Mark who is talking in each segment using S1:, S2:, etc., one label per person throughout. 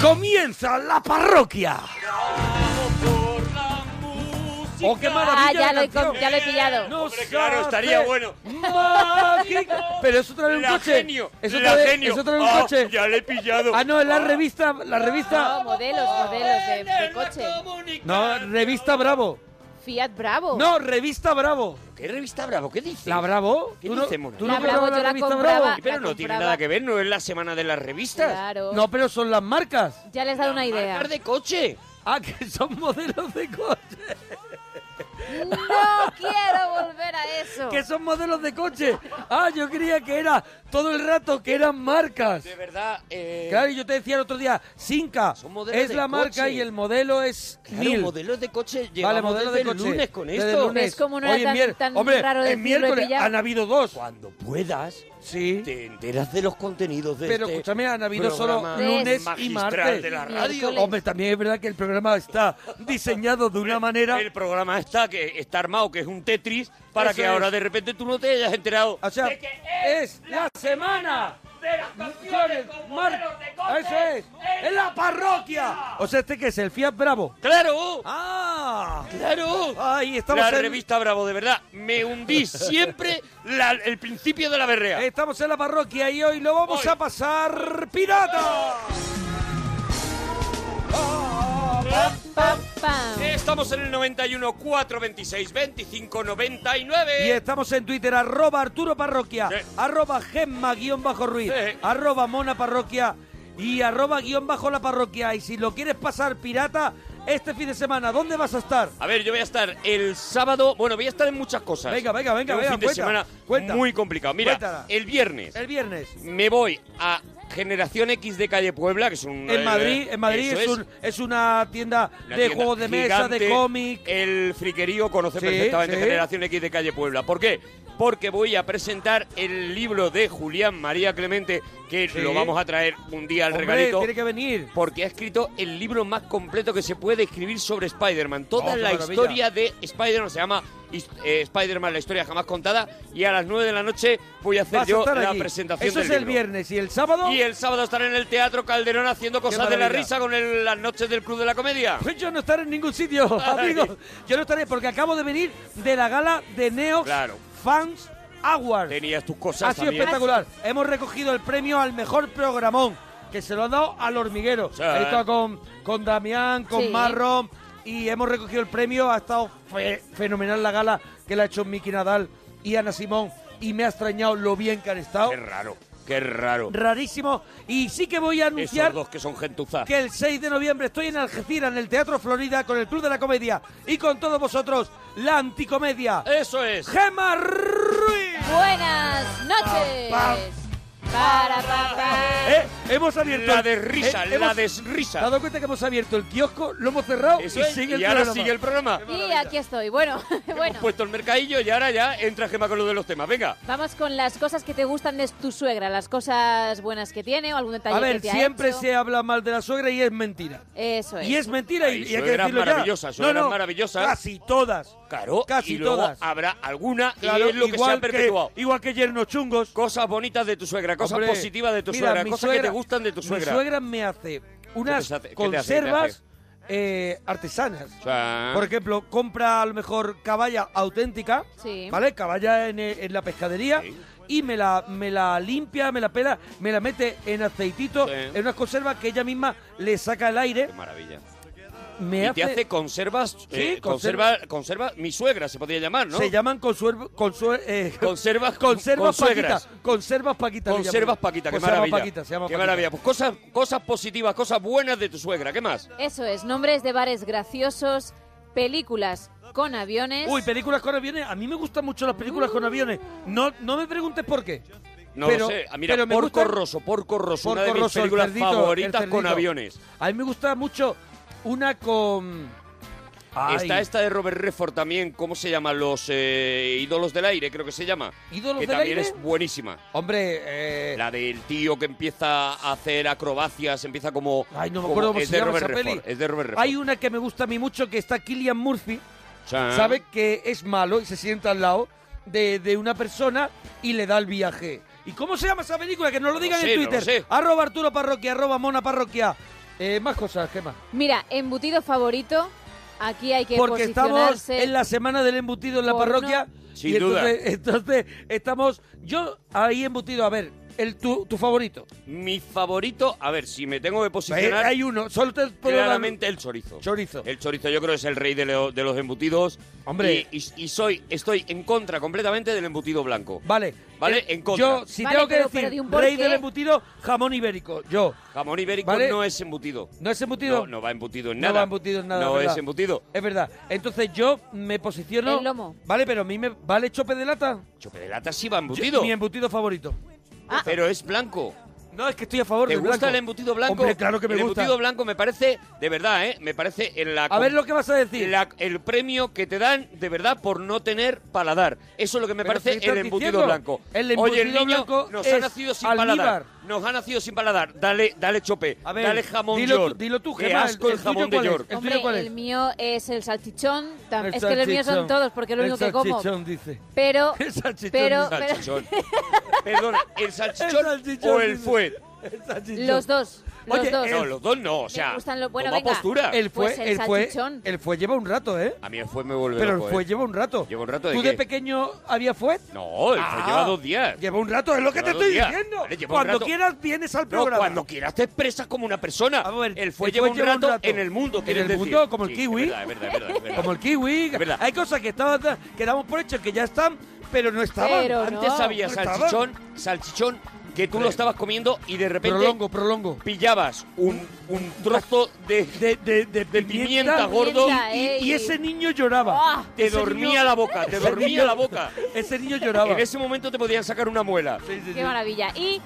S1: comienza la parroquia. ¡Oh, qué maravilla!
S2: Ah, ya
S1: de
S2: lo, he, com-
S1: canción!
S2: ya lo he pillado.
S1: No
S3: Hombre, claro, estaría
S1: sabe
S3: bueno.
S1: mágica- Pero es otra vez un
S3: La
S1: coche.
S3: genio,
S1: es
S3: la
S1: otra vez,
S3: genio.
S1: es otra vez un
S3: Ah,
S1: coche.
S3: ya le he pillado. Ah,
S1: Ah, no, es la revista, la revista.
S2: No, modelos, modelos de, de coche.
S1: No, revista Bravo.
S2: Fiat Bravo.
S1: No, revista Bravo.
S3: ¿Qué revista Bravo? ¿Qué dice?
S1: ¿La Bravo?
S3: ¿Qué
S1: ¿Tú no,
S3: dice, Mona?
S1: tú
S2: La
S1: no
S2: Bravo
S1: comprabas
S2: yo la
S1: revista
S2: compraba.
S1: Bravo?
S3: Pero
S2: La
S3: no tiene
S2: compraba.
S3: nada que ver, no es la semana de las revistas.
S2: Claro.
S1: No, pero son las marcas.
S2: Ya les he dado una idea.
S3: Marcas de coche.
S1: Ah, que son modelos de coche.
S2: No quiero volver a eso.
S1: Ah. Que son modelos de coche. Ah, yo creía que era todo el rato que eran marcas.
S3: De verdad, eh,
S1: Claro, y yo te decía el otro día, Sinca
S3: Son modelos
S1: es
S3: de
S1: la marca
S3: coche.
S1: y el modelo es
S3: claro,
S1: Mil.
S3: modelos de coche
S1: Vale,
S3: llevamos
S1: modelo
S3: desde
S1: de coche.
S3: el lunes con
S1: Desde
S3: esto.
S1: el lunes.
S2: Es como no era
S1: Hoy es
S2: tan-
S1: mier-
S2: tan
S1: Hombre, es
S2: raro decirlo y
S1: miércoles
S2: pillar.
S1: han habido dos.
S3: Cuando puedas,
S1: Sí.
S3: te enteras de los contenidos de
S1: Pero
S3: este
S1: escúchame, han habido solo
S3: programa
S1: lunes y
S3: magistral
S1: martes.
S3: de la
S2: Y
S3: radio.
S2: miércoles.
S1: Hombre, Pues también es verdad que el programa está diseñado de una manera.
S3: El programa está que está armado, que es un Tetris, para
S1: Eso
S3: que
S1: es.
S3: ahora de repente tú no te hayas enterado.
S1: O sea, es la semana de las canciones mar- Eso es. Es la parroquia. O sea, este que es el Fiat Bravo.
S3: ¡Claro!
S1: Ah.
S3: ¡Claro!
S1: Ay, estamos
S3: la
S1: en-
S3: revista Bravo, de verdad, me hundí siempre la- el principio de la berrea.
S1: Estamos en la parroquia y hoy lo vamos
S3: Hoy.
S1: a pasar pirata.
S2: Pam, pam.
S3: Estamos en el 91 426 25 99.
S1: Y estamos en Twitter, arroba Arturo Parroquia,
S3: Sí.
S1: arroba Gemma guión bajo Ruiz,
S3: Sí.
S1: arroba Mona Parroquia y arroba guión bajo la parroquia. Y si lo quieres pasar pirata, este fin de semana, ¿dónde vas a estar?
S3: A ver, yo voy a estar el sábado. Bueno, voy a estar en muchas cosas.
S1: Venga, venga, venga,
S3: Es un
S1: venga,
S3: fin de
S1: cuenta,
S3: semana
S1: cuenta.
S3: muy complicado. Mira,
S1: Cuéntala.
S3: el viernes
S1: El viernes.
S3: me voy a Generación X de Calle Puebla, que es un. eh,
S1: En Madrid, en Madrid
S3: eso
S1: es, un- es una tienda
S3: Una
S1: de
S3: tienda
S1: juegos de mesa, de
S3: gigante.
S1: cómic.
S3: El friquerío conoce
S1: Sí,
S3: perfectamente
S1: sí.
S3: Generación X de Calle Puebla. ¿Por qué? Porque voy a presentar el libro de Julián María Clemente, que
S1: Sí.
S3: lo vamos a traer un día al
S1: Hombre,
S3: regalito.
S1: tiene que venir.
S3: Porque ha escrito el libro más completo que se puede escribir sobre Spider-Man. Toda
S1: Oh, qué
S3: la
S1: maravilla.
S3: historia de Spider-Man se llama his- eh, Spider-Man, la historia jamás contada. Y a las 9 de la noche voy a hacer
S1: Vas a
S3: yo
S1: estar
S3: la
S1: allí.
S3: presentación
S1: Eso
S3: del
S1: es el
S3: libro.
S1: viernes y el sábado.
S3: Y el sábado estaré en el Teatro Calderón haciendo cosas de la
S1: maravilla.
S3: risa con el- las noches del Club de la Comedia.
S1: Pues yo no estaré en ningún sitio, amigos. Yo no estaré porque acabo de venir de la gala de Neox
S3: Claro.
S1: Fans Award.
S3: Tenías tus cosas
S1: Ha sido
S3: también.
S1: espectacular. Hemos recogido el premio al mejor programón, que se lo ha dado al hormiguero.
S3: Sí.
S1: He estado con, con Damián, con
S2: Sí.
S1: Marrom y hemos recogido el premio. Ha estado fe- fenomenal la gala que la ha hecho Miki Nadal y Ana Simón. Y me ha extrañado lo bien que han estado.
S3: Qué raro, qué raro.
S1: Rarísimo. Y sí que voy a anunciar
S3: Esos dos que son gentuzas.
S1: que el 6 de noviembre estoy en Algeciras, en el Teatro Florida, con el Club de la Comedia y con todos vosotros, la anticomedia.
S3: Eso es.
S1: Gemma Ruiz.
S2: Buenas noches.
S1: Pam,
S2: Para, pa, pa.
S1: Eh, Hemos abierto.
S3: La
S1: el-
S3: de risa,
S1: eh,
S3: la
S1: hemos- ¿Te has
S3: desrisa.
S1: dado cuenta que hemos abierto el kiosco, lo hemos cerrado
S3: Eso
S1: y
S3: es.
S1: sigue el
S3: Y ahora
S1: programa?
S3: sigue el programa.
S2: Y aquí estoy. Bueno, bueno.
S3: Puesto el mercadillo y ahora ya entra Gema con lo de los temas. Venga.
S2: Vamos con las cosas que te gustan de tu suegra, las cosas buenas que tiene o algún detalle
S1: A
S2: que
S1: ver,
S2: te ha
S1: siempre
S2: hecho.
S1: se habla mal de la suegra y es mentira.
S2: Eso es.
S1: Y es mentira
S3: Ay,
S1: y, y hay que
S3: suegras
S1: decirlo ya.
S3: maravillosas, suegras maravillosas.
S1: Casi todas.
S3: Claro,
S1: Casi
S3: y luego
S1: todas.
S3: habrá alguna
S1: Claro,
S3: y es lo que se ha
S1: igual
S3: perpetuado.
S1: igual que yernos chungos.
S3: Cosas bonitas de tu suegra, cosas
S1: Hombre,
S3: positivas de tu
S1: mira,
S3: suegra,
S1: mi
S3: cosas que
S1: suegra-
S3: te gustan de tu suegra.
S1: Mi suegra me hace unas
S3: te hace? ¿Qué te hace? ¿Qué te
S1: conservas eh, artesanas.
S3: O sea, ¿eh?
S1: Por ejemplo, compra a lo mejor caballa auténtica,
S2: Sí.
S1: ¿vale? Caballa en, eh, en la pescadería
S3: Sí.
S1: y me la, me la limpia, me la pela, me la mete en aceitito,
S3: Sí.
S1: en unas conservas que ella misma le saca el aire.
S3: Qué maravilla.
S1: Me
S3: Y
S1: hace,
S3: te hace conservas, eh,
S1: conserva-
S3: conserva, conserva, mi suegra se podría llamar, ¿no?
S1: Se llaman consuer- consue- eh,
S3: Conservas con-
S1: conservas
S3: con
S1: paquitas.
S3: suegras.
S1: Conservas paquitas. le llaman.
S3: Conservas Paquita, qué
S1: Conservas
S3: maravilla.
S1: Paquita, se llama
S3: qué
S1: Paquita.
S3: maravilla. Pues cosas, cosas positivas, cosas buenas de tu suegra. ¿Qué más?
S2: Eso es, nombres de bares graciosos, películas con aviones.
S1: Uy, películas con aviones. A mí me gustan mucho las películas con aviones. No, no me preguntes por qué.
S3: No
S1: Pero-
S3: lo sé. Ah, Mira,
S1: pero me
S3: Porco
S1: gustan-
S3: Rosso, Porco Rosso,
S1: Porco
S3: una de mis
S1: Rosso, el
S3: películas
S1: cerdito,
S3: favoritas
S1: el
S3: con
S1: cerdito.
S3: aviones.
S1: A mí me gusta mucho una con. Ay,
S3: Está esta de Robert Redford también, ¿cómo se llama? Los eh, ídolos del aire, creo que se llama.
S1: ¿Ídolos
S3: que
S1: del
S3: también
S1: aire?
S3: es buenísima.
S1: Hombre, eh,
S3: La del tío que empieza a hacer acrobacias, empieza como...
S1: Ay, no me
S3: como-
S1: acuerdo cómo
S3: es
S1: se
S3: de
S1: llama
S3: Robert
S1: esa
S3: Redford,
S1: peli.
S3: Es de Robert Redford.
S1: hay una que me gusta a mí mucho que está Killian Murphy.
S3: O sea,
S1: Sabe que es malo y se sienta al lado de, de una persona y le da el viaje. ¿Y cómo se llama esa película? Que nos lo digan
S3: sé,
S1: en
S3: no lo
S1: Twitter.
S3: sé.
S1: Arroba Arturo Parroquia, arroba Mona Parroquia. Eh, más cosas, Gema.
S2: Mira, embutido favorito. Aquí hay que
S1: Porque estamos
S2: posicionarse.
S1: en la semana del embutido en la
S2: por uno.
S1: parroquia.
S3: Sin
S1: y
S3: duda.
S1: Entonces, entonces estamos. Yo ahí embutido, a ver, el tu, tu favorito.
S3: Mi favorito, a ver, si me tengo que
S1: Eh,
S3: posicionar,
S1: hay uno, solo te puedo dar
S3: claramente el chorizo.
S1: chorizo.
S3: El chorizo yo creo es el rey de, lo- de los embutidos.
S1: Hombre.
S3: Y, y- y soy, estoy en contra completamente del embutido blanco.
S1: Vale. Eh,
S3: Vale, en contra.
S1: Yo, si
S2: Vale,
S1: tengo que
S2: pero-
S1: decir,
S2: pero di un por
S1: rey
S2: qué.
S1: del embutido, jamón ibérico. Yo.
S3: Jamón ibérico
S1: Vale.
S3: no es embutido.
S1: ¿No es embutido?
S3: No, no va embutido en
S1: No
S3: nada.
S1: va embutido en nada,
S3: No
S1: ¿verdad?
S3: es embutido.
S1: Es verdad. Entonces yo me posiciono.
S2: El lomo.
S1: Vale, pero a mí me. ¿Vale chope de lata?
S3: Chope de lata sí va embutido.
S1: Mi embutido favorito.
S2: Ah,
S3: Pero es blanco.
S1: No, es que estoy a favor
S3: ¿Te
S1: del
S3: gusta
S1: blanco.
S3: el embutido blanco?
S1: Hombre, claro que me
S3: el
S1: gusta.
S3: embutido blanco me parece, de verdad, ¿eh? Me parece en la...
S1: A ver lo que vas a decir.
S3: la- el premio que te dan de verdad por no tener paladar. Eso es lo que me
S1: Pero ¿qué
S3: parece
S1: estás
S3: el embutido
S1: diciendo?
S3: blanco.
S1: El
S3: Oye, el
S1: embutido
S3: niño
S1: blanco
S3: nos ha
S1: es
S3: nacido sin
S1: almíbar.
S3: paladar. Nos ha nacido sin paladar. Dale, dale chope.
S1: A ver,
S3: dale jamón
S1: dilo tú-
S3: york.
S1: dilo tú,
S3: Qué
S1: Gemma, el-
S3: asco el,
S1: el tuyo
S3: jamón de
S1: cuál es.
S3: york.
S1: ¿El
S2: hombre,
S1: tuyo cuál es?
S2: el mío es el salchichón. Tam-
S1: El
S2: es que los míos son
S1: salchichón.
S2: todos porque es lo
S1: El
S2: único que como.
S1: salchichón, dice.
S2: Pero,
S1: El salchichón,
S2: pero,
S1: el
S2: pero-
S3: Salchichón. Perdona, ¿el salchichón,
S1: El salchichón,
S3: o el
S1: dice.
S3: fuet?
S1: El salchichón.
S2: los dos, los
S1: Oye, eh,
S2: dos.
S1: el-
S3: No, los dos no, o sea,
S2: Me gustan los- bueno,
S3: toma
S2: venga.
S3: postura.
S1: El fue,
S2: Pues el
S1: el fue,
S2: salchichón.
S1: el fue lleva un rato, ¿eh?
S3: A mí el fuet me vuelve
S1: Pero el
S3: loco,
S1: fue
S3: ¿eh?
S1: lleva un rato.
S3: ¿Lleva un rato de
S1: ¿Tú
S3: qué?
S1: de pequeño había fue?
S3: No, el fuet lleva dos días.
S1: Lleva un rato, es lo que
S3: Lleva
S1: te
S3: dos
S1: estoy
S3: días.
S1: diciendo.
S3: Vale, lleva un
S1: cuando
S3: rato.
S1: vienes, vienes al
S3: No,
S1: programa.
S3: cuando quieras te expresas como una persona.
S1: A ver,
S3: el fue
S1: el
S3: lleva
S1: fuet
S3: un rato, en el mundo,
S1: En
S3: quieres
S1: el
S3: decir.
S1: mundo, como el
S3: Sí,
S1: kiwi.
S3: Es verdad, es verdad, es verdad, es verdad.
S1: Como el kiwi.
S3: Es verdad.
S1: Hay cosas que estaban, que damos por hecho que ya están, pero no estaban.
S2: Pero no.
S3: Antes había
S1: No estaba.
S3: salchichón, salchichón que tú lo estabas comiendo y de repente
S1: Prolongo, prolongo.
S3: pillabas un, un trozo de,
S1: De, de, de,
S3: de pimienta gordo.
S2: Pimienta,
S1: Y,
S2: eh.
S1: y ese niño lloraba.
S2: ¡Ah!
S3: Te
S1: Ese
S3: dormía
S1: niño-
S3: la boca, te
S1: ese
S3: dormía
S1: niño-
S3: la boca.
S1: Ese niño lloraba.
S3: En ese momento te podían sacar una muela.
S1: Sí, sí, sí.
S2: Qué maravilla. Y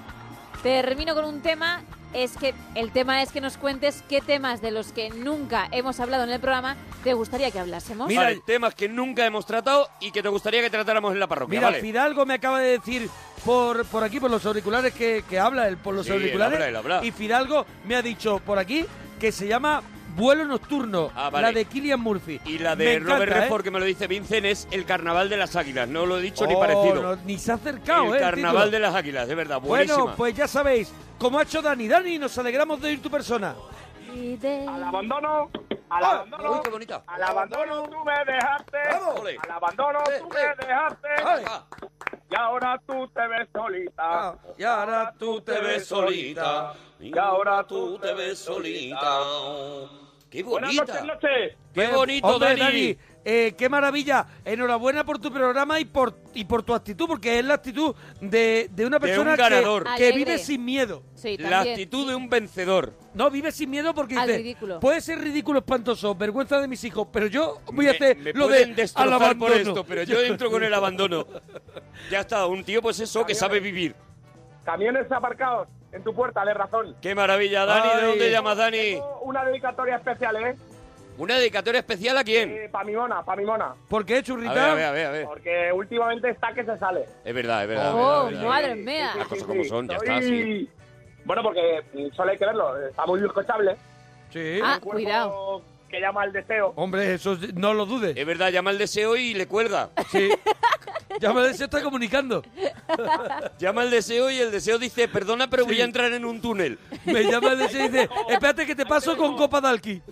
S2: termino con un tema. Es que el tema es que nos cuentes qué temas de los que nunca hemos hablado en el programa te gustaría que hablásemos.
S1: Mira-
S3: Vale, temas que nunca hemos tratado y que te gustaría que tratáramos en la parroquia.
S1: Mira,
S3: vale.
S1: Fidalgo me acaba de decir por, por aquí, por los auriculares, que, que habla él por los
S3: Sí, él
S1: auriculares.
S3: habla, él habla.
S1: Y Fidalgo me ha dicho por aquí que se llama Vuelo Nocturno,
S3: Ah, vale.
S1: la de Killian Murphy.
S3: Y la
S1: Me
S3: de
S1: encanta,
S3: Robert
S1: ¿eh?
S3: Redford, que me lo dice Vincent, es el carnaval de las águilas. No lo he dicho ni
S1: Oh,
S3: parecido.
S1: no, ni se ha acercado,
S3: el
S1: ¿eh?
S3: carnaval
S1: título.
S3: de las águilas, de verdad, buenísima.
S1: Bueno, pues ya sabéis, como ha hecho Dani, Dani, nos alegramos de oír tu persona.
S2: Y de-
S4: Al abandono, al
S1: Ah,
S4: abandono.
S3: uy, qué bonita.
S4: Al abandono tú me dejaste.
S1: Bravo.
S3: Ole.
S4: Al abandono
S3: Eh,
S4: tú
S3: eh.
S4: me dejaste.
S1: Ole.
S3: Ah,
S4: Y ahora tú te ves solita.
S1: Ah, y ahora tú
S3: te ves solita,
S4: Y ahora tú
S3: te ves solita. Qué
S4: Buenas noches,
S3: bonita.
S4: noches.
S3: Qué bonito,
S1: Hombre,
S3: Dani.
S1: eh, qué maravilla. Enhorabuena por tu programa y por, y por tu actitud, porque es la actitud de, de una
S3: De un
S1: persona que-
S3: ganador.
S1: que,
S2: Alegre.
S1: vive sin miedo.
S2: Sí,
S3: La
S2: también.
S3: actitud de un vencedor.
S1: No, vive sin miedo porque
S2: Al
S1: dice,
S2: ridículo.
S1: puede ser ridículo, espantoso, vergüenza de mis hijos, pero yo voy a
S3: Me-
S1: hacer
S3: me
S1: lo de
S3: pueden
S1: al
S3: destrozar
S1: abandono.
S3: por esto, pero yo entro con el abandono. Ya está, un tío pues eso que sabe vivir.
S4: Camiones aparcados en tu puerta, de razón.
S3: Qué maravilla, Dani. ¿De
S1: Ay.
S3: dónde llamas, Dani?
S4: Tengo Una dedicatoria especial, ¿eh?
S3: ¿Una dedicatoria especial a quién?
S4: eh pa' mi mona, pa' mi mona.
S1: ¿Por qué,
S3: A ver,
S1: churrita?
S3: a ver, a ver. a ver.
S4: Porque últimamente está que se sale.
S3: Es verdad, es verdad. es verdad,
S2: Oh,
S3: es verdad.
S2: madre mía.
S3: Las cosas como son, ya está,
S4: Soy- Bueno, porque mm, solo hay que verlo. Está muy bizcochable.
S1: Sí.
S2: Ah.
S4: Un cuerpo
S2: Cuidado.
S4: Que llama al deseo.
S1: Hombre, eso es- no lo dudes.
S3: Es verdad, llama al deseo y le cuelga.
S1: Sí. ya me se está comunicando.
S3: Llama al deseo y el deseo dice, perdona, pero voy a entrar en un túnel.
S1: Me llama el y dice, espérate que te paso con copa de alqui.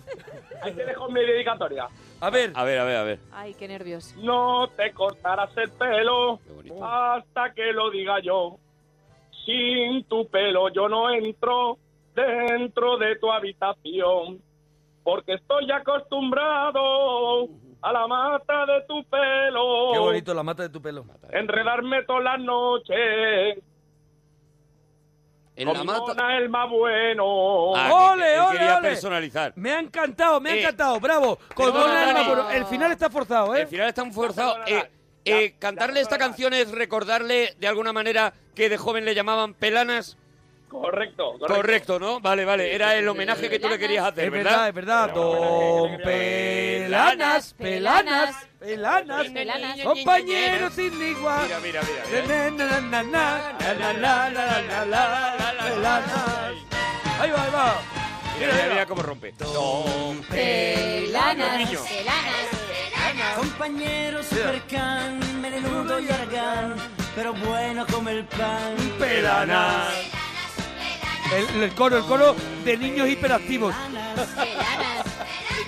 S4: Ahí te dejo mi dedicatoria.
S1: A ver,
S3: A ver, a ver, a ver.
S2: Ay, qué nervios.
S4: No te cortarás el pelo
S3: Qué bonito.
S4: hasta que lo diga yo. Sin tu pelo yo no entro dentro de tu habitación, porque estoy acostumbrado a la mata de tu pelo.
S1: qué bonito la mata de tu pelo.
S4: Enredarme todas las noches.
S3: En
S4: con
S3: la
S4: mi
S3: mata.
S4: nona el más bueno.
S3: Ah,
S1: ¡Ole,
S3: que- que
S1: ole,
S3: quería
S1: ole!
S3: personalizar.
S1: Me ha encantado, me ha
S3: Eh.
S1: encantado, bravo. Con
S3: Perdona,
S1: Dona
S3: Dani.
S1: Álvaro, El final está forzado, ¿eh?
S3: El final está forzado.
S4: perdonarás.
S3: Eh, eh,
S4: Ya,
S3: cantarle
S4: ya
S3: esta
S4: perdonarás.
S3: canción es recordarle de alguna manera que de joven le llamaban pelanas.
S4: Correcto, correcto.
S3: Correcto, ¿no? Vale, vale. Era el homenaje que tú le querías hacer,
S1: Es verdad,
S3: ¿verdad?
S1: es verdad. Don Pelanas, Pelanas, Pelanas,
S2: Pelanas.
S1: compañeros sin lengua.
S3: Mira, mira, mira. mira.
S1: Na, na, na, na, na, na, na, na, na, na, na, na, Pelanas. Ahí va, ahí va.
S3: Mira, mira, mira cómo rompe. Don
S2: Pelanas,
S3: Niño.
S2: pelanas.
S5: Compañero supercan, melenudo y argán, pero bueno como el pan.
S1: Pelanas. El, el coro, el coro de niños hiperactivos.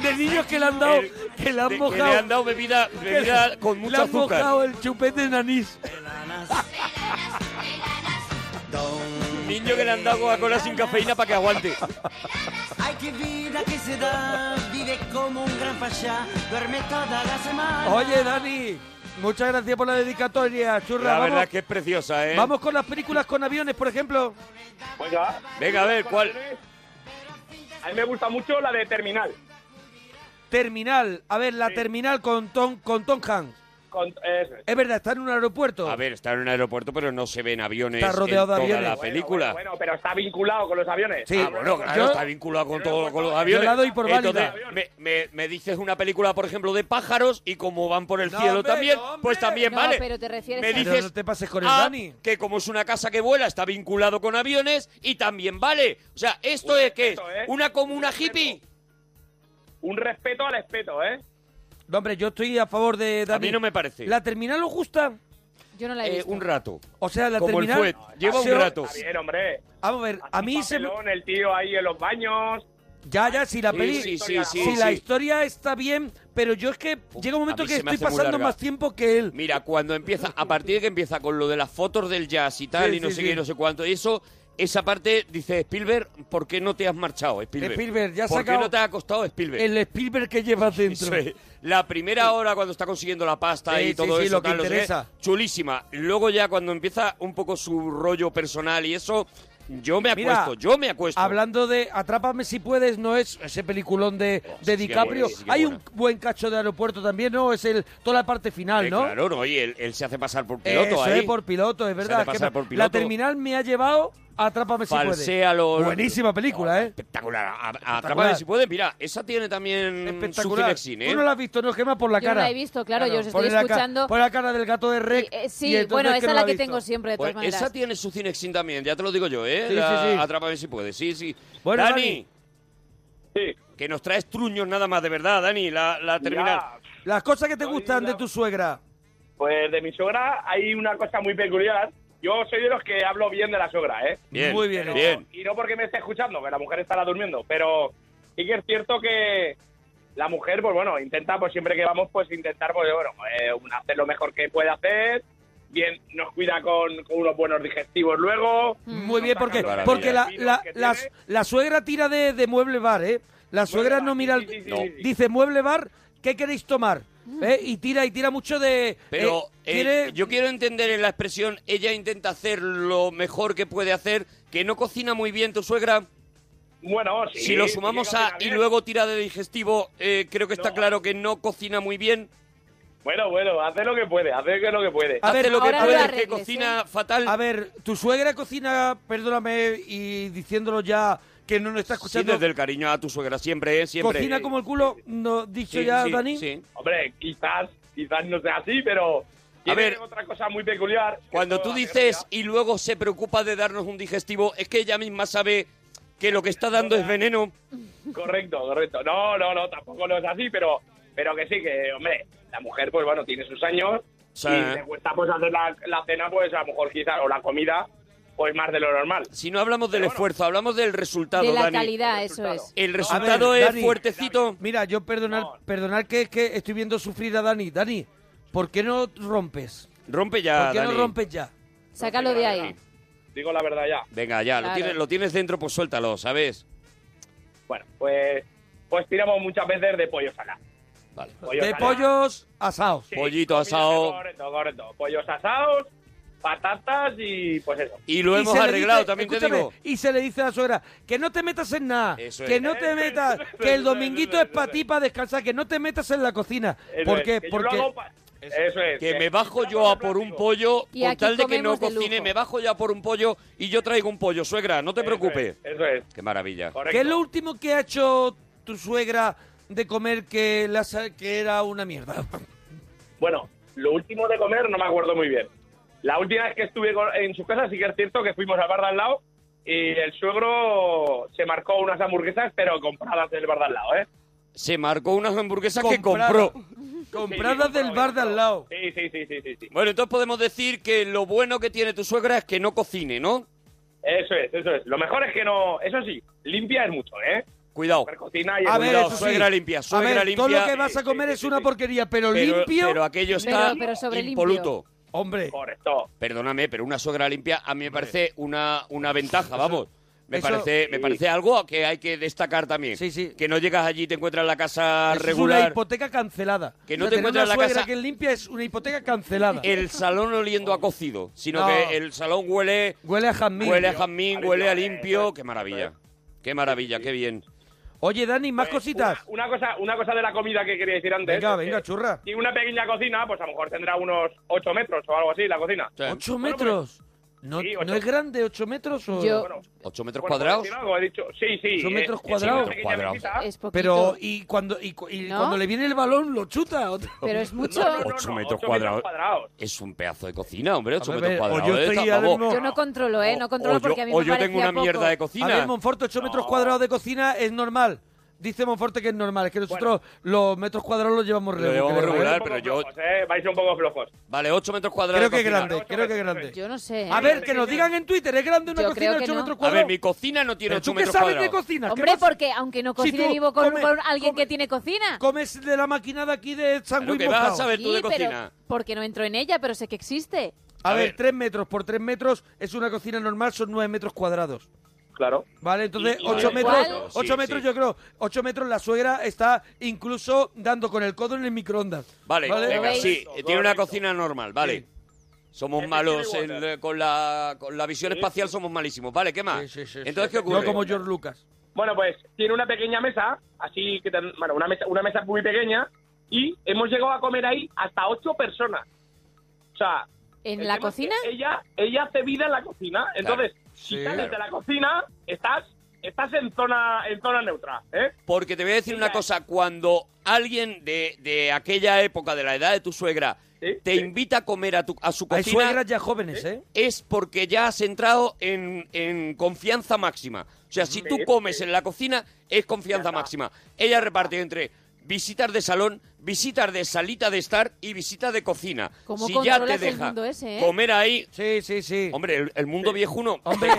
S1: De niños que le han dado,
S3: El-
S1: que le han
S3: de- que
S1: mojado.
S3: le han dado bebida,
S1: que
S3: bebida
S1: le-
S3: con
S1: le
S3: mucho
S1: han mojado
S3: azúcar.
S1: el chupete de anís.
S3: Niño que le han dado Coca-Cola sin cafeína para que aguante.
S5: Ay, qué vida que se da, vive como un gran payá, duerme toda la semana.
S1: Oye, Dani, muchas gracias por la dedicatoria, churra.
S3: La
S1: Vamos,
S3: verdad es que es preciosa, ¿eh?
S1: vamos con las películas con aviones, por ejemplo.
S4: Venga.
S3: Venga, a ver, ¿cuál?
S4: A mí me gusta mucho la de Terminal.
S1: Terminal, a ver, la terminal con Tom, con Tom Hanks.
S4: Con, eh, eso es.
S1: Es verdad, está en un aeropuerto.
S3: A ver, está en un aeropuerto, pero no se ven aviones
S1: Está rodeado de
S3: en toda
S1: aviones.
S3: la película.
S4: Bueno, bueno, pero está vinculado con los aviones.
S1: Sí.
S3: Ah, bueno, claro,
S1: Yo-
S3: está vinculado con, todo, con los aviones.
S1: la doy por válida.
S3: Entonces, me, me- me dices una película, por ejemplo, de pájaros y como van por el
S1: No,
S3: cielo
S1: hombre,
S3: también,
S1: no, hombre.
S3: pues también
S2: No,
S3: vale.
S2: pero te refieres
S3: me
S2: a-
S1: Pero
S3: dices
S1: no te pases con el
S3: ah,
S1: Dani.
S3: que como es una casa que vuela, está vinculado con aviones y también vale. O sea, ¿esto
S4: Un
S3: es que
S4: respeto, ¿eh?
S3: ¿Una comuna
S4: Un respeto.
S3: hippie?
S4: Un respeto al respeto, ¿eh?
S1: No, hombre, yo estoy a favor de Dani.
S3: A mí no me parece.
S1: ¿La terminal os gusta?
S2: Yo no la he
S3: Eh,
S2: visto.
S3: un rato.
S1: O sea, la
S3: Como el
S1: terminal.
S3: fuet, lleva un
S1: se-
S3: rato.
S4: Está bien, hombre.
S1: Vamos a ver, a
S4: Hace
S1: mí
S4: un
S1: se. me-
S4: papelón, el tío ahí en los baños.
S1: Ya, ya, si la
S3: Sí,
S1: peli.
S3: sí, sí, sí,
S1: si la
S3: sí.
S1: historia está bien, pero yo es que llega un momento
S3: a mí
S1: que
S3: se me
S1: estoy
S3: hace muy
S1: pasando
S3: larga.
S1: más tiempo que él.
S3: Mira, cuando empieza, a partir de que empieza con lo de las fotos del jazz y tal,
S1: Sí,
S3: y no
S1: sí,
S3: sé
S1: sí.
S3: qué, y no sé cuánto, y eso, esa parte, dice Spielberg, ¿por qué no te has marchado, Spielberg?
S1: Spielberg, ya ha
S3: ¿Por qué
S1: sacado
S3: no te has acostado, Spielberg?
S1: El Spielberg que llevas
S3: Eso
S1: dentro.
S3: es. La primera hora cuando está consiguiendo la pasta
S1: Sí,
S3: y
S1: sí,
S3: todo
S1: sí,
S3: eso,
S1: lo que
S3: tal, no sé qué,
S1: interesa.
S3: chulísima. Luego ya cuando empieza un poco su rollo personal y eso, yo me
S1: Mira,
S3: acuesto, yo me acuesto.
S1: Hablando de Atrápame si puedes, no es ese peliculón de,
S3: Oh,
S1: de
S3: sí que
S1: DiCaprio.
S3: buena, sí que
S1: Hay
S3: buena.
S1: un buen cacho de aeropuerto también, ¿no? Es el toda la parte final,
S3: Eh,
S1: ¿no?
S3: Claro, no, y él, él se hace pasar por piloto
S1: Eso
S3: ahí. Ah,
S1: es por piloto, es verdad.
S3: hace
S1: que
S3: pasar
S1: me-
S3: por
S1: La
S3: piloto.
S1: terminal me ha llevado a Atrápame si
S3: Falsea
S1: puedes.
S3: los...
S1: Buenísima película,
S3: Oh,
S1: ¿eh?
S3: Espectacular. A- a- Atrápame si puedes. Mira, esa tiene también su
S1: Espectacular.
S3: cinexin, ¿eh?
S1: Tú no la has visto, ¿no, Gemma? Por la
S2: Yo no
S1: cara.
S2: la he visto, claro, yo os estoy
S1: Por la ca-
S2: escuchando.
S1: Por la cara del gato de Rec.
S2: Y, eh,
S1: y
S2: sí,
S1: entonces
S2: bueno,
S1: es
S2: esa
S1: no
S2: es la
S1: has
S2: que
S1: visto.
S2: tengo siempre, de todas
S3: Pues
S2: maneras.
S3: esa tiene su cinexin también, ya te lo digo yo, ¿eh?
S1: Sí,
S3: La-
S1: sí, sí.
S3: Atrápame si puedes, sí, sí.
S1: Bueno,
S3: Dani,
S1: Dani.
S4: Sí.
S3: que nos traes truños nada más, de verdad, Dani, la, la terminal.
S4: Ya.
S1: Las cosas que te
S4: Soy
S1: gustan de
S4: la-
S1: tu suegra.
S4: Pues de mi sogra hay una cosa muy peculiar. Yo soy de los que hablo bien de la sogra, ¿eh?
S3: Bien,
S1: Muy bien,
S3: bien.
S4: Y no porque me esté escuchando, que la mujer estará durmiendo, pero sí que es cierto que la mujer, pues bueno, intenta, pues siempre que vamos, pues intentar, pues bueno, eh, un- hacer lo mejor que puede hacer. Bien, nos cuida con, con unos buenos digestivos luego.
S1: Muy bien, porque,
S3: Maravilla.
S1: porque la,
S4: Mm. Mira,
S1: la-
S4: que
S1: la-
S4: tiene-
S1: la suegra tira de, de mueble bar, ¿eh? La suegra
S4: bar,
S1: no
S4: sí,
S1: mira... el-
S4: sí, sí, sí,
S3: No.
S4: sí, Mm. sí.
S1: Dice, mueble bar, ¿qué queréis tomar? ¿Eh? Y tira, y tira mucho de...
S3: Pero
S1: eh,
S3: eh,
S1: quiere-
S3: yo quiero entender en la expresión, ella intenta hacer lo mejor que puede hacer, que no cocina muy bien tu suegra.
S4: Bueno, sí,
S3: si lo
S4: sí que
S3: sumamos
S4: cocina
S3: a y
S4: bien.
S3: luego tira de digestivo, eh, creo que está
S4: No.
S3: claro que no cocina muy bien.
S4: Bueno, bueno, hace lo que puede, hace que lo que puede.
S1: A
S3: Hace
S1: ver,
S3: lo que
S2: ahora lo
S3: puede, que
S2: arregles,
S3: cocina
S2: ¿eh?
S3: fatal.
S1: A ver, tu suegra cocina, perdóname, y diciéndolo ya que no nos está
S3: Sí,
S1: escuchando...
S3: desde el cariño a tu suegra, siempre, ¿eh? siempre.
S1: cocina como el culo, no, dicho
S3: Sí,
S1: ya,
S3: sí,
S1: Dani.
S3: sí.
S4: Hombre, quizás, quizás no sea así, pero tiene
S3: ver.
S4: otra cosa muy peculiar. que
S3: Cuando
S4: esto
S3: tú
S4: hace
S3: dices
S4: gracia.
S3: y luego se preocupa de darnos un digestivo, es que ella misma sabe que lo que está dando es veneno.
S4: Correcto, correcto. No, no, no, tampoco no es así, pero, pero que sí, que, hombre, la mujer, pues bueno, tiene sus años
S3: Sí.
S4: y le cuesta, pues, hacer la, la cena, pues, a lo mejor quizás, o la comida, pues, más de lo normal.
S3: Si no hablamos del
S4: Pero bueno.
S3: esfuerzo, hablamos del resultado,
S2: de la
S3: Dani.
S2: calidad, eso es.
S3: El resultado es
S1: Dani.
S3: fuertecito.
S1: Mira, yo perdonar,
S4: No.
S1: perdonar que, que estoy viendo sufrir a Dani. Dani, ¿por qué no rompes?
S3: Rompe
S1: ¿Por
S3: ya,
S1: qué
S3: Dani.
S1: no rompes ya?
S2: Sácalo de ahí.
S4: Digo la verdad ya.
S3: Venga, ya, lo,
S2: Claro.
S3: tienes, lo tienes dentro, pues suéltalo, ¿sabes?
S4: Bueno, pues, pues tiramos muchas veces de pollo salado.
S3: Vale.
S4: Pollo
S1: de
S4: salado.
S1: pollos asados.
S4: Sí,
S3: Pollito
S4: comida,
S3: asado.
S4: Correcto, correcto. Pollos asados, patatas y pues eso.
S3: Y lo
S1: Y
S3: hemos
S1: se le
S3: arreglado,
S1: dice-
S3: también te
S1: escúchame,
S3: digo.
S1: Y se le dice a la suegra, que no te metas en nada,
S3: Eso
S1: que
S3: es.
S1: no te metas, que el dominguito es para ti, para descansar, que no te metas en la cocina.
S4: Eso
S1: ¿Por
S4: es,
S1: qué?
S4: que yo lo
S1: Porque...
S4: hago pa- Eso es.
S3: Que
S4: que-
S3: me bajo yo
S4: hago
S3: a por un
S4: plástico.
S3: pollo,
S2: Y
S3: con
S2: aquí
S3: tal de que no
S2: comemos de
S3: cocine,
S2: lujo.
S3: me bajo yo a por un pollo y yo traigo un pollo, suegra, no te
S4: Eso
S3: preocupes.
S4: es, Eso es.
S3: Qué maravilla.
S4: Correcto.
S1: ¿Qué es lo último que ha hecho tu suegra de comer que, la sa- que era una mierda?
S4: Bueno, lo último de comer no me acuerdo muy bien. La última vez que estuve con- en su casa, sí que es cierto que fuimos al bar de al lado y el suegro se marcó unas hamburguesas, pero compradas del bar de al lado, ¿eh?
S3: Se marcó unas hamburguesas
S1: Comprada.
S3: que compró.
S1: Compradas
S4: Sí,
S1: del
S4: compró,
S1: bar de al lado.
S4: Sí, sí, sí, sí, sí. sí.
S3: Bueno, entonces podemos decir que lo bueno que tiene tu suegra es que no cocine, ¿no?
S4: Eso es, eso es. Lo mejor es que no. Eso sí, limpia es mucho, ¿eh?
S3: Cuidado.
S4: Percocina y
S1: A
S4: es
S1: ver,
S4: muy-
S3: Cuidado,
S1: eso sí.
S3: suegra limpia,
S1: a
S3: suegra
S1: ver, todo
S3: limpia.
S1: lo que vas a comer
S4: Sí, sí,
S1: es
S4: sí,
S1: una
S4: sí.
S1: porquería, pero,
S3: Pero,
S1: limpio.
S3: pero aquello está
S2: Pero- pero sobre limpio.
S3: impoluto.
S1: Hombre,
S4: Correcto.
S3: Perdóname, pero una suegra limpia a mí me parece una, una ventaja, vamos. Me
S1: eso-
S3: parece me parece algo que hay que destacar también.
S1: Sí, sí.
S3: Que no llegas allí y te encuentras la casa
S1: eso es una
S3: regular,
S1: hipoteca cancelada.
S3: Que no
S1: O
S3: te
S1: sea, tener
S3: encuentras
S1: una
S3: la
S1: suegra
S3: casa-
S1: que es limpia es una hipoteca cancelada.
S3: el salón oliendo a cocido, sino
S1: No.
S3: que el salón huele
S1: Huele a jazmín.
S3: huele a jazmín,
S4: Limpio,
S3: huele a
S4: eh,
S3: limpio,
S4: eso es,
S3: qué maravilla.
S4: eso
S3: Qué maravilla, qué bien.
S1: Oye, Dani, más
S4: Eh,
S3: Pues,
S1: cositas.
S4: Una, una cosa, una cosa de la comida que quería decir antes.
S1: Venga,
S4: es que
S1: venga, churra.
S4: Si una pequeña cocina, pues a lo mejor tendrá unos 8 metros o algo así la cocina.
S3: Sí.
S1: ¿Ocho
S4: Bueno,
S1: metros? ¿No,
S4: Sí,
S1: no
S4: ocho.
S1: es grande ocho metros? O...
S2: Yo-
S4: Bueno,
S3: ¿Ocho metros
S4: bueno, por
S3: cuadrados?
S4: decir algo, he dicho. Sí, sí.
S1: Son
S4: eh,
S1: metros
S4: es una
S1: cuadrados.
S4: pequeña
S3: Cuadrados.
S4: visita.
S2: Es poquito.
S1: Pero, ¿y cuando, y, cu- y
S2: ¿No?
S1: cuando le viene el balón lo chuta? Otro.
S2: Pero es mucho.
S4: No, no, no,
S3: Ocho
S4: no,
S3: metros
S4: ocho
S3: cuadrados.
S4: cuadrados.
S3: Es un pedazo de cocina, hombre, ocho
S1: A ver,
S3: metros
S1: a ver, o
S3: cuadrados.
S1: yo
S3: ¿eh?
S1: estoy
S3: Tampoco-
S1: ahora mismo-
S2: Yo no controlo, ¿eh? No
S3: o
S2: controlo
S3: yo-
S2: porque a mí
S3: o
S2: me
S3: yo tengo
S2: parecía
S3: una mierda de
S2: poco.
S1: A
S3: cocina.
S1: ver, Monforte, 8 metros cuadrados de cocina es normal. Dice Monforte que es normal, es que nosotros los metros cuadrados los llevamos
S3: Lo
S1: relevo,
S3: llevamos
S1: creo, ¿eh?
S3: regular,
S4: Vais un
S3: pero
S4: poco
S3: yo-
S4: flojos, eh, Vais un poco flojos.
S3: Vale, 8 metros cuadrados.
S1: Creo que
S3: de
S1: es
S3: cocina.
S1: grande,
S4: Ocho
S1: creo que es
S4: metros,
S1: grande.
S2: Yo no sé. ¿eh?
S1: A ver, que nos digan en Twitter, ¿es grande una
S2: Yo
S1: cocina
S2: creo
S1: de
S2: que
S1: 8
S2: no.
S1: metros
S3: A
S1: cuadrados?
S3: ver, mi cocina no tiene
S1: ¿Pero
S3: 8
S1: tú qué
S3: metros
S1: sabes
S3: cuadrados.
S1: de cocina? ¿Qué
S2: Hombre,
S1: pasa?
S2: porque aunque no cocine
S1: tú
S2: vivo con,
S1: comes-
S2: con alguien
S1: comes-
S2: que tiene cocina.
S1: Comes de la máquina de aquí de
S3: Pero
S1: sándwich
S3: que vas a
S1: mojado.
S3: saber tú de
S2: Sí, pero-
S3: cocina.
S2: porque no entro en ella, pero sé que existe.
S1: A
S3: A
S1: ver,
S3: ver.
S1: 3 metros por 3 metros es una cocina normal, son 9 metros cuadrados.
S4: Claro.
S1: Vale, entonces
S4: Y- y
S1: 8
S2: igual-
S1: metros, ocho
S3: Sí,
S1: metros
S3: sí.
S1: yo creo, 8 metros la suegra está incluso dando con el codo en el microondas.
S3: Vale,
S2: ¿Lo
S3: venga,
S2: veis?
S3: sí,
S4: Correcto,
S3: tiene una
S4: correcto.
S3: cocina normal, vale.
S1: Sí.
S3: Somos
S4: Efectivo,
S3: malos en- eh,
S4: Walter.
S3: con, la, con la visión
S4: Sí,
S3: espacial, somos malísimos. Vale, ¿qué más?
S1: Sí, sí, sí,
S3: Entonces,
S1: sí.
S3: ¿qué ocurre?
S1: No como George Lucas.
S4: Bueno, pues tiene una pequeña mesa, así que, tan- bueno, una mesa, una mesa muy pequeña, y hemos llegado a comer ahí hasta ocho personas. O sea,
S2: ¿En
S4: el
S2: la
S4: tema es que
S2: cocina?
S4: Ella, ella hace vida en la cocina, entonces, si
S1: Sí,
S4: sales
S3: claro.
S4: de la cocina, estás, estás en zona, en zona neutra, ¿eh?
S3: Porque te voy a decir una cosa, cuando alguien de, de aquella época, de la edad de tu suegra,
S4: Sí,
S3: te
S4: sí.
S3: invita a comer a, tu, a su
S1: Hay
S3: cocina,
S1: suegras ya jóvenes, ¿eh?
S3: es porque ya has entrado en, en confianza máxima. O sea, si tú
S4: Sí,
S3: comes
S4: sí.
S3: en la cocina, es confianza
S4: Ya está.
S3: máxima. Ella reparte entre visitas de salón, visitas de salita de estar y visitas de cocina.
S2: ¿Cómo
S3: si ya te
S2: controlas el
S3: deja
S2: mundo ese, eh?
S3: comer ahí,
S1: Sí, sí, sí.
S3: hombre, el, el mundo viejuno
S1: Hombre,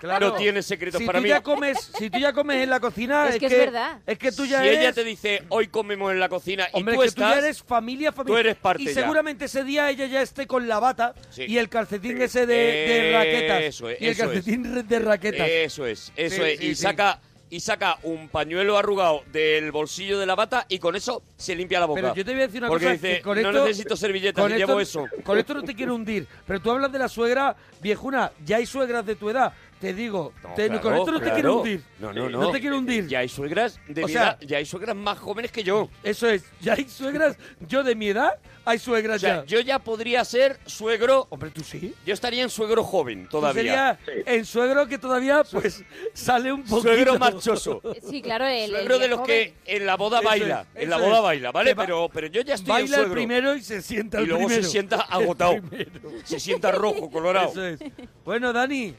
S1: claro.
S3: no tiene secretos
S1: si
S3: para
S1: tú
S3: mí.
S1: Ya comes, si tú ya comes en la cocina,
S2: Es
S1: es,
S2: que es verdad.
S1: Es que tú
S3: si
S1: ya eres,
S3: ella te dice, hoy comemos en la cocina
S1: hombre,
S3: y tú
S1: que
S3: estás...
S1: tú ya eres familia, familia.
S3: eres parte
S1: Y
S3: ya.
S1: seguramente ese día ella ya esté con la bata
S3: Sí.
S1: y el calcetín ese de, de
S3: Eh,
S1: raquetas.
S3: eso es,
S1: y el
S3: eso es.
S1: calcetín re- de raquetas.
S3: Eso es, eso
S1: Sí,
S3: es.
S1: sí,
S3: y
S1: sí.
S3: saca y saca un pañuelo arrugado del bolsillo de la bata y con eso se limpia la boca.
S1: Pero yo te voy a decir una
S3: Porque
S1: cosa.
S3: dice,
S1: que con
S3: no
S1: esto-
S3: necesito servilletas,
S1: con
S3: me
S1: esto-
S3: llevo eso.
S1: Con esto no te quiero hundir. Pero tú hablas de la suegra viejuna. Ya hay suegras de tu edad. Te digo,
S3: No,
S1: te-
S3: claro,
S1: con esto no te
S3: claro.
S1: quiero hundir.
S3: No, no, no.
S1: No te quiero hundir.
S3: Ya hay suegras de
S1: O
S3: mi
S1: sea-
S3: edad, ya hay suegras más jóvenes que yo.
S1: Eso es. Ya hay suegras. Yo de mi edad, hay
S3: O
S1: suegras
S3: sea,
S1: ya.
S3: yo ya podría ser suegro,
S1: Hombre, tú sí.
S3: yo estaría en suegro joven
S1: Tú
S3: todavía.
S1: serías el suegro que todavía pues sale un poquito.
S3: Suegro marchoso.
S2: Sí, claro, el, el
S3: Suegro de los
S2: joven.
S3: que en la boda
S1: Eso
S3: baila,
S1: es,
S3: en la
S1: eso
S3: boda
S1: es.
S3: baila, ¿vale?
S1: Que va-
S3: Pero, pero yo ya estoy
S1: Baila
S3: en
S1: el
S3: suegro.
S1: primero y se sienta
S3: y
S1: el
S3: luego
S1: primero.
S3: se sienta
S1: El
S3: agotado,
S1: primero.
S3: se sienta rojo, colorado.
S1: Eso es. Bueno, Dani,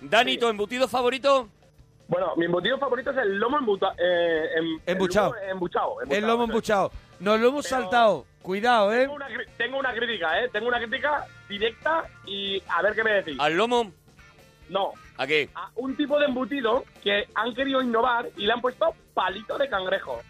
S3: Dani, ¿tu embutido favorito?
S4: Bueno, mi embutido favorito es el lomo embuta- eh, em- el
S1: Embuchado.
S4: lomo embuchado,
S1: el lomo
S4: embuchado.
S1: embuchado. Nos lo hemos
S4: Pero-
S1: saltado. Cuidado, ¿eh?
S4: Tengo una, cri- tengo una crítica, ¿eh? Tengo una crítica directa y a ver qué me decís.
S3: ¿Al lomo?
S4: No,
S3: ¿A qué?
S4: a un tipo de embutido que han querido innovar y le han puesto palito de cangrejo.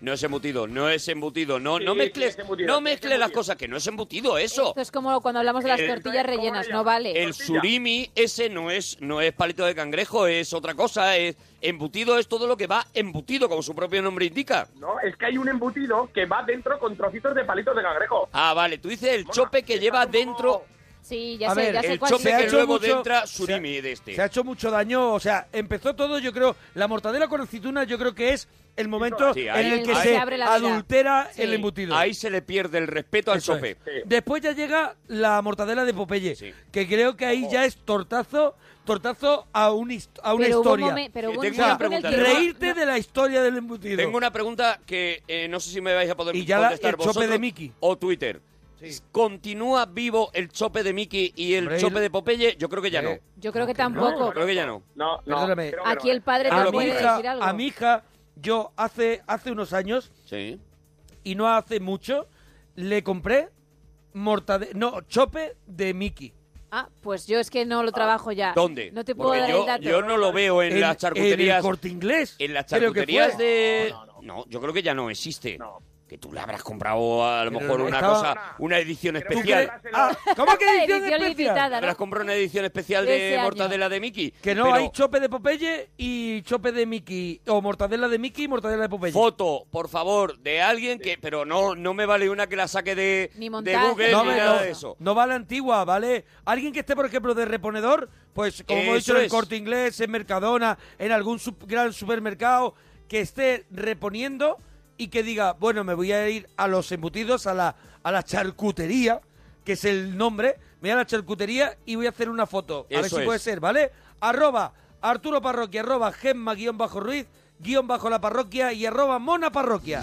S3: No es embutido, no es embutido, no,
S4: Sí,
S3: no
S4: sí,
S3: mezcles,
S4: es embutido,
S3: no
S4: es
S3: mezcles las
S4: embutido.
S3: cosas, que no es embutido eso.
S2: Esto es como cuando hablamos de las
S3: El-
S2: tortillas
S4: ¿cómo
S2: rellenas,
S4: le
S2: no vale.
S3: El
S4: tortilla.
S3: surimi ese no es, no es palito de cangrejo, es otra cosa, es embutido es todo lo que va embutido, como su propio nombre indica.
S4: No, es que hay un embutido que va dentro con trocitos de palitos de cangrejo.
S3: Ah, vale, tú dices el chope que
S4: está
S3: lleva
S4: como-
S3: dentro,
S2: Sí, ya
S1: A
S2: sé,
S1: ver,
S2: ya sé
S3: el
S2: cuál
S3: chope
S1: Se ha
S3: que
S1: hecho
S3: luego
S1: mucho-
S3: entra
S1: se ha-
S3: surimi de
S1: Se ha
S3: este.
S1: hecho mucho daño, o sea, empezó todo, yo creo, la mortadela con aceituna, yo creo que es el momento
S3: Sí, ahí-
S1: en el que
S3: ahí-
S1: se
S2: se abre la vida.
S1: adultera
S2: Sí.
S1: el embutido.
S3: Ahí se le pierde el respeto al
S1: Eso
S3: chope.
S1: es. Después ya llega la mortadela de Popeye,
S3: Sí.
S1: que creo que ahí ya es tortazo, tortazo a, un hist- a una
S2: pero hubo
S1: historia.
S2: un momen- pero
S3: Eh,
S2: hubo un
S3: tengo
S1: una
S2: momento en el
S3: pregunta.
S2: que no-
S1: Reírte
S2: no-
S1: de la historia del embutido.
S3: Tengo una pregunta que eh, no sé si me vais a poder
S1: Y ya la-
S3: contestar
S1: el chope
S3: vosotros
S1: de Mickey.
S3: o Twitter.
S1: Sí.
S3: ¿Continúa vivo el chope de Mickey y el
S1: Hombre, y
S3: chope
S1: lo-
S3: de Popeye? Yo creo que ya no.
S1: Eh,
S2: Yo creo que
S3: Yo
S2: tampoco.
S3: creo que ya no.
S4: No, no.
S1: Perdóname.
S4: creo que
S2: Aquí
S4: no.
S2: el padre
S1: a,
S2: no
S3: lo
S1: mi
S2: puede
S1: hija,
S2: decir algo.
S1: Ah, a mi hija, yo hace, hace unos años,
S3: Sí.
S1: y no hace mucho, le compré mortade no, chope de Mickey.
S2: Ah, pues yo es que no lo trabajo ya.
S3: ¿Dónde?
S2: No te puedo
S3: Porque
S2: dar
S3: yo,
S2: el dato.
S3: yo no lo veo en,
S1: En-
S3: las
S1: en
S3: charcuterías.
S1: el Corte Inglés,
S3: En las
S1: creo que
S3: charcuterías
S1: fue.
S3: de. No, yo creo que ya no existe. Que tú le habrás comprado a lo
S1: Pero
S3: mejor
S1: no
S3: una
S1: estaba-
S3: cosa, una edición
S1: ¿Tú
S3: especial.
S1: crees? Ah, ¿Cómo que edición,
S2: Edición
S1: especial?
S2: limitada.
S3: Habrás comprado una edición especial
S2: De
S3: de
S2: ese año.
S3: Mortadela de Mickey.
S1: Que no
S3: Pero
S1: hay chope de Popeye y chope de Mickey. O mortadela de Mickey y mortadela de Popeye.
S3: foto, por favor, de alguien que. Pero no, no me vale una que la saque de,
S2: Ni
S3: de
S2: montaje,
S3: Google
S1: no,
S3: ni
S1: me-
S3: nada
S1: no,
S3: de eso.
S1: no vale antigua, ¿vale? Alguien que esté, por ejemplo, de reponedor, pues como
S3: Eso
S1: hemos dicho en el
S3: es.
S1: corte inglés, en Mercadona, en algún sup- gran supermercado, que esté reponiendo y que diga, bueno, me voy a ir a los embutidos, a la, a la charcutería, que es el nombre, me voy a la charcutería y voy a hacer una foto. A ver
S3: Eso
S1: si puede
S3: es.
S1: ser, ¿vale? Arroba Arturo Parroquia, arroba Gemma guión bajo Ruiz, guión bajo la parroquia y arroba Mona Parroquia.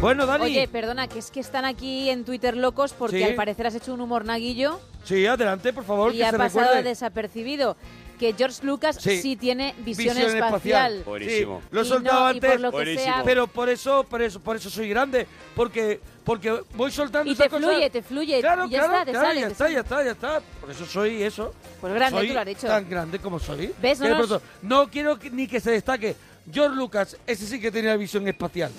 S1: Bueno, Dani.
S2: Oye, perdona, que es que están aquí en Twitter locos porque
S1: Sí.
S2: al parecer has hecho un humor naguillo
S1: sí, adelante, por favor,
S2: y
S1: que
S2: ha
S1: se
S2: pasado
S1: recuerde.
S2: desapercibido. Que George Lucas
S1: Sí.
S2: sí, tiene visión,
S1: Visión
S2: espacial.
S3: Joder. Buenísimo.
S1: Sí, lo he
S2: Y
S1: soltado
S2: no- y
S1: antes,
S2: por lo que
S3: Buenísimo.
S2: sea-
S1: pero por eso, por eso, por eso soy grande, porque porque voy soltando
S2: Y
S1: esas
S2: te
S1: cosas.
S2: fluye, te fluye,
S1: Claro,
S2: y ya
S1: claro,
S2: está, te
S1: claro,
S2: sale,
S1: ya
S2: te
S1: está,
S2: sale.
S1: ya está, ya está. Por eso soy eso.
S2: Pues grande,
S1: Soy
S2: tú lo has dicho.
S1: Tan grande como soy.
S2: ¿Ves? No
S1: Que de
S2: nos-
S1: pronto, no quiero que- ni que se destaque. George Lucas, ese sí que tenía visión espacial.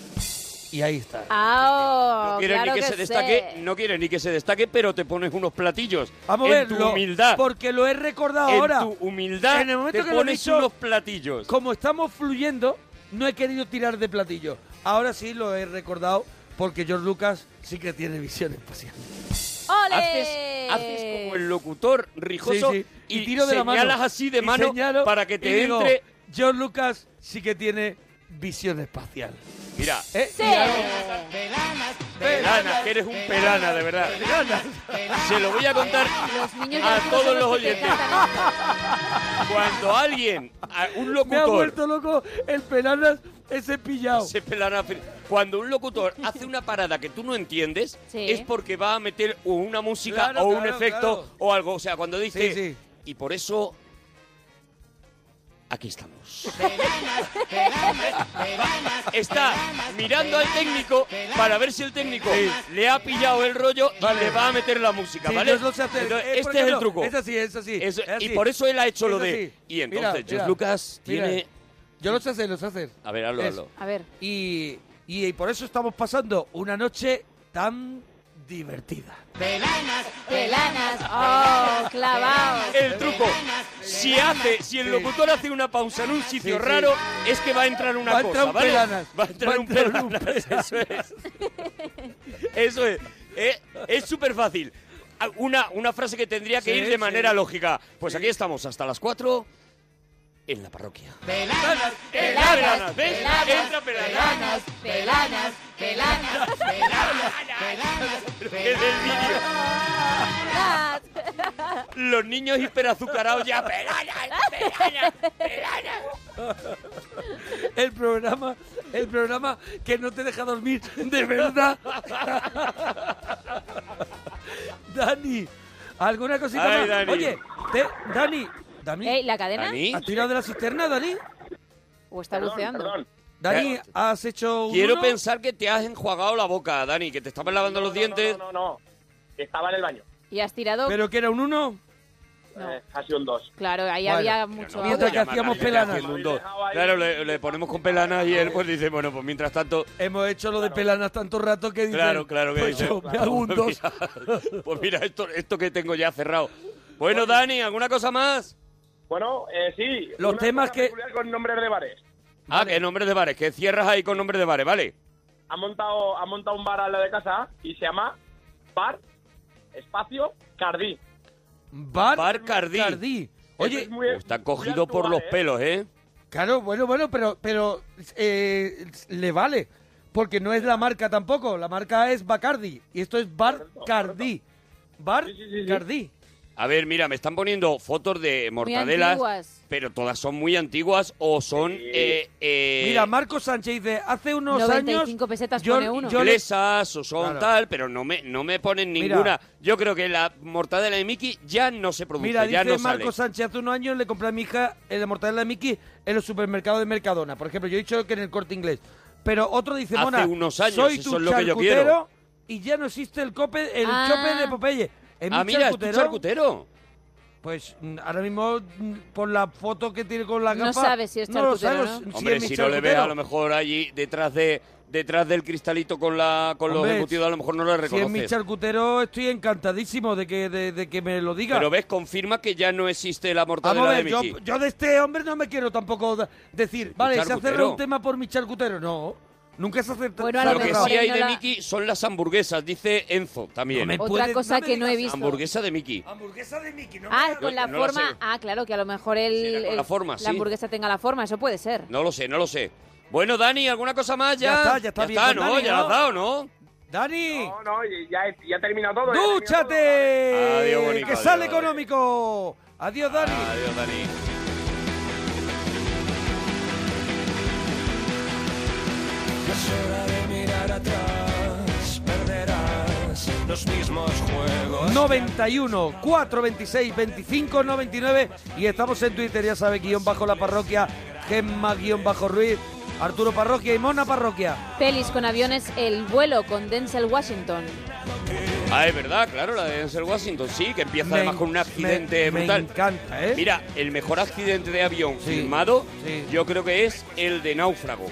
S1: Y ahí está.
S2: Ah,
S3: No
S2: oh,
S3: quiere
S2: claro
S3: ni que, se
S2: sé.
S3: destaque, no quiere ni que se destaque, pero te pones unos platillos.
S1: Vamos a
S3: en
S1: ver,
S3: tu
S1: lo-
S3: humildad.
S1: porque lo he recordado
S3: en
S1: ahora.
S3: tu humildad
S1: En el momento
S3: te
S1: que lo he
S3: pones
S1: dicho-
S3: unos platillos.
S1: Como estamos fluyendo, no he querido tirar de platillo. Ahora sí lo he recordado porque George Lucas sí que tiene visión espacial.
S2: ¡Ole!
S3: Haces, haces como el locutor rijoso
S1: Sí, sí.
S3: y, señalas así de
S1: Y
S3: mano
S1: señalo
S3: para que
S1: y
S3: te
S1: digo,
S3: entre.
S1: George Lucas sí que tiene visión espacial.
S3: Mira,
S1: ¿Eh?
S2: Sí.
S1: Y ahora-
S3: pelana, que eres un pelana, de verdad. Se lo voy a contar
S2: Los niños ya
S3: a
S2: no
S3: Ah, todos
S2: son
S3: los
S2: que te
S3: oyentes.
S2: cantan, ¿eh?
S3: Cuando alguien, a un
S1: Me ha
S3: locutor,
S1: vuelto loco el Pelanas ese pillado.
S3: se pelana, cuando un locutor hace una parada que tú no entiendes,
S2: Sí.
S3: es porque va a meter o una música
S1: Claro,
S3: o un
S1: claro,
S3: efecto
S1: claro.
S3: o algo. O sea, cuando dice,
S1: Sí, sí.
S3: y por eso, aquí estamos. Está mirando al técnico para ver si el técnico le ha pillado el rollo y
S1: Vale.
S3: le va a meter la música,
S1: Sí,
S3: ¿vale?
S1: George lo sabe hacer.
S3: Entonces,
S1: Eh, por
S3: este es el
S1: ejemplo,
S3: truco.
S1: Es así, es así.
S3: Eso-
S1: es así.
S3: y por eso él ha hecho lo
S1: Es
S3: de-
S1: así.
S3: y entonces, George
S1: mira.
S3: Lucas tiene-
S1: Yo lo sé hacer, lo sé hacer.
S3: A ver, hazlo,
S1: Es-
S3: hazlo.
S2: A ver,
S1: Y, y, y por eso estamos pasando una noche tan divertida.
S2: pelanas. ¡Oh, clavaos!
S3: el truco. Si hace, si el locutor hace una pausa en un sitio
S1: Sí, sí.
S3: raro, es que va a entrar una
S1: Va a
S3: cosa,
S1: entrar un
S3: ¿vale?
S1: pelanas.
S3: Va a entrar un pelanas, eso es. Eso es. Eh, Es súper fácil. Una, una frase que tendría que
S1: Sí,
S3: ir
S1: sí.
S3: de manera lógica. Pues aquí estamos hasta las 4 en la parroquia.
S1: Pelanas,
S3: Pelanas, ¿ves?
S2: pelanas,
S3: Entra pelanas.
S2: pelanas, pelanas, pelanas,
S3: Pero que del vídeo.
S2: pelanas.
S3: Los niños hiperazucarados ya. Pelanas, pelanas, pelanas.
S1: el programa, el programa que no te deja dormir, de verdad. Dani, ¿alguna cosita
S3: Ay,
S1: más?
S3: Dani.
S1: Oye, te- Dani, Dani,
S2: Ey, ¿La cadena?
S3: Dani,
S1: ¿has tirado de la cisterna, Dani?
S2: ¿O está buceando?
S1: Dani,
S3: Eh,
S1: ¿has hecho un
S3: Quiero
S1: uno?
S3: pensar que te has enjuagado la boca, Dani, que te estabas lavando los dientes.
S4: No, no, no, Estaba en el baño.
S2: ¿Y has tirado?
S1: ¿Pero que era un uno?
S2: No.
S4: Eh, ha sido un dos.
S2: Claro, ahí
S1: Bueno,
S2: había
S3: Pero
S2: mucho
S3: no,
S1: Mientras
S2: agua.
S1: que hacíamos
S3: Dani,
S1: pelanas.
S3: haciendo un dos. Claro, le, le ponemos con pelanas y él pues dice, bueno, pues mientras tanto...
S1: Hemos hecho lo de pelanas tanto rato que dices,
S3: Claro, claro que
S1: pues
S3: dice,
S1: yo me hago un
S3: pues
S1: dos.
S3: mira, pues mira, esto, esto que tengo ya cerrado. Bueno, Dani, ¿alguna cosa más?
S4: Bueno, eh, sí.
S1: Los
S4: una
S1: temas
S4: cosa
S1: que-
S4: peculiar Con nombres de bares.
S3: Ah, que nombres de bares, que cierras ahí con nombres de bares, ¿vale?
S4: Ha montado, ha montado un bar al lado de casa y se llama Bar Espacio Cardí.
S1: Bar,
S3: Bar Cardí.
S1: Oye,
S4: Eso es muy-
S3: Pues Está
S4: muy
S3: cogido por
S4: actual,
S3: los
S4: ¿eh?
S3: pelos, ¿eh?
S1: Claro, bueno, bueno, pero, pero eh, le vale. Porque no es la marca tampoco. La marca es Bacardi. Y esto es Bar
S4: Correcto,
S1: Cardí. Bar
S4: Sí, sí, sí, sí.
S1: Cardí.
S3: A ver, mira, me están poniendo fotos de mortadelas,
S2: antiguas.
S3: pero todas son muy antiguas o son... eh, eh,
S1: Mira, Marco Sánchez dice, hace unos
S2: 95
S1: años...
S2: pesetas
S1: yo-
S2: pone uno.
S1: yo le-
S3: inglesas o son
S1: Claro.
S3: tal, pero no me, no me ponen
S1: Mira.
S3: ninguna. Yo creo que la mortadela de Mickey ya no se produce,
S1: Mira,
S3: ya
S1: dice
S3: no sale.
S1: Marco Sánchez, hace unos años le compré a mi hija la mortadela de Mickey en los supermercados de Mercadona. Por ejemplo, yo he dicho que en el corte inglés. Pero otro dice,
S3: Hace
S1: Mona,
S3: unos años,
S1: soy
S3: eso
S1: tu
S3: es lo que yo
S1: charcutero
S3: quiero".
S1: y ya no existe el, cope, el
S2: Ah.
S1: chope de Popeye. Es
S3: ah,
S1: mi
S3: mira, es tu charcutero.
S1: Pues mm, ahora mismo, mm, por la foto que tiene con la
S2: No
S1: gafa...
S2: sabes si es
S1: no lo
S2: charcutero,
S1: sabes
S2: ¿no?
S1: si
S3: Hombre,
S1: es mi
S3: si no le ve a
S1: charcutero.
S3: lo mejor allí detrás de detrás del cristalito con la con los
S1: Hombre,
S3: embutidos, a lo mejor no lo
S1: Si es
S3: reconoces.
S1: mi charcutero, estoy encantadísimo de que, de, de que me lo diga.
S3: Pero ves, confirma que ya no existe la mortadela
S1: Vamos a ver,
S3: de
S1: yo,
S3: Mickey.
S1: yo de este hombre no me quiero tampoco da- decir, vale, se ha
S3: charcutero.
S1: cerrado un tema por mi charcutero. No, nunca se ha cer- cerrado.
S2: Bueno, a lo
S3: Lo que
S2: mejor
S3: sí
S2: él
S3: hay
S2: no
S3: de
S2: la-
S3: Mickey son las hamburguesas, dice Enzo también.
S1: No me
S2: Otra
S1: puedes-
S2: cosa
S1: me
S2: que no he
S1: digas
S2: visto.
S3: Hamburguesa de Mickey.
S1: Hamburguesa de Mickey, no me
S2: Ah,
S1: hagas-
S2: con la
S3: no la
S2: forma.
S3: sé.
S2: ah, claro, que a lo mejor el,
S3: Será con la
S2: el-
S3: forma, sí.
S2: hamburguesa tenga la forma, eso puede ser.
S3: No lo sé, no lo sé. Bueno, Dani, ¿alguna cosa más ya?
S1: Ya está, ya está bien con
S3: ¿no?
S1: Dani,
S3: ya
S1: ¿no?
S3: la has dado, ¿no?
S1: ¡Dani!
S4: No, no, y ya, he- ya he terminado todo. ya he terminado
S1: ¡Dúchate!
S3: Adiós, bonito,
S1: ¡Que
S3: adiós,
S1: sale
S3: adiós.
S1: económico! ¡Adiós, Dani!
S3: Adiós, Dani.
S6: Es hora de mirar atrás, perderás los mismos juegos.
S1: 91 426 25 99 y estamos en Twitter, ya sabe, guión bajo la parroquia, Gemma guión bajo Ruiz, Arturo Parroquia y Mona Parroquia.
S2: Pelis con aviones, el vuelo con Denzel Washington.
S3: Ah, es verdad, claro, la de Denzel Washington, sí, que empieza además con un
S1: me-
S3: accidente
S1: me
S3: brutal.
S1: encanta, ¿eh?
S3: Mira, el mejor accidente de avión
S1: Sí,
S3: filmado,
S1: sí.
S3: yo creo que es el de Náufrago.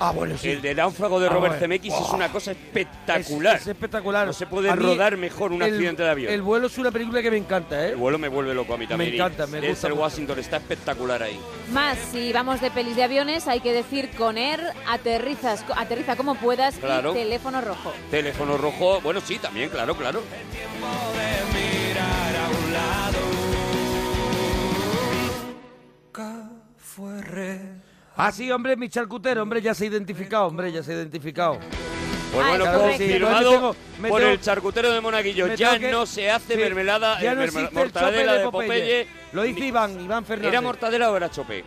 S1: ah, bueno, sí.
S3: El de Náufrago de
S1: Ah,
S3: Robert
S1: bueno.
S3: Zemeckis es una cosa
S1: Es-
S3: espectacular.
S1: Es, espectacular.
S3: No se puede
S1: A mí,
S3: rodar mejor un accidente de avión.
S1: El vuelo es una película que me encanta, ¿eh?
S3: El vuelo me vuelve loco a mí también. y
S1: encanta, me gusta
S3: Denzel
S1: mucho.
S3: Washington está espectacular ahí.
S2: Más, si vamos de pelis de aviones, hay que decir con Air, aterrizas, co- aterriza como puedas
S3: Claro.
S2: y teléfono rojo.
S3: Teléfono rojo, bueno, sí, también, claro, claro.
S6: Nunca fue real.
S1: Ah, sí, hombre, mi charcutero, hombre, ya se ha identificado, hombre, ya se ha identificado.
S3: Pues
S2: Ah,
S3: bueno,
S2: claro, sí,
S3: confirmado
S1: entonces me tengo- me
S3: por
S1: tengo-
S3: el charcutero de Monaguillo.
S1: Me
S3: Ya
S1: tengo que-
S3: no se hace
S1: sí,
S3: mermelada,
S1: ya
S3: eh,
S1: no
S3: mermel-
S1: existe el chope
S3: mortadela
S1: de Popeye. Lo dice
S3: Ni-
S1: Iván, Iván Fernández.
S3: ¿Era mortadela o era chope?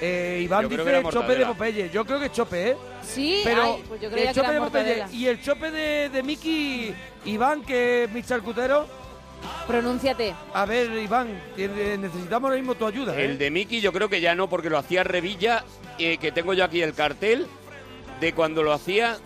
S1: Eh, Iván
S3: Yo creo
S1: dice
S3: que era
S1: el chope de
S3: mortadela.
S1: Popeye. Yo creo que es chope, ¿eh?
S2: Sí,
S1: Pero
S2: ay, pues yo
S1: el
S2: creía que
S1: chope
S2: era
S1: de Popeye
S2: mortadela.
S1: y el chope de, de Mickey, Iván, que es mi charcutero.
S2: Pronúnciate.
S1: A ver, Iván, tiene- necesitamos ahora mismo tu ayuda. ¿eh?
S3: El de Mickey yo creo que ya no, porque lo hacía Revilla, eh, que tengo yo aquí el cartel de cuando lo hacía.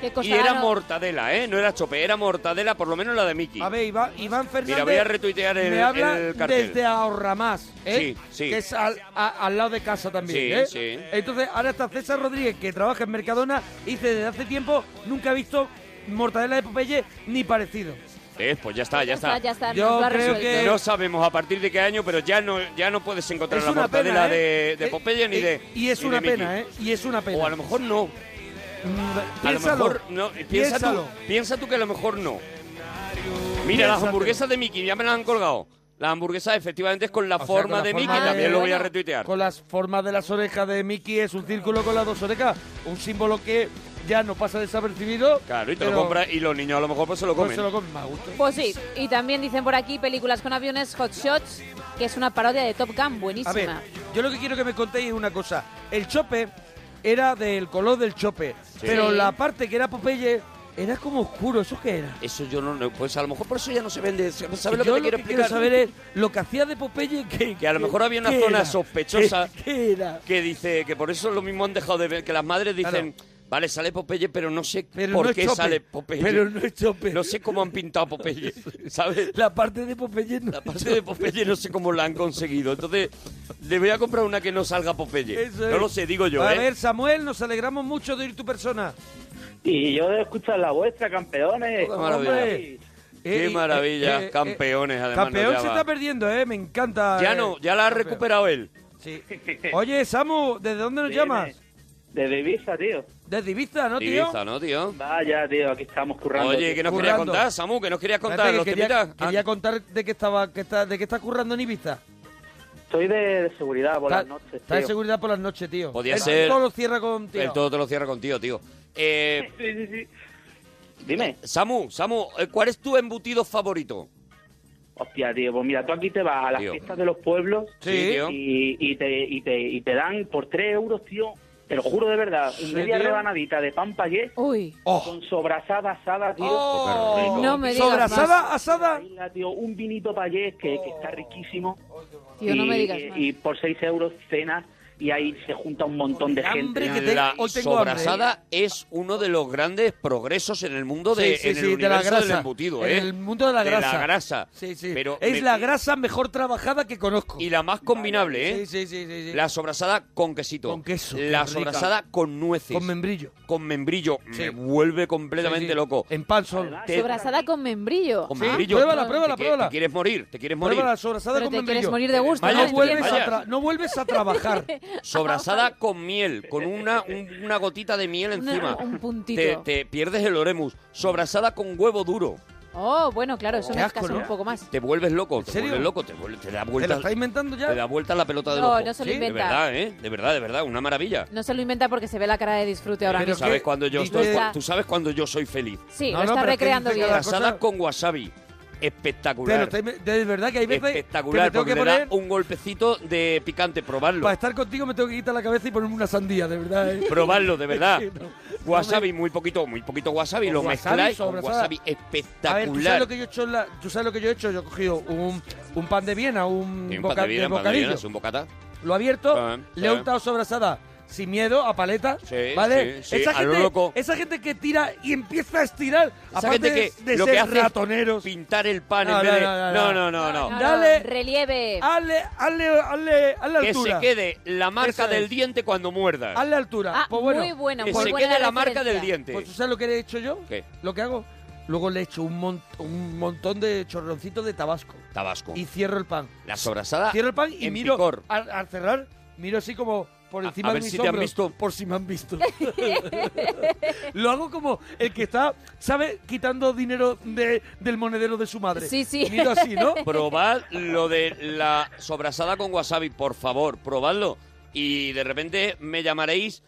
S2: ¿Qué cosa
S3: y era
S2: no-
S3: mortadela, ¿eh? No era chope, era mortadela, por lo menos la de Mickey.
S1: A ver, Iván, Iván Fernández.
S3: Mira, voy a retuitear el-
S1: me habla
S3: el cartel.
S1: desde Ahorramás, ¿eh?
S3: Sí, sí.
S1: Que es al, a- al lado de casa también,
S3: Sí,
S1: ¿eh?
S3: sí.
S1: Entonces, ahora está César Rodríguez, que trabaja en Mercadona, y dice, desde hace tiempo nunca he visto mortadela de Popeye ni parecido.
S3: Eh, pues ya está, ya está.
S2: Ya está,
S1: Yo
S2: nos lo ha
S1: creo
S2: resuelto.
S1: que-
S3: No sabemos a partir de qué año, pero ya no, ya no puedes encontrar
S1: es
S3: la
S1: una
S3: mortadela
S1: pena, ¿eh?
S3: de, de
S1: Eh,
S3: Popeye ni
S1: eh,
S3: de.
S1: Y es
S3: ni de
S1: una
S3: Mickey.
S1: pena, ¿eh? Y es una pena.
S3: O a lo mejor no.
S1: Mm,
S3: A lo
S1: piénsalo,
S3: mejor no. Piensa
S1: piénsalo.
S3: tú. Piensa tú que a lo mejor no. Mira, las
S1: Piénsatelo.
S3: hamburguesas de Mickey, ya me las han colgado. Las hamburguesas efectivamente es con la
S1: O sea, con
S3: forma
S1: la
S3: de
S1: forma
S3: Mickey,
S2: de-
S3: también lo voy a
S2: Bueno.
S3: retuitear.
S1: Con las formas de las orejas de Mickey es un círculo con las dos orejas, un símbolo que ya no pasa desapercibido.
S3: Claro, y te lo
S1: pero-
S3: compras y los niños a lo mejor pues se lo
S1: pues
S3: comen.
S1: se lo comen más a gusto.
S2: Pues sí, y también dicen por aquí películas con aviones, Hot Shots, que es una parodia de Top Gun,
S1: A ver,
S2: buenísima.
S1: yo lo que quiero que me contéis es una cosa. El chope era del color del chope, pero
S2: Sí.
S1: la parte que era Popeye era como oscuro. ¿Eso qué era?
S3: Eso yo no, no- Pues a lo mejor por eso ya no se vende. ¿Sabes lo que
S1: yo
S3: te quiero explicar?
S1: saber es lo que hacía de Popeye que...
S3: Que a lo mejor había una
S1: ¿qué
S3: zona
S1: era?
S3: sospechosa.
S1: ¿Qué, qué era?
S3: que dice que por eso lo mismo han dejado de ver, que las madres dicen, vale, sale Popeye, pero no sé
S1: Pero
S3: por
S1: no es
S3: qué
S1: chope,
S3: sale Popeye.
S1: Pero no es chope.
S3: No sé cómo han pintado a Popeye, ¿sabes?
S1: La parte de Popeye no
S3: La
S1: es
S3: parte de Popeye no sé cómo la han conseguido. Entonces, le voy a comprar una que no salga Popeye.
S1: Eso
S3: No
S1: es.
S3: lo sé, digo yo,
S1: A
S3: ¿eh?
S1: ver, Samuel, nos alegramos mucho de ir tu persona.
S7: Y yo de escuchar la vuestra, campeones.
S3: Qué maravilla.
S1: Hombre.
S3: Qué
S1: Eh, eh,
S3: maravilla,
S1: eh, eh,
S3: campeones, además.
S1: Campeón
S3: nos
S1: se
S3: llama.
S1: está perdiendo, eh, me encanta.
S3: Ya
S1: eh,
S3: no, ya la ha
S1: campeón.
S3: recuperado él.
S1: Sí. Oye, Samu, ¿desde dónde nos
S7: Dime.
S1: llamas?
S7: Desde Ibiza, tío.
S1: Desde Ibiza, ¿no, tío?
S3: Ibiza, ¿no, tío?
S7: Vaya, tío, aquí estamos currando.
S3: Oye,
S7: tío.
S3: ¿qué nos querías
S1: Currando.
S3: contar, Samu? ¿Qué nos querías contar?
S1: Espérate,
S3: ¿Los
S1: que quería,
S3: temitas?
S1: quería
S3: Ah,
S1: contar de que estaba, que está, de que estás currando en Ibiza.
S7: Soy de, de seguridad por
S1: Está-
S7: las noches,
S1: está en
S7: tío.
S1: seguridad por las noches, tío.
S3: Podía
S1: El-
S3: ser-
S1: Todo lo cierra con tío.
S3: el todo te lo cierra contigo, tío. Eh,
S7: Sí, sí, sí. Dime.
S3: Samu, Samu, eh, ¿cuál es tu embutido favorito?
S7: Hostia, tío, pues mira, tú aquí te vas a las
S3: Tío.
S7: fiestas de los pueblos
S1: Sí.
S3: tío.
S7: y, y te, y, te, y te dan por 3 euros, tío, te lo juro de verdad,
S1: Sí,
S7: media
S1: tío.
S7: rebanadita de pan payés
S2: Uy,
S1: Oh.
S7: con sobrasada asada, tío.
S1: Oh.
S3: rico.
S2: no me digas más.
S1: Sobrasada, asada.
S7: Isla, tío, un vinito payés que, que está riquísimo.
S2: Tío, no me
S7: Y-
S2: digas
S7: y,
S2: más.
S7: y por 6 euros cenas y ahí se junta un montón de gente.
S1: que te-
S3: la
S1: hoy tengo hambre.
S3: sobrasada es uno de los grandes progresos en el mundo de,
S1: Sí, sí,
S3: en el
S1: sí, de la
S3: universo del
S1: grasa.
S3: embutido,
S1: En
S3: ¿eh?
S1: el mundo de la grasa.
S3: la grasa.
S1: Sí, sí.
S3: Pero
S1: es
S3: me-
S1: la grasa mejor trabajada que conozco.
S3: y la más combinable, ¿eh?
S1: Sí, sí, sí, sí, sí.
S3: La sobrasada con quesito.
S1: Con queso,
S3: La
S1: qué rica.
S3: sobrasada con nueces.
S1: Con membrillo.
S3: con membrillo.
S1: Sí.
S3: Me vuelve completamente
S1: Sí, sí.
S3: loco.
S1: En pan solo.
S7: Además,
S3: Te-
S2: Sobrasada con membrillo.
S3: Con
S1: Sí,
S3: membrillo.
S1: pruébala,
S3: Te-
S1: pruébala,
S3: te-
S1: pruébala.
S3: Te quieres morir, te quieres morir. Eh,
S1: Prueba la sobrasada
S2: Ah, Pero
S1: con
S2: te
S1: membrillo.
S2: quieres morir de gusto,
S1: No,
S3: ¿no? ¿Te
S1: vuelves a
S3: quieres-
S1: tra- no vuelves a trabajar.
S3: Sobrasada con miel, con una, un- una gotita de miel
S2: Una-
S3: encima.
S2: un puntito.
S3: Te, te pierdes el oremus. Sobrasada con huevo duro.
S2: Oh, bueno, claro, eso
S1: Qué
S2: me
S1: asco,
S2: escasó
S1: ¿no?
S2: un poco más.
S3: Te vuelves loco, te
S1: serio?
S3: vuelves loco, te, vuelve- te da
S1: ¿Te la
S3: vueltas.
S1: está inventando
S3: Te da
S1: ya?
S3: vuelta la pelota del
S2: No,
S3: ojo.
S2: no se lo
S3: de
S2: inventa.
S3: verdad, ¿eh? De verdad, de verdad, una maravilla.
S2: No se lo inventa porque se ve la cara de disfrute ahora
S3: ¿Tú
S1: Pero
S2: mismo.
S3: sabes
S1: que-
S3: cuando yo
S1: y
S3: estoy,
S2: tú-
S3: cua- tú sabes cuando yo soy feliz.
S2: Sí,
S1: No,
S2: lo
S1: no,
S2: está
S1: pero es que
S2: recreando
S1: dice que
S2: bien.
S1: la-
S3: Casada
S1: cosa-
S3: con wasabi.
S1: Te lo
S3: Espectacular.
S1: está inven- de verdad que hay veces que me
S3: Espectacular,
S1: tengo
S3: porque
S1: que
S3: le da
S1: poner...
S3: un golpecito de picante. Probarlo.
S1: Para estar contigo me tengo que quitar la cabeza y ponerme una sandía, de verdad. ¿eh?
S3: Probarlo, de verdad.
S1: Es que no.
S3: Wasabi, muy poquito, muy poquito wasabi.
S1: Con
S3: Lo
S1: wasabi
S3: mezcláis con
S1: sobrasada.
S3: wasabi.
S1: A ver, ¿tú sabes,
S3: Espectacular.
S1: lo que yo he hecho en la- ¿tú sabes lo que yo he hecho? Yo he cogido un, un pan de Viena, un,
S3: Y un
S1: boca-
S3: pan de vida,
S1: de
S3: un pan de vida,
S1: bocadillo.
S3: es un bocata.
S1: Lo he abierto,
S3: Ah,
S1: le he
S3: ah.
S1: untado sobrasada sin miedo, a paleta,
S3: Sí,
S1: ¿vale?
S3: sí, sí,
S1: esa,
S3: a lo
S1: gente,
S3: loco.
S1: esa gente que tira y empieza a estirar,
S3: Esa
S1: aparte
S3: gente que
S1: de, de
S3: lo
S1: ser
S3: que hace
S1: ratoneros.
S3: es pintar el pan
S1: No,
S3: en vez
S1: no,
S3: de.
S1: no,
S3: No,
S1: no,
S3: no, no, no.
S2: No, no,
S1: Dale.
S2: Relieve.
S1: Hazle, hazle, hazle, hazle
S3: Que se
S1: altura.
S3: quede la marca
S1: Eso
S3: del
S1: es.
S3: diente cuando muerda.
S1: Hazle altura.
S2: Ah,
S1: pues bueno,
S2: muy buena,
S3: que
S2: muy
S3: se
S2: buena
S3: quede la marca
S2: referencia.
S3: del diente.
S1: Pues tú sabes lo que he hecho yo.
S3: ¿Qué?
S1: Lo que hago. Luego le echo un, mon- un montón de chorroncitos de tabasco.
S3: Tabasco.
S1: Y cierro el pan.
S3: La sobrasada.
S1: Cierro el pan y
S3: en
S1: miro.
S3: picor.
S1: Al, al cerrar, miro así como por
S3: A-
S1: encima
S3: a
S1: de
S3: ver
S1: mis
S3: si te han
S1: hombros,
S3: visto.
S1: Por si me han visto. Lo hago como el que está, ¿sabes? Quitando dinero de- del monedero de su madre.
S2: Sí, sí.
S1: Miro así, ¿no?
S3: Probad lo de la sobrasada con wasabi, por favor, probadlo. Y de repente me llamaréis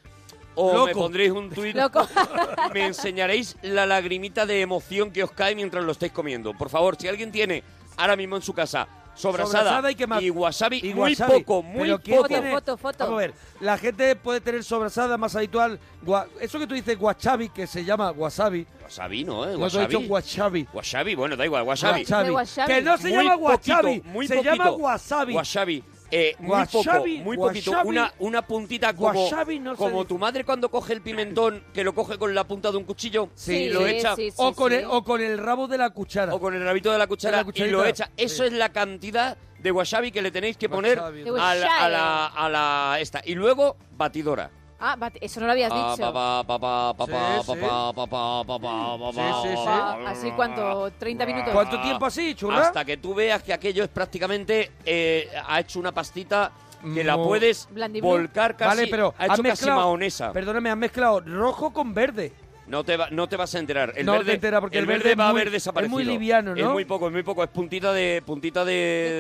S3: o me
S1: Loco.
S3: pondréis un tuit.
S2: Loco.
S3: Me enseñaréis la lagrimita de emoción que os cae mientras lo estáis comiendo. Por favor, si alguien tiene ahora mismo en su casa sobrasada,
S1: Sobrasada y qué más.
S3: wasabi,
S1: Y
S3: muy
S1: wasabi.
S3: poco, muy
S1: Pero ¿quién
S3: poco.
S1: tiene-
S2: Foto, foto, foto.
S1: Vamos a ver, la gente puede tener sobrasada más habitual. gua- Eso que tú dices guachabi, que se llama wasabi.
S3: Wasabi, ¿no? Eh?
S1: No te he
S3: Wasabi.
S1: dicho guachabi.
S3: Wasabi, bueno, da igual, wasabi.
S2: Wasabi. De wasabi.
S1: Que no se
S3: Muy
S1: llama
S3: poquito,
S1: guachabi,
S3: muy
S1: se
S3: poquito.
S1: llama wasabi.
S3: Wasabi. Eh, muy
S1: Wasabi,
S3: poco, muy poquito,
S1: wasabi.
S3: una, una puntita como,
S1: Wasabi no se
S3: como
S1: dice.
S3: tu madre cuando coge el pimentón, que lo coge con la punta de un cuchillo
S2: Sí,
S3: y lo
S2: sí,
S3: echa,
S2: sí, sí.
S1: o, con el, o con el rabo de la cuchara.
S3: o con el rabito de la cuchara
S1: De la
S3: y
S1: cucharita.
S3: lo echa. Eso
S1: Sí.
S3: es la cantidad de wasabi que le tenéis que poner a
S1: Wasabi.
S3: la, a la- a la- esta. Y luego, batidora.
S2: Ah, bate- eso no lo habías
S3: Pa,
S2: dicho.
S3: pa, pa, pa, pa, pa,
S1: Sí, sí.
S3: pa, pa, pa, pa, pa, pa,
S1: Sí, sí, sí.
S3: pa,
S2: Ah, así cuánto, 30 minutos.
S1: ¿Cuánto tiempo así, churra?
S3: Hasta que tú veas que aquello es prácticamente eh, ha hecho una pastita que la
S1: Mo-
S3: puedes
S2: Blandiblu.
S3: volcar casi.
S1: vale, pero
S3: ha
S1: has
S3: hecho casi
S1: mezclado-
S3: mahonesa.
S1: Perdóname, has mezclado rojo con verde.
S3: No te, va- no te vas a enterar. El
S1: No
S3: verde,
S1: te entera, porque el verde es
S3: va
S1: muy-
S3: a haber
S1: es muy
S3: desaparecido.
S1: liviano, ¿no?
S3: Es muy poco, es muy poco. Es puntita de puntita de,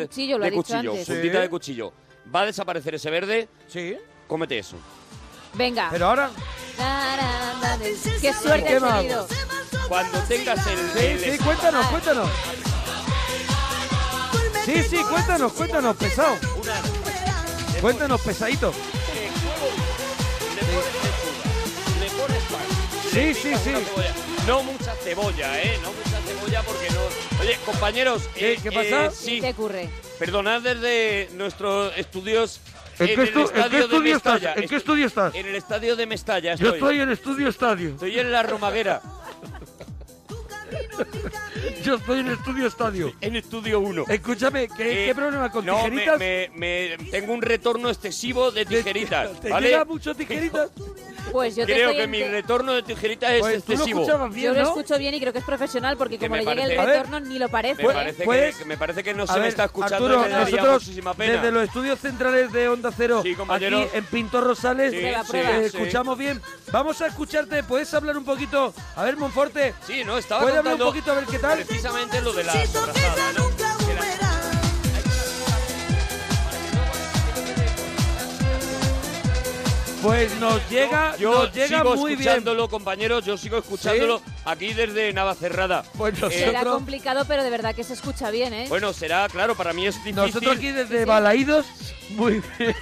S2: De cuchillo, lo
S3: de
S2: ha dicho
S3: cuchillo,
S2: antes.
S3: puntita
S1: Sí.
S3: de cuchillo. Va a desaparecer ese verde.
S1: Sí.
S3: Cómete eso.
S2: Venga.
S1: Pero ahora,
S2: Na, na, na, na. Qué suerte
S1: ¿Qué
S2: has
S1: más?
S2: tenido.
S3: Cuando tengas el,
S1: sí,
S3: el-
S1: sí, cuéntanos, cuéntanos. Sí, sí, cuéntanos, cuéntanos, pesado. Cuéntanos, pesadito.
S3: le pones pan,
S1: Sí,
S3: le
S1: sí,
S3: picas
S1: sí.
S3: una cebolla. No mucha cebolla, ¿eh? No mucha cebolla porque no. Oye, compañeros.
S1: ¿Qué-
S3: eh,
S1: qué pasa?
S3: eh,
S2: ¿Qué
S3: sí,
S2: te ocurre?
S3: Perdonad desde nuestros estudios
S1: ¿En
S3: en,
S1: qué
S3: el
S1: estu- en
S3: estadio
S1: qué
S3: de
S1: estudio estás?
S3: Mestalla.
S1: ¿En qué estudio estás?
S3: En el estadio de Mestalla estoy.
S1: Yo estoy en Estudio Estadio.
S3: Estoy en la Romaguera,
S1: Yo estoy en Estudio Estadio.
S3: en Estudio 1.
S1: Escúchame, ¿qué,
S3: Eh,
S1: qué problema con
S3: no, me-
S1: tijeritas?
S3: Me, me- tengo un retorno excesivo de tijeritas,
S1: ¿Te
S3: ¿vale?
S1: llega mucho tijeritas?
S2: Pues yo te
S3: Creo
S2: estoy
S3: que
S2: ente-
S3: mi retorno de tijeritas es
S1: Pues tú lo
S3: excesivo.
S1: escuchabas bien,
S2: Yo lo
S1: ¿no?
S2: escucho bien y creo que es profesional porque
S3: Que
S2: como
S3: me
S2: le llegue el
S3: parece-
S1: A ver,
S2: retorno ni lo parece.
S3: me,
S1: Pues-
S3: parece
S1: pues-
S3: que, me parece que no
S1: A
S3: se me
S1: ver,
S3: está escuchando.
S1: Arturo,
S3: me daría
S1: nosotros
S3: muchísima pena.
S1: desde los estudios centrales de Onda Cero,
S3: Sí, compañero.
S1: aquí en Pintor Rosales,
S3: Sí,
S1: eh,
S2: Prueba, prueba.
S1: eh,
S3: sí.
S1: escuchamos bien. Vamos a escucharte, ¿puedes hablar un poquito? A ver, Monforte,
S3: Sí, no, estaba
S1: ¿puedes hablar un
S3: contando
S1: poquito a ver qué tal?
S3: precisamente lo de la sobrasada, ¿no? Que la-
S1: Pues nos llega,
S3: Yo
S1: nos llega
S3: sigo
S1: muy bien.
S3: escuchándolo, compañeros. Yo sigo escuchándolo aquí desde Navacerrada. Eh,
S1: Pues
S2: Será
S1: nosotros,
S2: complicado, pero de verdad que se escucha bien, ¿eh?
S3: Bueno, será, claro, para mí es difícil.
S1: nosotros aquí desde Balaídos, muy bien.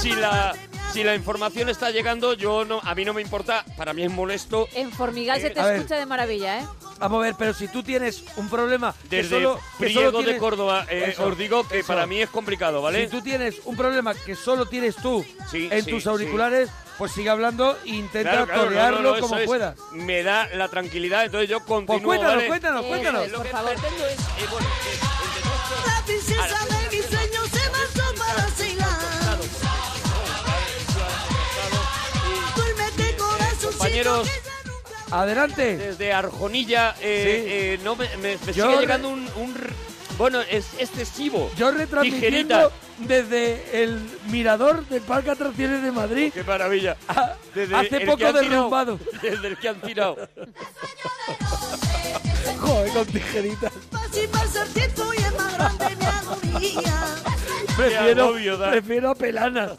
S3: si la si la información está llegando, yo no, a mí no me importa. Para mí es molesto.
S2: En Formigal se
S3: Eh,
S2: te
S1: a ver.
S2: escucha de maravilla, ¿eh?
S1: Vamos a ver, pero si tú tienes un problema que
S3: Desde
S1: solo- que solo
S3: Priego de
S1: tienes-
S3: Córdoba, eh,
S1: Eso,
S3: os digo que
S1: eso.
S3: para mí es complicado, ¿vale?
S1: Si tú tienes un problema que solo tienes tú
S3: Sí,
S1: en
S3: sí,
S1: tus
S3: sí.
S1: auriculares, pues sigue hablando e intenta
S3: Claro, claro, no,
S1: torearlo
S3: no, no, eso
S1: como
S3: es.
S1: puedas.
S3: Me da la tranquilidad, entonces yo continúo.
S1: Pues cuéntanos,
S3: ¿vale?
S1: cuéntanos,
S2: Eso
S1: cuéntanos.
S2: es, por favor.
S3: eh,
S8: La princesa de mis sueños se
S3: eh,
S8: marchó para Ceilán.
S3: eh,
S8: Duérmete, corazoncito,
S3: Compañeros.
S8: que ya nunca
S1: Adelante.
S3: Desde Arjonilla, eh,
S1: Sí.
S3: eh, no me, me- me
S1: Yo
S3: sigue
S1: re-
S3: llegando un, un r- Bueno, es excesivo.
S1: Yo
S3: Tijereta.
S1: retransmitiendo desde el mirador del Parque de Atracciones de Madrid.
S3: ¡Qué maravilla!
S1: Ah,
S3: Desde
S1: hace
S3: el que
S1: poco
S3: han tirado-
S1: derrumbado.
S3: desde el que han tirado.
S1: Joder, con tijeritas.
S8: pasa y pasa el tiempo y es más grande mi agonía.
S1: Prefiero,
S3: agobio da.
S1: prefiero a pelanas.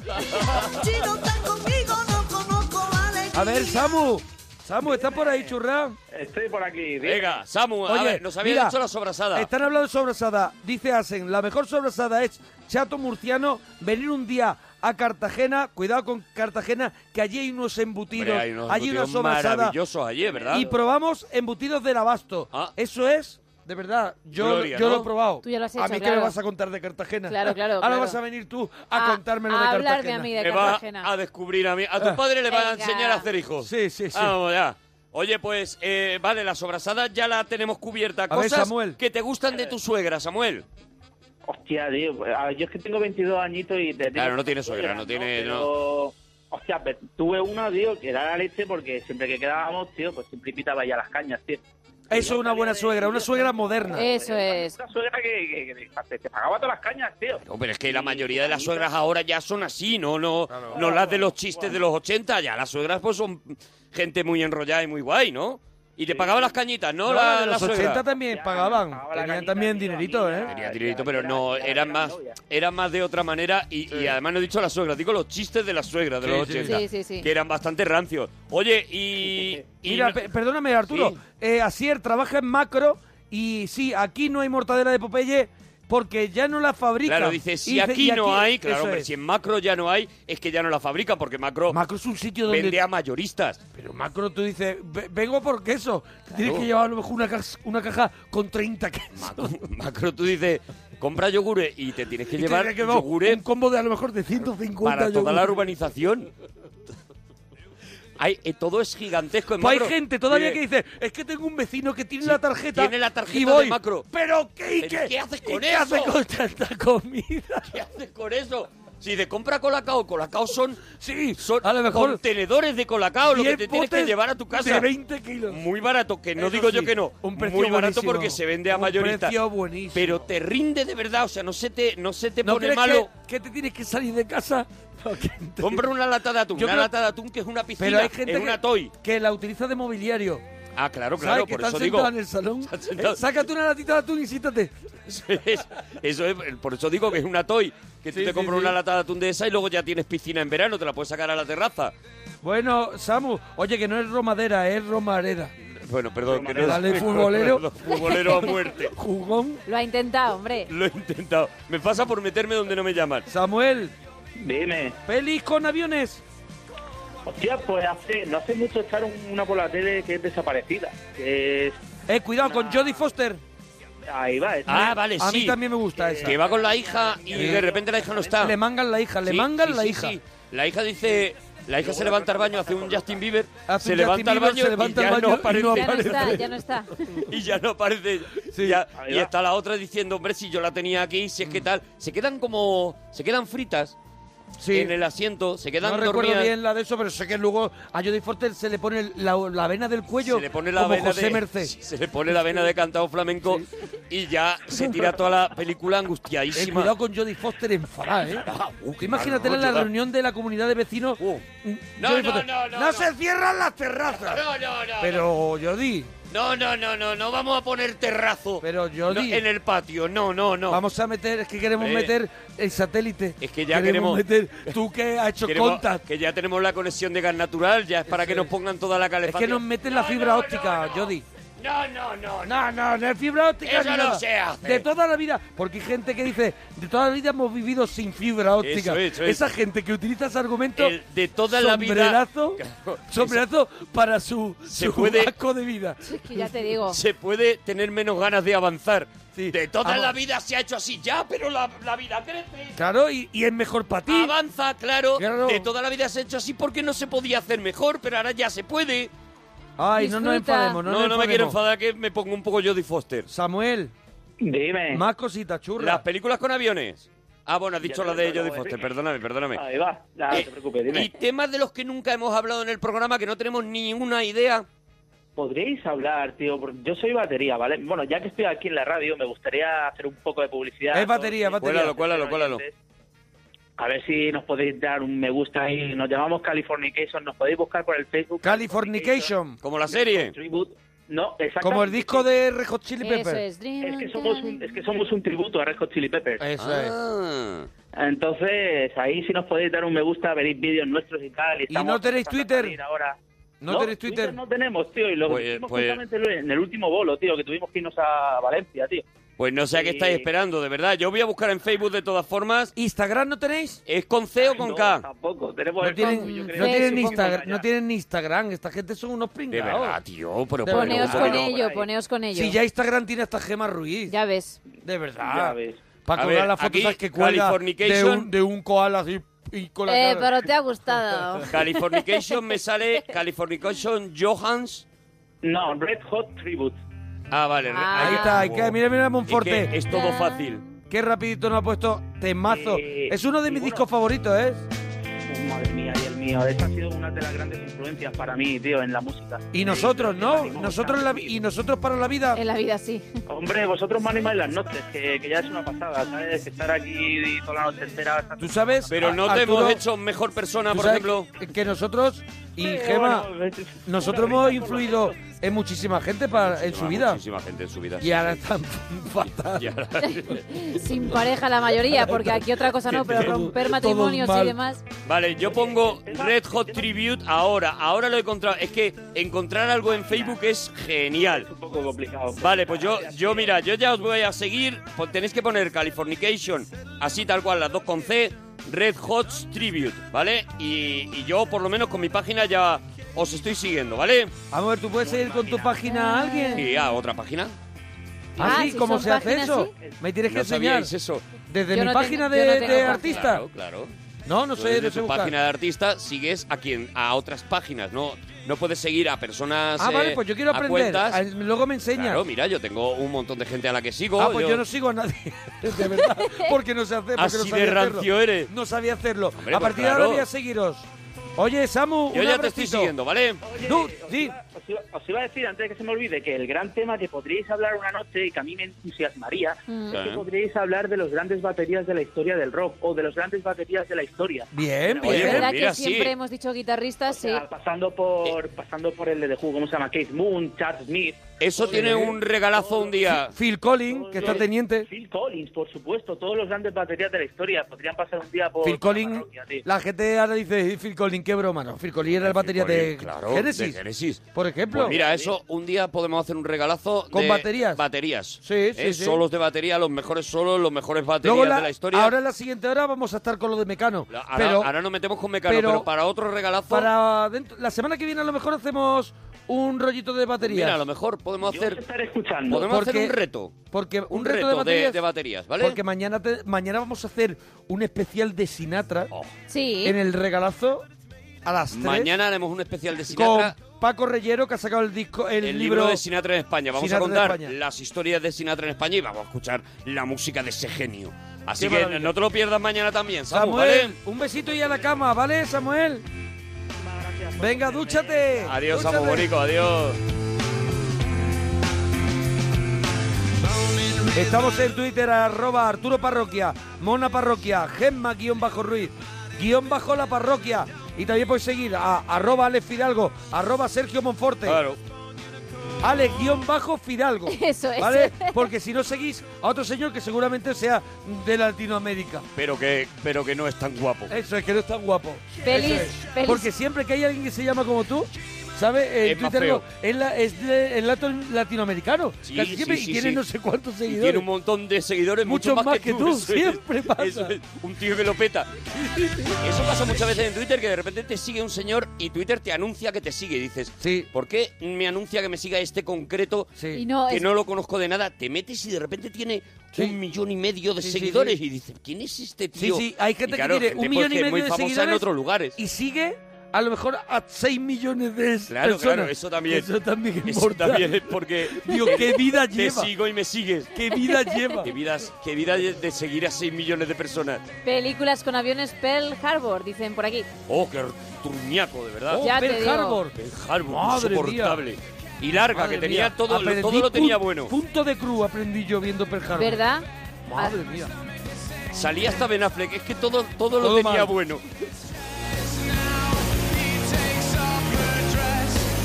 S8: Si no estás conmigo, no conozco la alegría.
S1: A ver, Samu. Samu, ¿estás por ahí, churra?
S7: Estoy por aquí.
S3: Venga, Samu, a ver, nos había
S1: mira,
S3: dicho la sobrasada.
S1: Están hablando de sobrasada. Dice Asen, la mejor sobrasada es chato murciano, venir un día a Cartagena, cuidado con Cartagena, que allí hay unos embutidos,
S3: Hombre, hay unos
S1: allí
S3: embutidos
S1: una sobrasada.
S3: maravillosos allí, ¿verdad?
S1: Y probamos embutidos del abasto.
S3: Ah.
S1: Eso es, de verdad, yo,
S3: Gloria,
S1: yo
S3: ¿no?
S1: lo he probado.
S2: Tú ya lo has
S1: a
S2: hecho,
S1: mí qué
S2: claro.
S1: me vas a contar de Cartagena.
S2: Claro, claro,
S1: Ahora
S2: claro.
S1: vas a venir tú a, contármelo
S2: a
S1: de Cartagena.
S2: hablar de a mí de
S3: Me va
S2: Cartagena.
S3: a descubrir a mí. A tu padre le van a
S2: Venga.
S3: enseñar a hacer hijos.
S1: Sí, sí, sí.
S3: Vamos ya. Oye, pues, eh, vale, la sobrasada ya la tenemos cubierta.
S1: ver,
S3: Cosas
S1: Samuel.
S3: que te gustan de tu suegra, Samuel.
S7: Hostia, tío, pues, a ver, yo es que tengo 22 añitos y... te-
S3: Claro, no tiene
S7: tengo
S3: suegra, no tiene-
S7: Pero,
S3: no.
S7: Hostia, pe- tuve una, tío, que era la leche porque siempre que quedábamos, tío, pues siempre invitaba ya las cañas, tío.
S1: Eso es una buena suegra, una suegra moderna.
S2: Eso es.
S7: Una suegra que, que- que- que te pagaba todas las cañas, tío.
S3: No, pero es que la mayoría de las suegras ahora ya son así, ¿no? No, no, las de los chistes de los 80, ya las suegras pues son gente muy enrollada y muy guay, ¿no? Y te pagaban las cañitas, ¿no?
S1: No,
S3: la,
S1: de
S3: la
S1: los
S3: suegra.
S1: 80 también
S7: Ya,
S1: pagaban.
S7: pagaba la
S1: Tenían
S7: cañita,
S1: también
S7: tío,
S1: dinerito,
S7: amiga.
S1: ¿eh?
S3: Tenía dinerito,
S7: Ya,
S3: pero
S7: ya,
S3: no,
S7: ya,
S3: eran
S7: ya,
S3: más,
S7: ya.
S3: eran más de otra manera y, y además no he dicho la suegra, digo los chistes de la suegra de
S1: Sí,
S3: los
S1: sí.
S3: 80,
S2: Sí, sí, sí.
S3: que eran bastante rancios. Oye, y... y
S1: Mira,
S3: no-
S1: pe- perdóname, Arturo.
S3: Sí.
S1: Eh, Asier trabaja en macro y sí, aquí no hay mortadela de Popeye porque ya no la fabrican.
S3: Claro, dice,
S1: Y
S3: si aquí,
S1: y
S3: no hay, claro,
S1: eso
S3: hombre,
S1: es.
S3: si en macro ya no hay, es que ya no la fabrican, porque macro
S1: Macro es un sitio donde...
S3: vende a mayoristas.
S1: Pero macro tú dices, "Ve- vengo por queso. Tienes que llevar a lo mejor una, caja, una caja con 30 quesos.
S3: Macro, Macro, tú dices, compra yogures y te tienes que
S1: Y te
S3: llevar
S1: tendría que llevar
S3: yogures
S1: un combo de a lo mejor de 150
S3: para toda la
S1: yogures.
S3: urbanización. Hay, eh, todo es gigantesco en
S1: Pues
S3: Macro.
S1: hay gente todavía
S3: Mire,
S1: que dice, es que tengo un vecino que tiene la tarjeta.
S3: tiene la tarjeta
S1: y voy,
S3: de Macro.
S1: Pero ¿qué, y
S3: ¿Pero qué haces
S1: y
S3: con
S1: ¿Qué
S3: eso?
S1: hace con tanta comida?
S3: ¿Qué haces con eso? Si de compra Colacao, Colacao son,
S1: Sí,
S3: son
S1: a lo mejor
S3: contenedores de Colacao, lo que
S1: 10
S3: te tienes que
S1: botes
S3: llevar a tu casa.
S1: De 20 kilos.
S3: Muy barato, que no
S1: Eso
S3: digo yo
S1: sí,
S3: que no.
S1: un precio
S3: Muy barato
S1: buenísimo.
S3: porque se vende a
S1: Un
S3: mayorista.
S1: precio buenísimo.
S3: Pero te rinde de verdad, o sea, no se te, no se te
S1: ¿No
S3: pone
S1: crees
S3: malo.
S1: que, que te tienes que salir de casa? No, que te-
S3: Compra una lata de atún,
S1: Yo
S3: una
S1: creo-
S3: lata de atún que es una piscina,
S1: Pero hay gente
S3: es
S1: que,
S3: una toy.
S1: que la utiliza de mobiliario.
S3: Ah, claro,
S1: ¿Sabes?
S3: claro,
S1: que
S3: por
S1: están
S3: eso
S1: sentados
S3: digo.
S1: en el salón.
S3: Están sentados.
S1: Eh, Sácate una latita de atún y siéntate.
S3: Eso es, eso es, por eso digo que es una toy. Que
S1: Sí,
S3: tú te
S1: sí,
S3: compras
S1: sí.
S3: una lata de atún de esa y luego ya tienes piscina en verano, te la puedes sacar a la terraza.
S1: Bueno, Samu, oye, que no es Romadera, es Romareda.
S3: Bueno, perdón, que no
S1: Dale, futbolero.
S3: Perdón, futbolero a muerte.
S1: Jugón.
S2: Lo ha intentado, hombre.
S3: Lo he intentado. Me pasa por meterme donde no me llaman.
S1: Samuel,
S7: Dime.
S1: feliz con aviones.
S7: Hostia, pues hace, no hace mucho echaron una por la tele que es desaparecida. Que es,
S1: Eh, cuidado con Jodie Foster.
S7: ahí va. es-
S3: Ah, vale, sí.
S1: A mí también me gusta esa.
S3: Que va con la hija y
S1: Sí.
S3: de repente la hija no está.
S1: Le mangan la hija, le
S3: Sí,
S1: mangan
S3: sí,
S1: la
S3: sí,
S1: hija.
S3: sí. La hija dice... La hija se levanta al baño, hace un Justin Bieber,
S1: Hace
S3: se
S1: un
S3: levanta
S1: Justin
S3: al
S1: Bieber,
S3: baño,
S1: se levanta
S3: y,
S1: al
S3: ya
S1: baño
S3: no
S1: y no
S2: Ya no
S1: aparece.
S2: está, ya no está.
S3: y ya no aparece.
S1: Sí. Mm.
S3: Ya-
S7: Ahí
S3: y
S7: va.
S3: está la otra diciendo, hombre, si yo la tenía aquí, si es que tal. Se quedan como. Se quedan fritas
S1: Sí.
S3: en el asiento, se quedan
S1: No recuerdo
S3: dormidas.
S1: bien la de eso, pero sé que luego a Jodie Foster se le pone la, la vena del cuello
S3: se le pone la
S1: como
S3: vena
S1: José
S3: de,
S1: Merced.
S3: Se le pone la vena de cantado flamenco y ya se tira toda la película
S1: Eh,
S3: angustiadísima.
S1: cuidado con Jodie Foster enfadada, ¿eh?
S3: Uh, qué
S1: Imagínate
S3: mal
S1: en la
S3: rollo da.
S1: reunión de la comunidad de vecinos.
S3: Uh.
S1: mm,
S3: No,
S1: Jodie
S3: no,
S1: Foster,
S3: no, no, no".
S1: se cierran las terrazas.
S3: No, no, no.
S1: Pero Jodie,
S3: No, no, no, no, no vamos a poner terrazo.
S1: Pero, Jordi.
S3: No, en el patio, no, no, no.
S1: vamos a meter, es que queremos
S3: Eh.
S1: meter el satélite.
S3: Es que ya
S1: meter tú que has hecho
S3: Queremos-
S1: contact.
S3: que ya tenemos la conexión de gas natural, ya es para que nos pongan toda la
S1: Es
S3: calefacción.
S1: que nos meten la fibra óptica, Jodie.
S3: No, no, no.
S1: No, no, no es fibra óptica.
S3: Eso
S1: ni
S3: no
S1: nada.
S3: se hace.
S1: De toda la vida, porque hay gente que dice, de toda la vida hemos vivido sin fibra óptica.
S3: Eso es, eso es.
S1: Esa gente que utiliza ese argumento
S3: El de toda la vida-
S1: sombrerazo,
S3: Claro, eso-
S1: sombrerazo para su,
S3: Se
S1: su
S3: puede-
S1: asco de vida.
S2: Es que ya te digo.
S3: Se puede tener menos ganas de avanzar.
S1: Sí.
S3: De toda
S1: Vamos.
S3: la vida se ha hecho así ya, pero la, la vida crece.
S1: Claro, y, y es mejor para ti.
S3: Avanza, claro.
S1: Claro.
S3: De toda la vida se ha hecho así porque no se podía hacer mejor, pero ahora ya se puede.
S1: Ay, no nos
S2: Disfruta.
S1: enfademos,
S3: No, no,
S1: no, nos
S3: me
S1: enfademos.
S3: quiero enfadar que me pongo un poco Jodie Foster.
S1: Samuel,
S7: Dime.
S1: más cositas churras.
S3: Las películas con aviones. Ah, bueno, has dicho
S7: te
S3: la
S7: lo
S3: de
S7: acabo
S3: Jodie
S7: de
S3: Foster,
S7: decir.
S3: perdóname, perdóname. Eh,
S7: Ahí va. Nada, no te preocupes,
S3: Y
S7: dime.
S3: temas de los que nunca hemos hablado en el programa, que no tenemos ni una idea.
S7: Podríais hablar, tío. Porque Yo soy batería, ¿vale? Bueno, ya que estoy aquí en la radio, me gustaría hacer un poco de publicidad.
S1: Es batería,
S7: Porque-
S1: batería.
S3: Cuélalo, cuélalo, cuélalo.
S7: A ver si nos podéis dar un me gusta ahí. Nos llamamos Californication. Nos podéis buscar por el Facebook.
S1: Californication,
S3: Como la serie.
S7: Tribute. No, exactamente.
S1: como el disco de Red Hot Chili
S2: Eso
S1: Peppers.
S2: es. Dream
S7: Es que,
S2: on
S7: somos un, es que somos un tributo a Red Hot Chili Peppers.
S1: Eso es.
S3: Ah.
S7: Entonces, ahí si nos podéis dar un me gusta, veréis vídeos nuestros y tal. Y, estamos
S1: no tenéis
S7: empezando a
S1: Twitter?
S7: salir Ahora.
S1: ¿No tenéis Twitter?
S7: No tenemos, tío. Y lo
S3: Pues-
S7: hicimos
S3: pues-
S7: justamente en el último bolo, tío, que tuvimos que irnos a Valencia, tío.
S3: Pues no sé a qué
S7: Sí.
S3: estáis esperando, de verdad. Yo voy a buscar en Facebook de todas formas.
S1: ¿Instagram no tenéis?
S3: ¿Es con C o
S7: Ay,
S3: con
S7: no,
S3: K?
S7: Tampoco. Tenemos
S1: No
S7: el
S1: tienen,
S7: Facebook, yo creo.
S1: no
S2: Sí,
S1: tienen
S2: supongo.
S1: Instagram, no tienen ni Instagram. Esta gente son unos
S3: De
S1: pringados.
S3: verdad, tío. Pero
S1: De
S3: por
S1: verdad.
S2: Poneos
S3: favor.
S2: con
S7: Bueno,
S2: ello,
S7: ahí.
S2: poneos con ello.
S1: Si ya Instagram tiene hasta Gema Ruiz.
S2: Ya ves.
S1: De
S7: Ya
S1: verdad.
S7: ves.
S1: Para
S3: A
S1: colgar
S3: ver,
S1: las fotos
S3: aquí,
S1: esas que cuelga de
S3: Californication.
S1: un, de un koala así y con la
S2: Eh,
S1: cara.
S2: pero te ha gustado.
S3: Californication me sale Californication Johans.
S7: No, Red Hot Tribute.
S3: Ah, vale.
S2: Ah.
S1: Ahí está, ahí
S3: Wow.
S1: cae. Mira, mira
S3: Es, que
S1: Monforte.
S3: es todo fácil.
S1: Qué rapidito nos ha puesto temazo.
S7: Eh,
S1: es uno de
S7: y
S1: mis
S7: bueno.
S1: discos favoritos, ¿eh?
S7: Oh, madre mía, y el mío. Esta ha sido una de las grandes influencias para mí, tío, en la música.
S1: Y nosotros,
S7: Sí,
S1: ¿no?
S7: me animó
S1: Nosotros la,
S7: bastante.
S1: y nosotros para la vida.
S2: En la vida sí.
S7: Hombre, vosotros me animáis las noches, que, que ya es una pasada, ¿sabes? Estar aquí toda la noche entera.
S1: ¿Tú sabes?
S3: Pero
S1: A-
S3: no te
S1: Arturo,
S3: hemos hecho mejor persona,
S1: ¿tú
S3: por
S1: sabes
S3: ejemplo.
S1: que- Que nosotros y Gema, nosotros hemos influido en muchísima gente para, en su
S3: Muchísima-
S1: vida.
S3: Muchísima gente en su vida.
S1: Y ahora están fatal. Ah,
S3: Y ahora-
S2: Sin pareja la mayoría, porque aquí otra cosa no, pero
S1: Todo-
S2: romper
S1: todo
S2: matrimonios y
S1: mal. Eh,
S2: demás.
S3: Vale, yo pongo Red Hot Tribute ahora. Ahora lo he encontrado. Es que encontrar algo en Facebook es genial.
S7: Un poco complicado.
S3: Vale, pues yo, yo mira, yo ya os voy a seguir. Pues tenéis que poner Californication, así tal cual, las dos con C, Red Hot Tribute, ¿vale? Y, y yo por lo menos con mi página ya os estoy siguiendo, ¿vale?
S1: Vamos a ver, ¿tú puedes seguir con tu página a alguien?
S3: Y a otra página.
S2: Ah,
S1: ¿Así?
S2: si
S1: ¿Cómo
S2: son
S1: se hace
S2: páginas,
S1: eso? Me tienes que
S3: No
S1: enseñar.
S3: sabíais eso.
S1: Desde
S2: Yo
S1: mi
S2: no
S1: página
S2: tengo- yo
S1: de,
S2: no
S1: de
S2: tengo
S1: artista.
S3: Claro, claro.
S1: No, no
S3: Tú
S1: sé,
S3: desde
S1: no
S3: tu
S1: sé buscar.
S3: página de artista sigues a quien a otras páginas, no no puedes seguir a personas
S1: Ah, vale,
S3: eh,
S1: pues yo quiero
S3: a
S1: aprender.
S3: cuentas.
S1: Ah, Luego me enseñas.
S3: Claro, mira, yo tengo un montón de gente a la que sigo.
S1: Ah, pues yo no sigo a nadie, de verdad, porque no se hace, porque no
S3: Así
S1: sabía
S3: de
S1: hacerlo.
S3: rancio eres.
S1: No sabía hacerlo.
S3: Hombre,
S1: a
S3: pues
S1: partir de ahora
S3: claro.
S1: voy a seguiros. Oye, Samu,
S3: Yo
S1: un
S3: ya te estoy
S1: abracito.
S3: siguiendo, ¿vale?
S1: Tú,
S7: os,
S1: di.
S7: iba, os iba- os iba a decir, antes de que se me olvide, que el gran tema que podríais hablar una noche y que a mí me entusiasmaría
S2: Mm.
S7: es que
S3: Sí.
S7: podríais hablar de los grandes baterías de la historia del rock o de los grandes baterías de la historia.
S1: Bien,
S7: Oye,
S2: Es
S1: bien.
S2: verdad
S3: mira,
S2: que siempre
S3: sí.
S2: hemos dicho guitarristas,
S7: O
S2: sí.
S7: sea, pasando
S3: Eh.
S7: por pasando por el de The Who, ¿cómo se llama? Keith Moon, Charles Smith,
S3: Eso tiene un regalazo un día.
S1: Phil Collins, que está
S7: Yo-
S1: teniente.
S7: Phil Collins, por supuesto, todos los grandes baterías de la historia podrían pasar un día por
S1: Phil
S7: por la
S1: Collins,
S7: parroquia, tío.
S1: la gente ahora dice, "Eh, Phil Collins, qué broma, no. Phil Collins era el batería de
S3: Claro, de
S1: Genesis,
S3: Genesis.
S1: por ejemplo.
S3: Pues mira, eso un día podemos hacer un regalazo
S1: ¿Con
S3: de
S1: baterías?
S3: Baterías.
S1: Sí, sí,
S3: Eh,
S1: sí.
S3: Solos de batería, los mejores solos, los mejores baterías
S1: Luego la-
S3: de la historia.
S1: ahora en la siguiente hora vamos a estar con lo de Mecano.
S3: La- ahora,
S1: pero
S3: ahora nos metemos con Mecano,
S1: pero-
S3: pero, para otro regalazo.
S1: para dentro- la semana que viene a lo mejor hacemos un rollito de baterías.
S3: Mira, a lo mejor podemos
S7: Yo os
S3: hacer
S7: estaré escuchando.
S3: podemos
S1: Porque-
S3: hacer un reto.
S1: Porque un,
S3: Un
S1: reto, de
S3: reto de-
S1: baterías.
S3: de baterías, ¿vale?
S1: Porque mañana, te- mañana vamos a hacer un especial de Sinatra
S3: Oh.
S2: Sí.
S1: en el regalazo a las 3
S3: Mañana haremos un especial de
S1: con
S3: Sinatra.
S1: Paco Reyero que ha sacado el disco el,
S3: el libro de Sinatra en España. Vamos a
S1: Sinatra en
S3: contar
S1: España.
S3: las historias de Sinatra en España y vamos a escuchar la música de ese genio. Así
S1: Qué
S3: que
S1: maravilla.
S3: no te lo pierdas mañana también, Samu,
S1: Samuel,
S3: ¿vale?
S1: un besito y a la cama, ¿vale, Samuel? Venga, dúchate.
S3: Adiós,
S1: dúchate.
S3: Samu Bonico, adiós.
S1: Estamos en Twitter, arroba Arturo Parroquia, Mona Parroquia, Gemma guión bajo Ruiz, guión bajo la parroquia. Y también podéis seguir a arroba Alex Fidalgo, arroba Sergio Monforte.
S3: Claro.
S1: Alex guión bajo Fidalgo.
S2: Eso es.
S1: ¿Vale? Porque si no seguís a otro señor que seguramente sea de Latinoamérica.
S3: Pero que, pero que no es tan guapo.
S1: Eso es que no es tan guapo.
S2: Feliz,
S1: Eso es.
S2: feliz.
S1: Porque siempre que hay alguien que se llama como tú, ¿Sabes? En
S3: Es más
S1: Twitter lo-
S3: feo.
S1: es, la- es de- es lato- latinoamericano.
S3: Sí,
S1: Casi
S3: sí,
S1: siempre,
S3: sí,
S1: y tiene
S3: sí.
S1: no sé cuántos
S3: Y
S1: seguidores.
S3: tiene un montón de seguidores, mucho
S1: Muchos más que tú,
S3: eso es.
S1: siempre pasa.
S3: Eso es, un tío que lo peta. Eso pasa muchas veces en Twitter, que de repente te sigue un señor y Twitter te anuncia que te sigue. Y dices,
S1: Sí.
S3: ¿por qué me anuncia que me siga este concreto
S1: Sí.
S2: Y no,
S3: que
S2: es-
S3: no lo conozco de nada? Te metes y de repente tiene
S1: Sí.
S3: un millón y medio de
S1: Sí, sí,
S3: seguidores.
S1: sí.
S3: Y dices, ¿quién es este
S1: Sí,
S3: tío?
S1: sí, hay
S3: Y
S1: gente
S3: claro,
S1: que tiene
S3: gente,
S1: un
S3: pues,
S1: millón
S3: que
S1: y
S3: es
S1: medio
S3: muy
S1: de
S3: famosa
S1: seguidores
S3: en otros lugares.
S1: y sigue a lo mejor a 6 millones de
S3: Claro,
S1: personas.
S3: claro, eso también.
S1: Eso también importa.
S3: Eso también es porque
S1: Digo, ¿qué vida
S3: te
S1: lleva?
S3: sigo y me sigues.
S1: ¿Qué vida lleva?
S3: Qué vida, qué vida de de seguir a 6 millones de personas.
S2: Películas con aviones Pearl Harbor, dicen por aquí.
S3: Oh, qué turñaco, de verdad.
S1: Oh,
S2: Ya te
S1: Pearl
S2: digo.
S1: Harbor.
S3: El Harbour,
S1: Madre
S3: insoportable. Y larga,
S1: Madre
S3: que tenía
S1: mía,
S3: todo,
S1: aprendí
S3: todo lo tenía
S1: pun-
S3: bueno.
S1: Punto de cruz aprendí yo viendo Pearl Harbor.
S2: ¿Verdad?
S1: Madre mía.
S3: Salía hasta Ben Affleck, es que todo, todo, lo
S1: Todo
S3: tenía
S1: mal.
S3: bueno.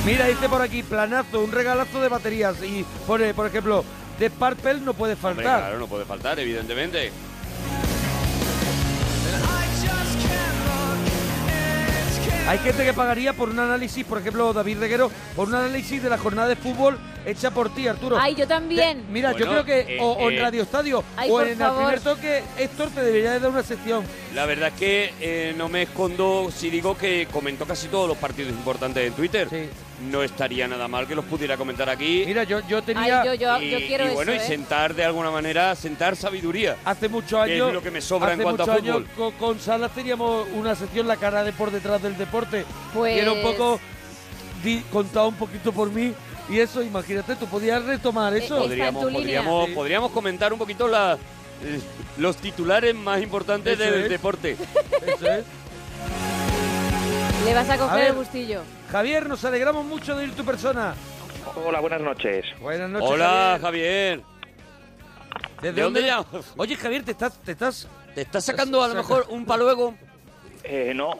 S1: Mira, dice por aquí, planazo, un regalazo de baterías. Y pone, por ejemplo, de Purple no puede
S3: Hombre,
S1: faltar.
S3: claro, no puede faltar, evidentemente. pues,
S1: Hay gente que pagaría por un análisis, por ejemplo, David Reguero, por un análisis de la jornada de fútbol hecha por ti, Arturo.
S2: Ay, yo también.
S1: Te- mira, yo
S3: Bueno,
S1: creo que
S3: eh,
S1: o, o
S3: eh.
S1: en Radio Estadio
S2: Ay,
S1: o
S2: por
S1: en
S2: favor.
S1: el primer toque, Héctor te debería de dar una sección.
S3: La verdad es que eh, no me escondo si digo que comentó casi todos los partidos importantes en Twitter.
S1: Sí.
S3: No estaría nada mal que los pudiera comentar aquí.
S1: Mira, yo, yo
S2: Ay,
S1: tenía
S2: yo, yo,
S3: y,
S2: yo quiero
S3: y bueno,
S2: eso,
S3: y
S2: ¿eh?
S3: sentar de alguna manera, sentar sabiduría.
S1: hace muchos
S3: que es
S1: años.
S3: lo que me sobra en
S1: hace
S3: cuanto a
S1: muchos años
S3: fútbol.
S1: co- con, Salas teníamos una sección, la cara de por detrás del deporte.
S2: Pues-
S1: Y era un poco di- contado un poquito por mí. Y eso, imagínate, tú podías retomar
S2: Eh,
S1: eso.
S2: Está eh,
S3: Podríamos,
S2: en tu línea.
S3: podríamos,
S1: Sí.
S3: podríamos comentar un poquito la, eh, los titulares más importantes
S1: Eso
S3: del
S1: es.
S3: deporte.
S1: Eso es.
S2: Le vas a coger
S1: ver.
S2: el gustillo.
S1: Javier, nos alegramos mucho de ir tu persona.
S7: Hola, buenas noches.
S1: Buenas noches.
S3: Hola,
S1: Javier.
S3: Javier.
S1: ¿Desde
S3: ¿De dónde llamas?
S1: Oye, Javier, te estás, te estás.
S3: ¿Te estás sacando a lo mejor un paluego?
S7: Eh, no,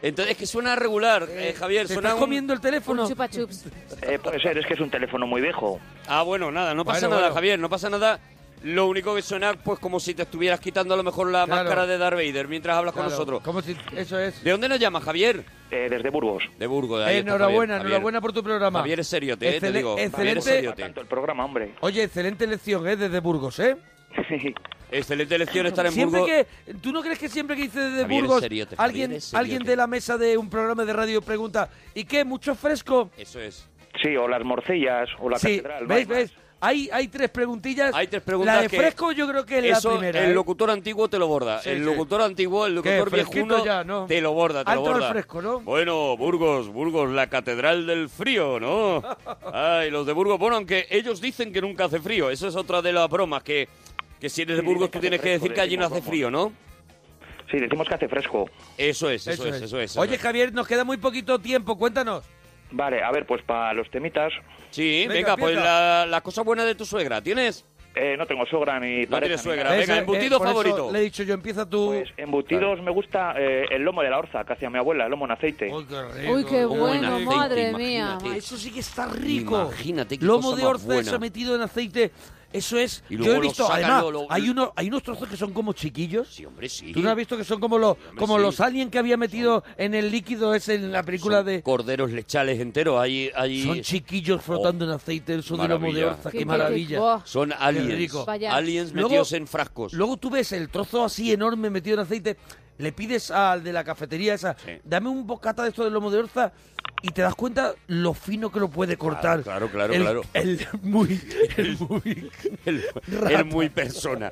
S3: Entonces, que suena regular, eh, Javier.
S1: ¿Te
S3: suena
S1: estás
S3: un-
S1: comiendo el teléfono.
S2: Un chupa chups.
S7: eh, puede ser, es que es un teléfono muy viejo.
S3: Ah, bueno, nada, no pasa
S1: Bueno,
S3: nada,
S1: bueno.
S3: Javier, no pasa nada. Lo único que suena, pues, como si te estuvieras quitando a lo mejor la
S1: Claro.
S3: máscara de Darth Vader mientras hablas
S1: Claro,
S3: con nosotros.
S1: Como si eso es.
S3: ¿De dónde nos llamas, Javier?
S7: Eh, desde Burgos.
S3: De Burgos, de ahí está
S1: enhorabuena,
S3: Javier, Javier.
S1: enhorabuena por tu programa.
S3: Javier es seriote, eh, te
S1: Excele-
S3: digo. Javier es
S1: excelente-
S7: Va
S3: seriote.
S7: tanto el programa, hombre.
S1: Oye, excelente elección, ¿eh? Desde Burgos, ¿eh?
S3: Excelente elección estar en
S1: siempre
S3: Burgos.
S1: que. ¿Tú no crees que siempre que dices desde
S3: Javier es
S1: Burgos.
S3: seriote, Javier
S1: alguien,
S3: es seriote.
S1: alguien de la mesa de un programa de radio pregunta. ¿Y qué? ¿Mucho fresco?
S3: Eso es.
S7: Sí, o las morcillas, o la
S1: sí,
S7: catedral.
S1: ¿veis?
S7: vaya.
S1: ¿Veis? Hay, hay tres preguntillas.
S3: Hay tres preguntas
S1: La de
S3: que-
S1: fresco yo creo que es
S3: Eso,
S1: la primera.
S3: el
S1: ¿eh?
S3: locutor antiguo te lo borda.
S1: Sí,
S3: el
S1: sí.
S3: locutor antiguo, el locutor
S1: ¿Qué? Fresquito
S3: viejuno,
S1: ya, ¿no?
S3: te lo borda, te
S1: Ha
S3: lo
S1: entrado el
S3: borda.
S1: fresco, ¿no?
S3: Bueno, Burgos, Burgos, la catedral del frío, ¿no? Ay, los de Burgos, bueno, aunque ellos dicen que nunca hace frío. Eso es otra de las bromas, que, que si eres de
S7: Sí,
S3: Burgos
S7: dicen
S3: tú
S7: que
S3: tienes
S7: hace
S3: que
S7: fresco,
S3: decir que allí no hace
S7: decimos,
S3: frío, ¿no?
S7: Sí, decimos que hace fresco.
S3: Eso es, eso, es, eso es. eso
S1: Oye,
S3: es.
S1: Javier, nos queda muy poquito tiempo. Cuéntanos.
S7: Vale, a ver, pues para los temitas,
S3: Sí, venga,
S1: venga,
S3: pues
S1: empieza.
S3: la, la cosa buena de tu suegra, ¿tienes
S7: eh, no tengo sogra ni
S3: No
S7: pareja.
S3: tienes
S7: ni
S3: suegra,
S7: nada.
S1: Eso,
S3: venga,
S1: eh,
S3: embutido
S1: por eso
S3: favorito.
S1: le he dicho yo, empieza tú.
S7: Pues embutidos me gusta eh, el lomo de la orza que hacía mi abuela, el lomo en aceite.
S1: Uy, qué rico.
S2: Uy, qué
S3: Uy,
S2: bueno,
S3: aceite,
S2: madre mía.
S3: imagínate.
S1: Eso sí que está rico.
S3: Imagínate qué
S1: Lomo
S3: cosa
S1: de
S3: más
S1: orza
S3: buena.
S1: eso metido en aceite. Eso es.
S3: Y
S1: Yo
S3: luego
S1: he
S3: lo
S1: visto,
S3: sacan,
S1: además,
S3: lo- lo-
S1: Hay, unos, hay unos trozos que son como chiquillos.
S3: Sí, hombre, sí.
S1: ¿Tú no has visto que son como los, como
S3: sí.
S1: los aliens que había metido en el líquido ese en la película
S3: Son
S1: de.
S3: Corderos lechales enteros, ahí... ahí...
S1: Son chiquillos frotando en aceite, eso de lomo de
S3: Oh, maravilla.
S1: orza,
S2: Qué-
S1: qué,
S2: qué-
S1: maravilla.
S2: buah.
S3: Son aliens.
S1: rico.
S2: Vaya.
S3: Aliens
S1: Luego-
S3: metidos en frascos.
S1: Luego tú ves el trozo así enorme metido en aceite, le pides al de la cafetería esa,
S3: Sí.
S1: dame un bocata de esto de lomo de orza y te das cuenta lo fino que lo puede cortar.
S3: claro, claro,
S1: El-
S3: claro.
S1: El muy, el muy...
S3: el,
S1: Rata.
S3: el muy persona.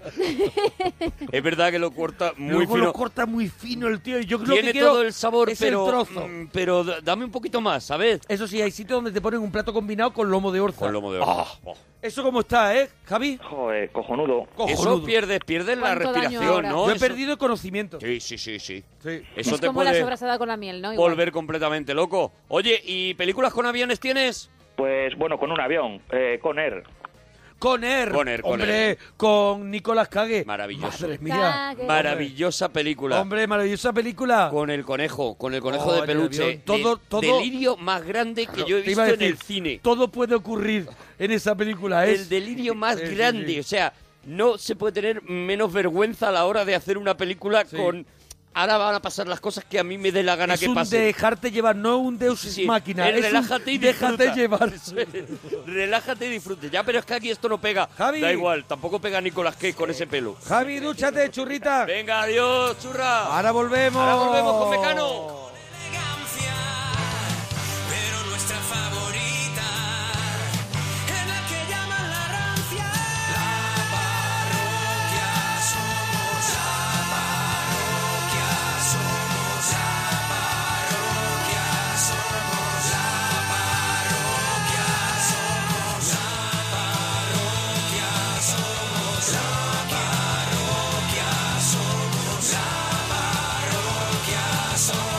S3: es verdad que lo corta muy
S1: Luego
S3: fino.
S1: lo corta muy fino el tío y yo creo
S3: Tiene
S1: que quiero
S3: todo el sabor,
S1: es
S3: pero.
S1: el trozo.
S3: mm, Pero da- dame un poquito más, ¿sabes?
S1: Eso sí, hay sitios donde te ponen un plato combinado con lomo de orza.
S3: Con lomo de oro.
S1: Eso como está, ¿eh, Javi?
S7: Joder, cojonudo.
S1: Cojonudo.
S3: Eso pierdes, pierdes la
S2: ¿Cuánto daño
S3: respiración,
S2: ahora?
S3: ¿no?
S1: Yo he
S3: Eso-
S1: perdido conocimiento.
S3: Sí, sí, sí, sí.
S1: Sí.
S3: Eso
S2: es
S3: te
S2: como la
S3: puede
S2: sobrasada con la miel, ¿no? Igual.
S3: volver completamente loco. Oye, ¿y películas con aviones tienes?
S7: Pues bueno, con un avión, eh, con Air.
S1: Con Er,
S3: Con Er, con
S1: hombre,
S3: Er.
S1: con Nicolás Cague.
S3: Maravilloso.
S1: Madre mía.
S2: Cague.
S3: Maravillosa película.
S1: Hombre, maravillosa película.
S3: Con el conejo, con el conejo
S1: Oh,
S3: de
S1: el
S3: peluche.
S1: avión. Todo-
S3: De-
S1: todo-
S3: Delirio más grande que yo he
S1: Te
S3: visto
S1: iba a
S3: en
S1: decir,
S3: el cine.
S1: Todo puede ocurrir en esa película. Es
S3: el delirio más
S1: Sí, sí, sí.
S3: grande. O sea, no se puede tener menos vergüenza a la hora de hacer una película
S1: Sí.
S3: con ahora van a pasar las cosas que a mí me dé la gana
S1: es
S3: que
S1: un
S3: pasen.
S1: dejarte llevar, no un Deus ex
S3: Sí,
S1: máquina.
S3: el
S1: es un
S3: relájate y
S1: déjate
S3: disfruta.
S1: llevar.
S3: Eso es. Relájate y disfrute. Ya, pero es que aquí esto no pega.
S1: Javi.
S3: Da igual, tampoco pega Nicolas Cage con ese pelo.
S1: Javi, dúchate, churrita.
S3: Venga, adiós, churra.
S1: Ahora volvemos.
S3: Ahora volvemos con Mecano.
S6: pero nuestra favorita es la que llaman la rancia. La parroquia somos, la parroquia somos, la parroquia somos, la parroquia somos, la parroquia somos, la parroquia somos, la parroquia somos, la parroquia somos.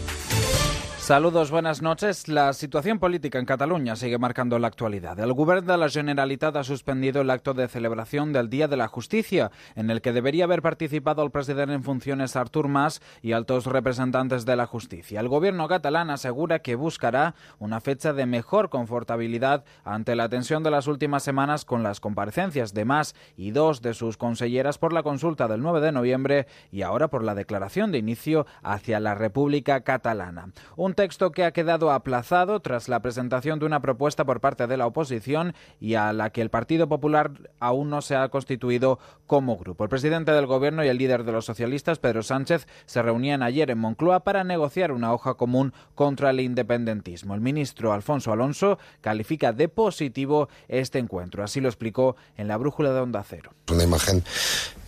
S9: Saludos, buenas noches. La situación política en Cataluña sigue marcando la actualidad. El Gobierno de la Generalitat ha suspendido el acto de celebración del Día de la Justicia, en el que debería haber participado el presidente en funciones Artur Mas y altos representantes de la justicia. El Gobierno catalán asegura que buscará una fecha de mejor confortabilidad ante la tensión de las últimas semanas con las comparecencias de Mas y dos de sus conselleras por la consulta del 9 de noviembre y ahora por la declaración de inicio hacia la República Catalana. Un texto que ha quedado aplazado tras la presentación de una propuesta por parte de la oposición y a la que el Partido Popular aún no se ha constituido como grupo. El presidente del gobierno y el líder de los socialistas, Pedro Sánchez, se reunían ayer en Moncloa para negociar una hoja común contra el independentismo. El ministro Alfonso Alonso califica de positivo este encuentro. Así lo explicó en la brújula de Onda Cero.
S10: una imagen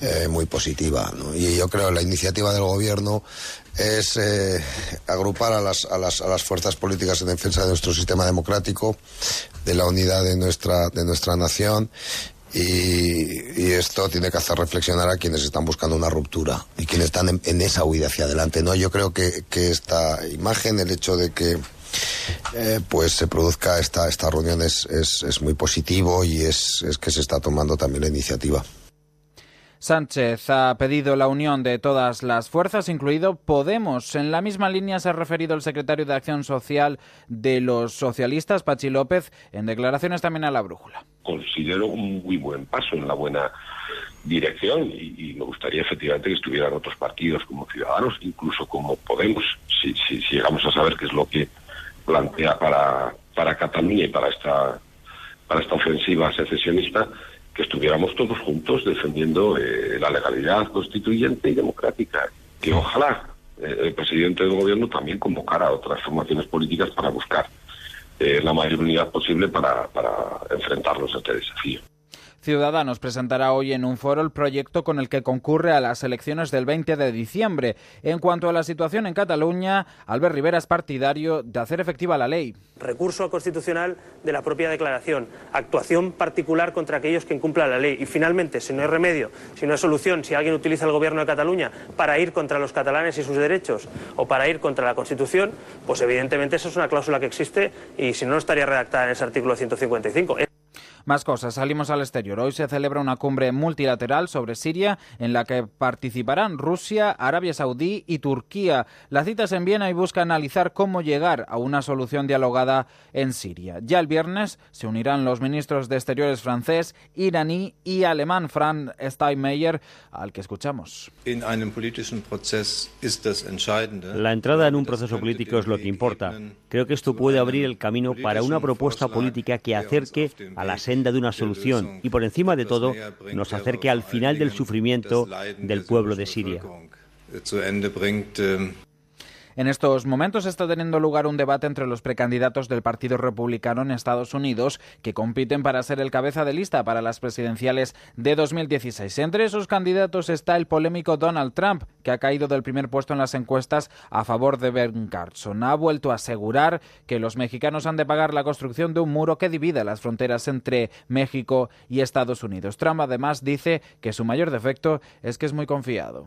S10: eh, muy positiva. ¿no? Y yo creo que la iniciativa del gobierno es eh, agrupar a las, a, las, a las fuerzas políticas en defensa de nuestro sistema democrático, de la unidad de nuestra, de nuestra nación. Y, y esto tiene que hacer reflexionar a quienes están buscando una ruptura y quienes están en, en esa huida hacia adelante. No, yo creo que, que esta imagen, el hecho de que eh, pues se produzca esta, esta reunión es, es, es muy positivo y es, es que se está tomando también la iniciativa.
S9: Sánchez ha pedido la unión de todas las fuerzas, incluido Podemos. En la misma línea se ha referido el secretario de Acción Social de los socialistas, Pachi López, en declaraciones también a la brújula.
S11: considero un muy buen paso en la buena dirección y, y me gustaría efectivamente que estuvieran otros partidos como Ciudadanos, incluso como Podemos, si, si- si llegamos a saber qué es lo que plantea para, para Cataluña y para esta, para esta ofensiva secesionista, que estuviéramos todos juntos defendiendo eh, la legalidad constituyente y democrática. Que ojalá eh, el presidente del gobierno también convocara a otras formaciones políticas para buscar eh, la mayor unidad posible para, para enfrentarnos a este desafío.
S9: Ciudadanos presentará hoy en un foro el proyecto con el que concurre a las elecciones del 20 de diciembre. En cuanto a la situación en Cataluña, Albert Rivera es partidario de hacer efectiva la ley.
S12: recurso constitucional de la propia declaración, actuación particular contra aquellos que incumplan la ley. Y finalmente, si no hay remedio, si no hay solución, si alguien utiliza el gobierno de Cataluña para ir contra los catalanes y sus derechos o para ir contra la Constitución, pues evidentemente esa es una cláusula que existe y si no, no estaría redactada en ese artículo 155. Es-
S9: Más cosas, salimos al exterior. Hoy se celebra una cumbre multilateral sobre Siria en la que participarán Rusia, Arabia Saudí y Turquía. La cita es en Viena y busca analizar cómo llegar a una solución dialogada en Siria. Ya el viernes se unirán los ministros de Exteriores francés, iraní y alemán, Fran Steinmeier, al que escuchamos.
S13: In einem politischen Prozess ist das Entscheidende.
S14: La entrada en un proceso político es lo que importa. Creo que esto puede abrir el camino para una propuesta política que acerque a la senda de una solución y, por encima de todo, nos acerque al final del sufrimiento del pueblo de Siria.
S13: Zu Ende bringt. ähm,
S9: En estos momentos está teniendo lugar un debate entre los precandidatos del Partido Republicano en Estados Unidos que compiten para ser el cabeza de lista para las presidenciales de 2016. Entre esos candidatos está el polémico Donald Trump, que ha caído del primer puesto en las encuestas a favor de Ben Carson. Ha vuelto a asegurar que los mexicanos han de pagar la construcción de un muro que divida las fronteras entre México y Estados Unidos. Trump además dice que su mayor defecto es que es muy confiado.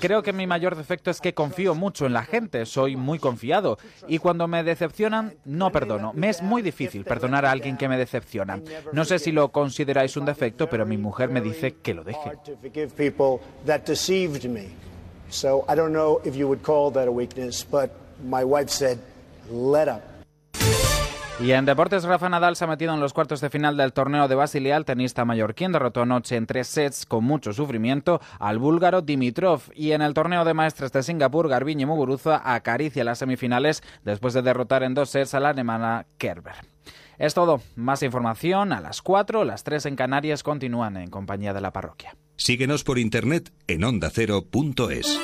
S9: Creo que mi mayor defecto es es que confío mucho en la gente, soy muy confiado. Y cuando me decepcionan, no perdono. Me es muy difícil perdonar a alguien que me decepciona. No sé si lo consideráis un defecto, pero mi mujer me dice que lo deje.
S15: to forgive people that deceived me. So I don't know if you would call that a weakness, but my wife said, let up.
S9: Y en deportes, Rafa Nadal se ha metido en los cuartos de final del torneo de Basilea. El tenista mallorquín derrotó anoche en tres sets con mucho sufrimiento al búlgaro Dimitrov. Y en el torneo de maestres de Singapur, Garbiñe Muguruza acaricia las semifinales después de derrotar en dos sets a la alemana Kerber. Es todo. Más información a las 4, las 3 en Canarias continúan en compañía de la parroquia.
S16: Síguenos por internet en ondacero.es.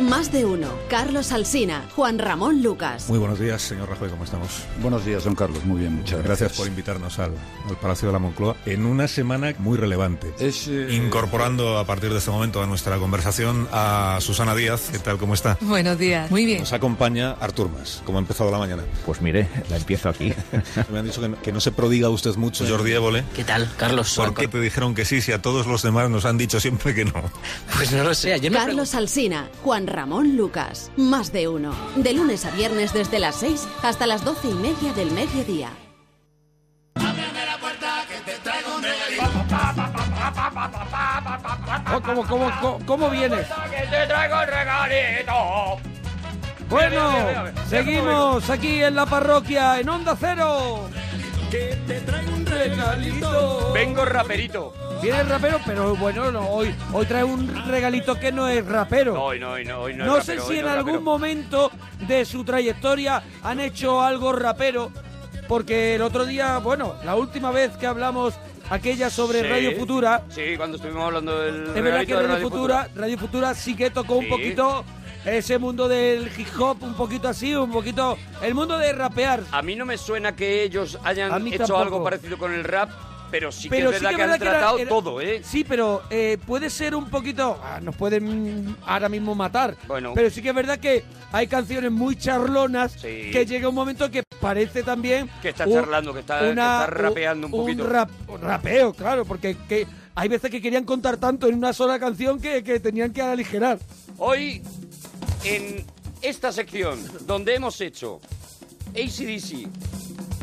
S17: Más de uno. Carlos Alsina, Juan Ramón Lucas.
S18: Muy buenos días, señor Rajoy, ¿cómo estamos?
S19: Buenos días, don Carlos. Muy bien, muchas gracias.
S18: por invitarnos al, al Palacio de la Moncloa en una semana muy relevante.
S19: eh,
S18: Incorporando a partir de este momento a nuestra conversación a Susana Díaz. ¿Qué tal, cómo está?
S20: Buenos días. Muy bien.
S18: Nos acompaña Artur Mas, como ha empezado la mañana. Pues mire, la empiezo aquí. Me han dicho que no, que no se prodiga usted mucho, Jordi Évole.
S21: Pues, ¿Qué tal, Carlos?
S18: ¿Por qué te dijeron que sí si a todos los demás nos han dicho siempre que no?
S21: Pues no lo sé,
S18: Eh,
S21: ayer me
S17: Carlos Alsina, Juan Ramón Lucas. Más de uno. De lunes a viernes desde las 6 hasta las doce y media del mediodía.
S1: Oh, ¿Cómo, cómo, cómo, cómo vienes? Bueno,
S6: Mira, mira, mira, mira.
S1: seguimos aquí en la parroquia, en Onda Cero.
S6: Que te traigo un regalito.
S3: Vengo raperito.
S1: Viene el rapero, pero bueno, no, hoy, hoy trae un regalito que no es rapero.
S3: No, hoy no, hoy no, hoy no.
S1: no
S3: es
S1: sé
S3: rapero,
S1: si
S3: hoy
S1: en
S3: no es
S1: algún
S3: rapero.
S1: momento de su trayectoria han hecho algo rapero, porque el otro día, bueno, la última vez que hablamos aquella sobre
S3: Sí.
S1: Radio Futura,
S3: Sí, cuando estuvimos hablando del.
S1: es verdad que
S3: regalito de
S1: Radio, Futura, Radio Futura sí que tocó un
S3: Sí.
S1: poquito ese mundo del hip hop, un poquito así, un poquito el mundo de rapear.
S3: A mí no me suena que ellos
S1: A
S3: hayan
S1: mí
S3: hecho
S1: tampoco.
S3: algo parecido con el rap, pero sí que
S1: pero
S3: es
S1: sí
S3: verdad
S1: que,
S3: que,
S1: verdad
S3: han
S1: que era-
S3: tratado
S1: era-
S3: todo, ¿eh?
S1: Sí, pero eh, puede ser un poquito. ah, Nos pueden mm, ahora mismo matar.
S3: Bueno.
S1: Pero sí que es verdad que hay canciones muy charlonas que llega un momento que parece también.
S3: Que está
S1: un-
S3: charlando, que está- que está rapeando un poquito.
S1: rap- un rapeo, claro, porque que hay veces que querían contar tanto en una sola canción que, que tenían que aligerar.
S3: Hoy, en esta sección, donde hemos hecho ACDC,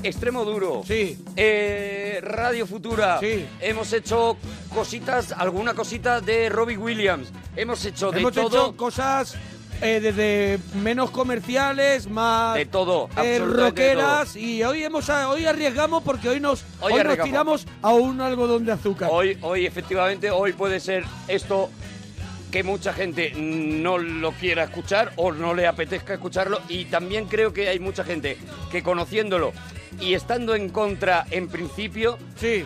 S3: Extremo Duro, eh, Radio Futura, hemos hecho cositas, alguna cosita de Robbie Williams, hemos hecho de
S1: Hemos
S3: todo.
S1: hecho cosas. eh, desde menos comerciales, más
S3: De todo,
S1: eh,
S3: absolutamente de todo.
S1: rockeras y hoy hemos hoy arriesgamos porque hoy nos
S3: Hoy
S1: hoy nos
S3: arriesgamos. Oh.
S1: tiramos a un algodón de azúcar.
S3: Hoy, hoy, efectivamente, hoy puede ser esto que mucha gente no lo quiera escuchar o no le apetezca escucharlo. Y también creo que hay mucha gente que conociéndolo y estando en contra en principio,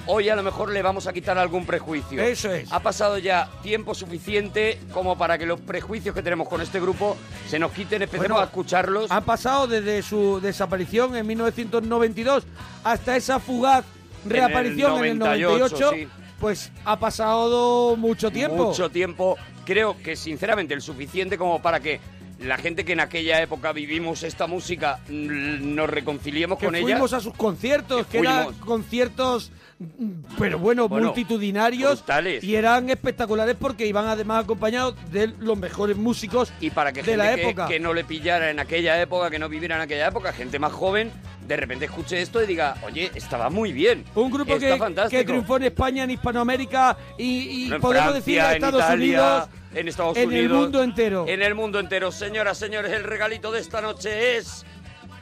S3: hoy a lo mejor le vamos a quitar algún prejuicio.
S1: Eso es.
S3: Ha pasado ya tiempo suficiente como para que los prejuicios que tenemos con este grupo se nos quiten, empecemos
S1: Bueno,
S3: a escucharlos.
S1: Han pasado desde su desaparición en 1992 hasta esa fugaz
S3: En el
S1: reaparición en el 98,
S3: 98, sí.
S1: pues ha pasado mucho tiempo.
S3: Mucho tiempo. Creo que sinceramente el suficiente como para que la gente que en aquella época vivimos esta música mm, nos reconciliemos
S1: que
S3: con ella.
S1: fuimos a sus conciertos, que, eran
S3: fuimos.
S1: conciertos, mm, pero bueno,
S3: Bueno,
S1: multitudinarios.
S3: brutales.
S1: Y eran espectaculares porque iban además acompañados de los mejores músicos
S3: y para que
S1: de
S3: gente
S1: la
S3: que-
S1: época.
S3: Que, no le pillara en aquella época, que no viviera en aquella época, gente más joven, de repente escuche esto y diga, oye, estaba muy bien.
S1: Un grupo
S3: está
S1: que,
S3: fantástico.
S1: que triunfó en España, en Hispanoamérica y, y
S3: En Francia,
S1: podemos decir a
S3: en
S1: Estados
S3: Italia,
S1: Unidos,
S3: en Estados
S1: en el
S3: Unidos.
S1: mundo entero.
S3: En el mundo entero. Señoras, señores, el regalito de esta noche es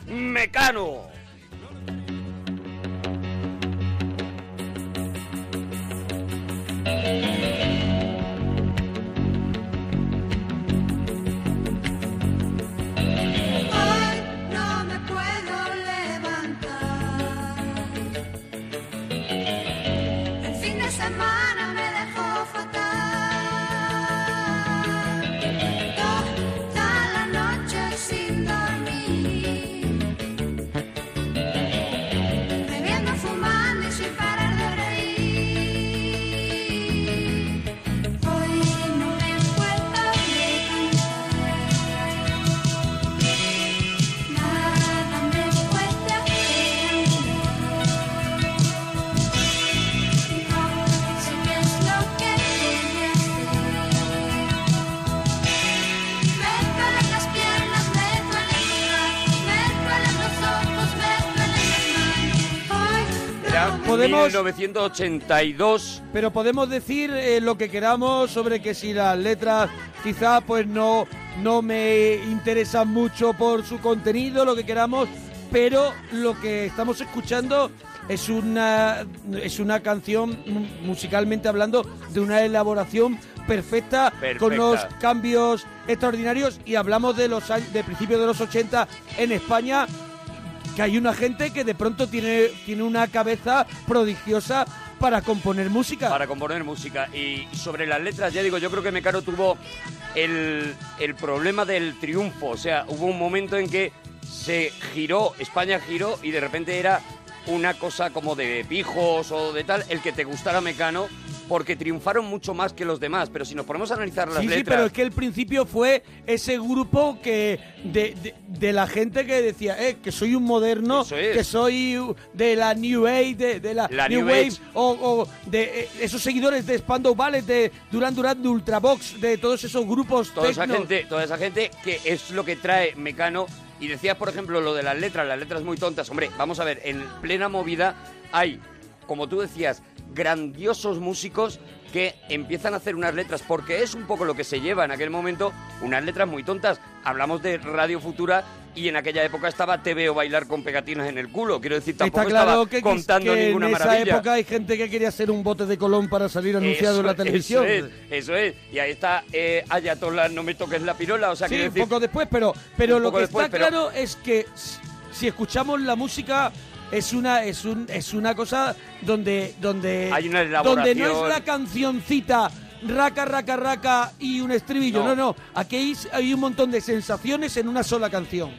S3: Mecano.
S8: Hoy no me puedo levantar. El fin de semana me dejó fatal. Toda la noche sin dormir.
S1: podemos-
S3: 1982.
S1: Pero podemos decir eh, lo que queramos sobre que si las letras quizá pues no, no me interesan mucho por su contenido, lo que queramos, pero lo que estamos escuchando es una, es una canción mu- musicalmente hablando de una elaboración perfecta, con
S3: Perfecta.
S1: los cambios extraordinarios y hablamos de los años- de principios de los 80 en España que hay una gente que de pronto tiene, tiene una cabeza prodigiosa para componer música.
S3: Para componer música. Y sobre las letras, ya digo, yo creo que Mecano tuvo el, el problema del triunfo. O sea, hubo un momento en que se giró, España giró y de repente era una cosa como de pijos o de tal, el que te gustara Mecano, porque triunfaron mucho más que los demás. Pero si nos ponemos a analizar las
S1: Sí, sí,
S3: letras...
S1: pero es que el principio fue ese grupo que de, de- de la gente que decía, eh, que soy un moderno,
S3: es.
S1: que soy de la New Age, de, de la,
S3: La New Age.
S1: o, o de eh, esos seguidores de Spandau Ballet, de Duran Duran, de Ultravox, de todos esos grupos
S3: toda esa
S1: techno.
S3: gente toda esa gente que es lo que trae Mecano y decías por ejemplo lo de las letras las letras muy tontas hombre vamos a ver en plena movida hay como tú decías grandiosos músicos que empiezan a hacer unas letras porque es un poco lo que se lleva en aquel momento unas letras muy tontas hablamos de Radio Futura y en aquella época estaba Te veo bailar con pegatinas en el culo quiero decir tampoco
S1: Está claro
S3: estaba
S1: que,
S3: contando
S1: que
S3: ninguna
S1: en esa
S3: maravilla
S1: época hay gente que quería ser un bote de Colón para salir anunciado
S3: Eso-
S1: en la televisión.
S3: Eso es, eso es. Y ahí está eh, Ayatollah, no me toques la pirola. O sea,
S1: Sí,
S3: quiero
S1: un
S3: decir,
S1: poco después, pero, pero
S3: un
S1: lo
S3: poco
S1: que
S3: después,
S1: está
S3: pero-
S1: claro es que s- si escuchamos la música es una es un es una cosa donde donde
S3: Hay una
S1: donde no
S3: elaboración.
S1: es la cancioncita raca raca raca y un estribillo
S3: No.
S1: no no, aquí hay, hay un montón de sensaciones en una sola canción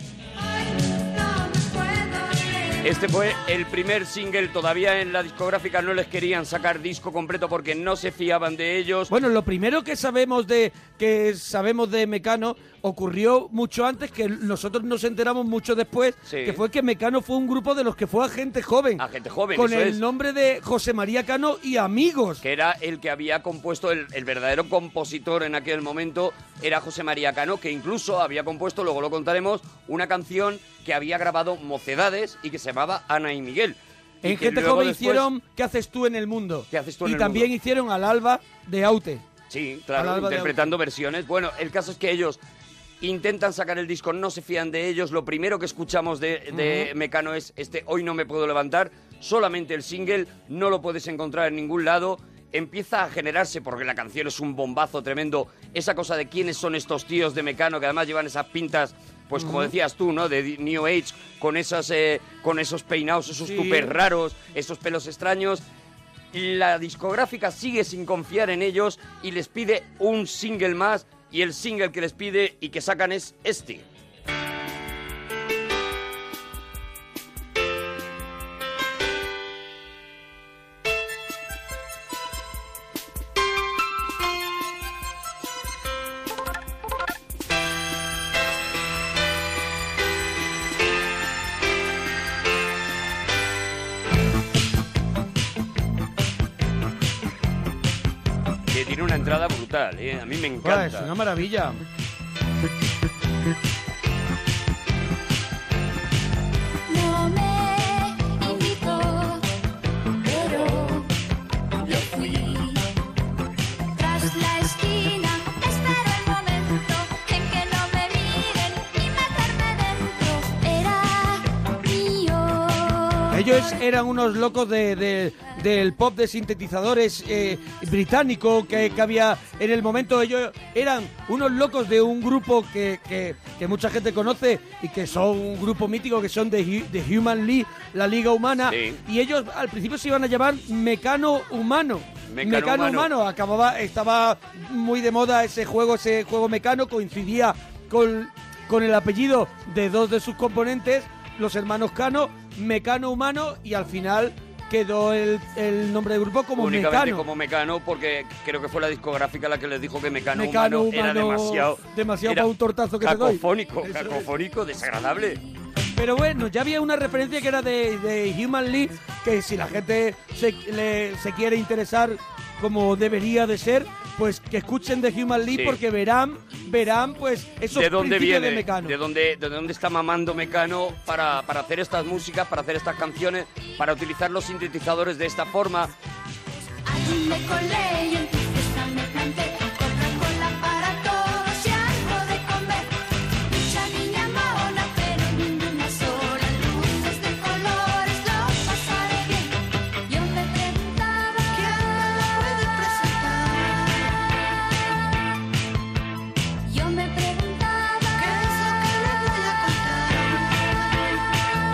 S3: Este fue el primer single. Todavía en la discográfica no les querían sacar disco completo porque no se fiaban de ellos.
S1: bueno lo primero que sabemos de que sabemos de Mecano ocurrió mucho antes que nosotros nos enteramos mucho después
S3: Sí.
S1: que fue que Mecano fue un grupo de los que fue a gente joven
S3: A gente joven,
S1: con
S3: eso
S1: el
S3: es.
S1: nombre de José María Cano y amigos.
S3: Que era el que había compuesto, el, el verdadero compositor en aquel momento era José María Cano, que incluso había compuesto, luego lo contaremos, una canción que había grabado Mocedades y que se llamaba Ana y Miguel. Y
S1: En
S3: que
S1: gente
S3: luego
S1: joven
S3: después-
S1: hicieron ¿Qué haces tú en el mundo?
S3: ¿Qué haces tú en
S1: y
S3: el
S1: también
S3: mundo?
S1: hicieron al alba de Aute.
S3: Sí,
S1: Al
S3: claro,
S1: alba de
S3: interpretando versiones. Bueno, el caso es que ellos intentan sacar el disco, no se fían de ellos. Lo primero que escuchamos de, de
S1: Ujú.
S3: Mecano es este Hoy no me puedo levantar, solamente el single, no lo puedes encontrar en ningún lado. Empieza a generarse, porque la canción es un bombazo tremendo, esa cosa de quiénes son estos tíos de Mecano que además llevan esas pintas, pues como
S1: Ujú.
S3: decías tú, ¿no? De New Age, con, esas, eh, con esos peinados, esos
S1: Sí.
S3: tupes raros, esos pelos extraños la discográfica sigue sin confiar en ellos y les pide un single más y el single que les pide y que sacan es este. Que tiene una entrada brutal, ¿eh? a mí me
S1: Buah, es
S3: encanta.
S1: una maravilla.
S8: No me invitó, pero yo fui. Tras la esquina espero el momento en que no me miren y meterme dentro. Era mío.
S1: Ellos eran unos locos de, de- del pop de sintetizadores eh, británico que, que había en el momento. Ellos eran unos locos de un grupo que, que- que mucha gente conoce y que son un grupo mítico, que son de Hu- de Human League, la Liga Humana. Y ellos al principio se iban a llamar Mecano Humano.
S3: Mecano
S1: Mecano
S3: Humano.
S1: Humano acababa, estaba muy de moda ese juego, ese juego mecano, coincidía con, con el apellido de dos de sus componentes, los hermanos Cano, Mecano Humano, y al final quedó el, el nombre del grupo como
S3: Únicamente
S1: Mecano.
S3: como Mecano, porque creo que fue la discográfica la que les dijo que Mecano,
S1: Mecano
S3: humano, era
S1: Humano,
S3: demasiado,
S1: demasiado
S3: era
S1: pa' un tortazo que te doy.
S3: cacofónico, cacofónico, desagradable.
S1: Pero bueno, ya había una referencia que era de, de Human League, que si la gente se, le- se quiere interesar como debería de ser, pues que escuchen de Human League
S3: Sí.
S1: porque verán, verán pues esos
S3: ¿De dónde
S1: principios
S3: viene?
S1: de Mecano.
S3: ¿De dónde, de dónde está mamando Mecano para, para hacer estas músicas, para hacer estas canciones, para utilizar los sintetizadores de esta forma?
S8: Allí me colé y en tu fiesta me planté. Coca-Cola para todos y algo de comer. Mucha niña mona, pero ninguna sola. Luces de colores, lo pasaré bien. Yo me preguntaba, ¿quién me la puede presentar? Yo me preguntaba, ¿qué es lo que le voy a contar?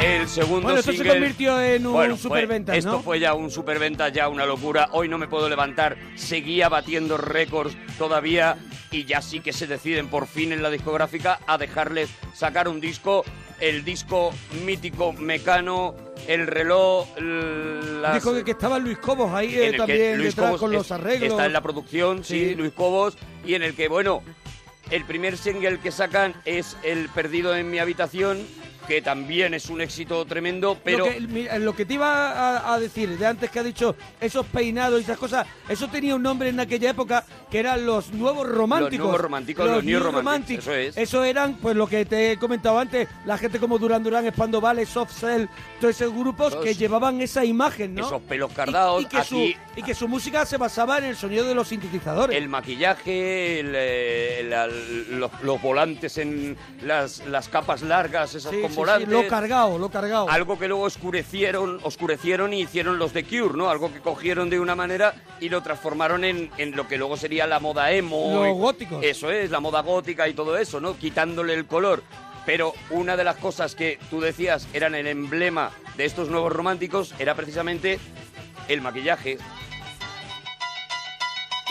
S3: El segundo
S1: Bueno, esto se
S3: single-
S1: convirtió en un
S3: Bueno, fue-
S1: superventas,
S3: Esto
S1: ¿no?
S3: fue ya un superventa, ya una locura. Hoy no me puedo levantar. Seguía batiendo récords todavía y ya sí que se deciden por fin en la discográfica a dejarles sacar un disco, el disco mítico Mecano, el reloj, las
S1: Dijo que, que estaba Luis Cobos ahí eh,
S3: en el que
S1: también
S3: Luis
S1: detrás
S3: Cobos
S1: con
S3: es-
S1: los arreglos.
S3: Está en la producción, sí,
S1: Sí.
S3: Luis Cobos, y en el que, bueno, el primer single que sacan es El Perdido en mi habitación, que también es un éxito tremendo, pero...
S1: lo, que, mira, lo que te iba a, a decir de antes que ha dicho esos peinados y esas cosas, eso tenía un nombre en aquella época que eran los nuevos románticos.
S3: nuevos románticos, los new romantics, eso es.
S1: eran, pues lo que te he comentado antes, la gente como Duran Duran, Espando Vale, Soft Cell, todos esos grupos
S3: Todos.
S1: que llevaban esa imagen, ¿no?
S3: Esos pelos cardados,
S1: y, y que
S3: aquí-
S1: su, y que su música se basaba en el sonido de los sintetizadores.
S3: El maquillaje, el, eh, la- los, los volantes en las, las capas largas, esas
S1: Sí, sí,
S3: con
S1: sí,
S3: volantes.
S1: lo cargado, lo cargado.
S3: Algo que luego oscurecieron, oscurecieron y hicieron los de Cure, ¿no? Algo que cogieron de una manera y lo transformaron en, en lo que luego sería la moda emo.
S1: Los
S3: y-
S1: góticos.
S3: Eso es, la moda gótica y todo eso, ¿no? Quitándole el color. Pero una de las cosas que tú decías eran el emblema de estos nuevos románticos era precisamente el maquillaje.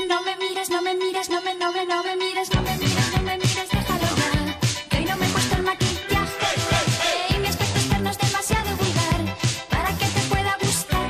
S8: No me mires, no me mires, no me, no me, no me mires, no me mires, no me mires, déjalo ya. Que hoy no me he puesto el maquillaje y mi aspecto externo es demasiado vulgar para que te pueda gustar.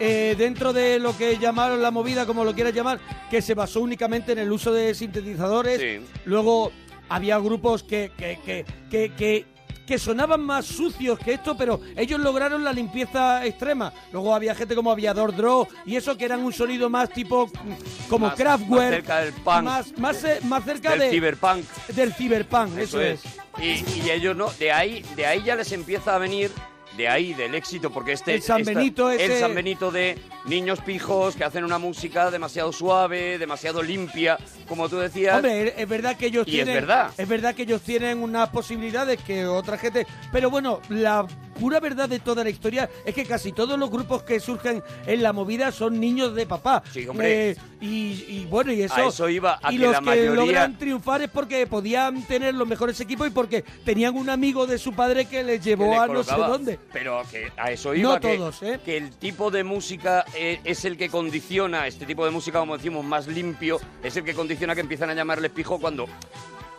S1: eh, dentro de lo que llamaron la movida, como lo quieras llamar, que se basó únicamente en el uso de sintetizadores. Luego había grupos que, que, que, que, que- que sonaban más sucios que esto, pero ellos lograron la limpieza extrema. Luego había gente como Aviador Draw y eso que eran un sonido más tipo mm, como
S3: Más-
S1: Kraftwerk.
S3: más cerca del punk.
S1: Más, más, eh, más cerca
S3: Del
S1: de-
S3: cyberpunk.
S1: Del cyberpunk, eso, es.
S3: Y, y ellos no, de ahí, de ahí ya les empieza a venir, de ahí del éxito, porque este
S1: El San
S3: esta-
S1: Benito
S3: el
S1: ese-
S3: San Benito de niños pijos que hacen una música demasiado suave, demasiado limpia, como tú decías.
S1: Hombre, es- es verdad que ellos
S3: Y es
S1: tienen.
S3: verdad.
S1: es verdad que ellos tienen unas posibilidades que otra gente. Pero bueno, la pura verdad de toda la historia es que casi todos los grupos que surgen en la movida son niños de papá.
S3: Sí, hombre.
S1: Eh, y, y bueno, y eso.
S3: A eso iba, a
S1: y
S3: que
S1: los
S3: la
S1: que
S3: mayoría-
S1: logran triunfar es porque podían tener los mejores equipos y porque tenían un amigo de su padre que les
S3: que
S1: llevó
S3: le
S1: a no sé
S3: colocaba.
S1: dónde.
S3: Pero que a eso
S1: No
S3: iba. que,
S1: todos, ¿eh?
S3: que el tipo de música eh, es el que condiciona, este tipo de música, como decimos, más limpio, es el que condiciona que empiezan a llamarles pijo cuando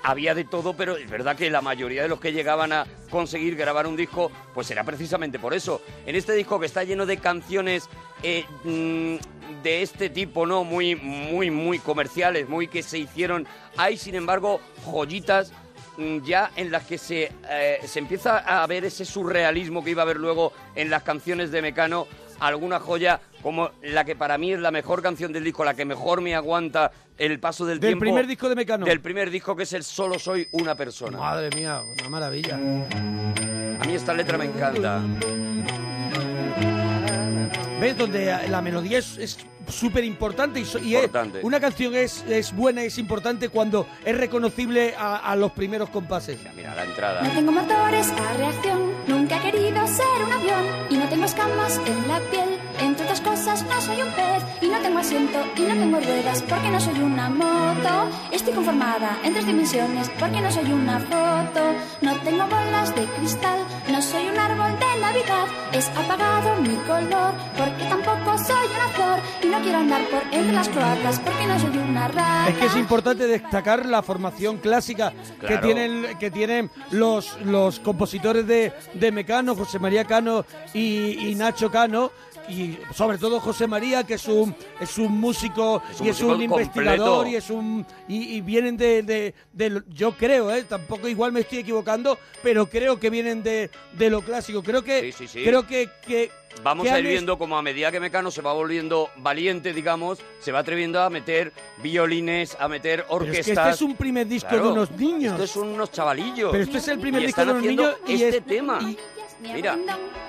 S3: había de todo, pero es verdad que la mayoría de los que llegaban a conseguir grabar un disco, pues era precisamente por eso. En este disco que está lleno de canciones eh, mm, de este tipo, ¿no? Muy, muy, muy comerciales, muy que se hicieron. Hay, sin embargo, joyitas mm, ya en las que se, eh, se empieza a ver ese surrealismo que iba a haber luego en las canciones de Mecano, alguna joya como la que para mí es la mejor canción del disco, la que mejor me aguanta el paso del,
S1: Del
S3: tiempo.
S1: primer disco de Mecano.
S3: Del primer disco que es el Solo soy una persona.
S1: Madre mía, una maravilla.
S3: A mí esta letra me encanta.
S1: ¿Ves? Donde la melodía es- es súper importante y, so- y es-
S3: Importante.
S1: una canción es, es buena, es importante cuando es reconocible a, a los primeros compases.
S3: Mira la entrada.
S8: No tengo motores a reacción, nunca he querido ser un avión y no tengo escamas en la piel. Entre otras cosas, no soy un pez y no tengo asiento y no tengo ruedas porque no soy una moto. Estoy conformada en tres dimensiones porque no soy una foto. No tengo bolas de cristal, no soy un árbol de Navidad. Es apagado mi color porque tampoco soy una flor y no quiero andar por entre las cloacas porque no soy una rata.
S1: Es que es importante destacar la formación clásica que
S3: Claro.
S1: tienen, que tienen los, los compositores de, de Mecano, José María Cano y, y Nacho Cano. Y sobre todo José María, que es un, es un músico
S3: Es un
S1: y es
S3: músico
S1: un
S3: completo.
S1: investigador y es un y, y vienen de, de- de- yo creo, ¿eh? tampoco igual me estoy equivocando, pero creo que vienen de, de lo clásico. Creo que
S3: Sí, sí, sí.
S1: creo que, que
S3: Vamos
S1: que
S3: a
S1: han
S3: ir viendo como a medida que Mecano se va volviendo valiente, digamos, se va atreviendo a meter violines, a meter
S1: Pero
S3: orquestas.
S1: es que este es un primer disco
S3: Claro,
S1: de unos niños.
S3: Estos son unos chavalillos.
S1: Pero este es el primer
S3: Y
S1: disco de
S3: están
S1: unos niños
S3: haciendo
S1: y
S3: este
S1: es-
S3: tema. Mira,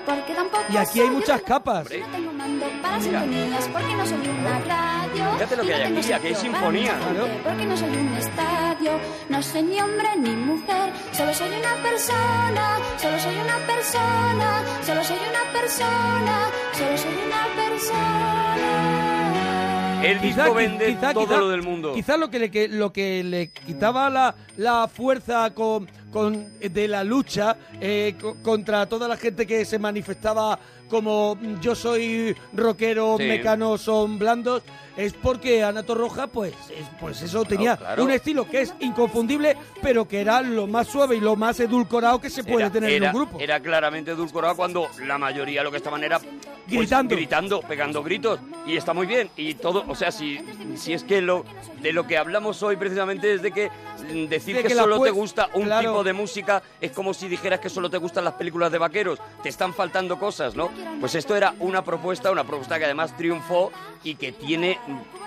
S8: Porque tampoco
S1: Y aquí hay
S8: soy
S1: muchas
S8: una-
S1: capas.
S8: No tengo mando para
S1: Mira.
S8: sintonías porque no soy una radio.
S3: Fíjate lo que
S8: Y no
S3: hay aquí,
S8: tengo sitio
S3: aquí hay
S8: para
S3: sinfonía.
S8: mucha gente, Porque no soy un estadio, no soy ni hombre ni mujer, solo soy una persona, solo soy una persona, solo soy una persona, solo soy una persona.
S3: el disco
S1: qui-
S3: vende todo
S1: quizá-
S3: lo del mundo.
S1: Quizá lo que le, que- lo que le quitaba la, la fuerza con, con- de la lucha eh, co- contra toda la gente que se manifestaba como mm, yo soy rockero,
S3: Sí.
S1: mecano, son blandos, es porque Anato Roja, pues, es- pues eso tenía
S3: claro.
S1: un estilo que es inconfundible, pero que era lo más suave y lo más edulcorado que se puede tener en
S3: era,
S1: un grupo.
S3: era claramente edulcorado cuando la mayoría lo que estaban era pues,
S1: Gritando.
S3: gritando, pegando gritos. Y está muy bien. Y todo, o sea, si, si es que lo de lo que hablamos hoy precisamente es de que mm, decir
S1: De
S3: que,
S1: que la
S3: solo te
S1: pues-
S3: gusta un
S1: claro.
S3: tipo de música es como si dijeras que solo te gustan las películas de vaqueros. Te están faltando cosas, ¿no? Pues esto era una propuesta, una propuesta que además triunfó y que tiene,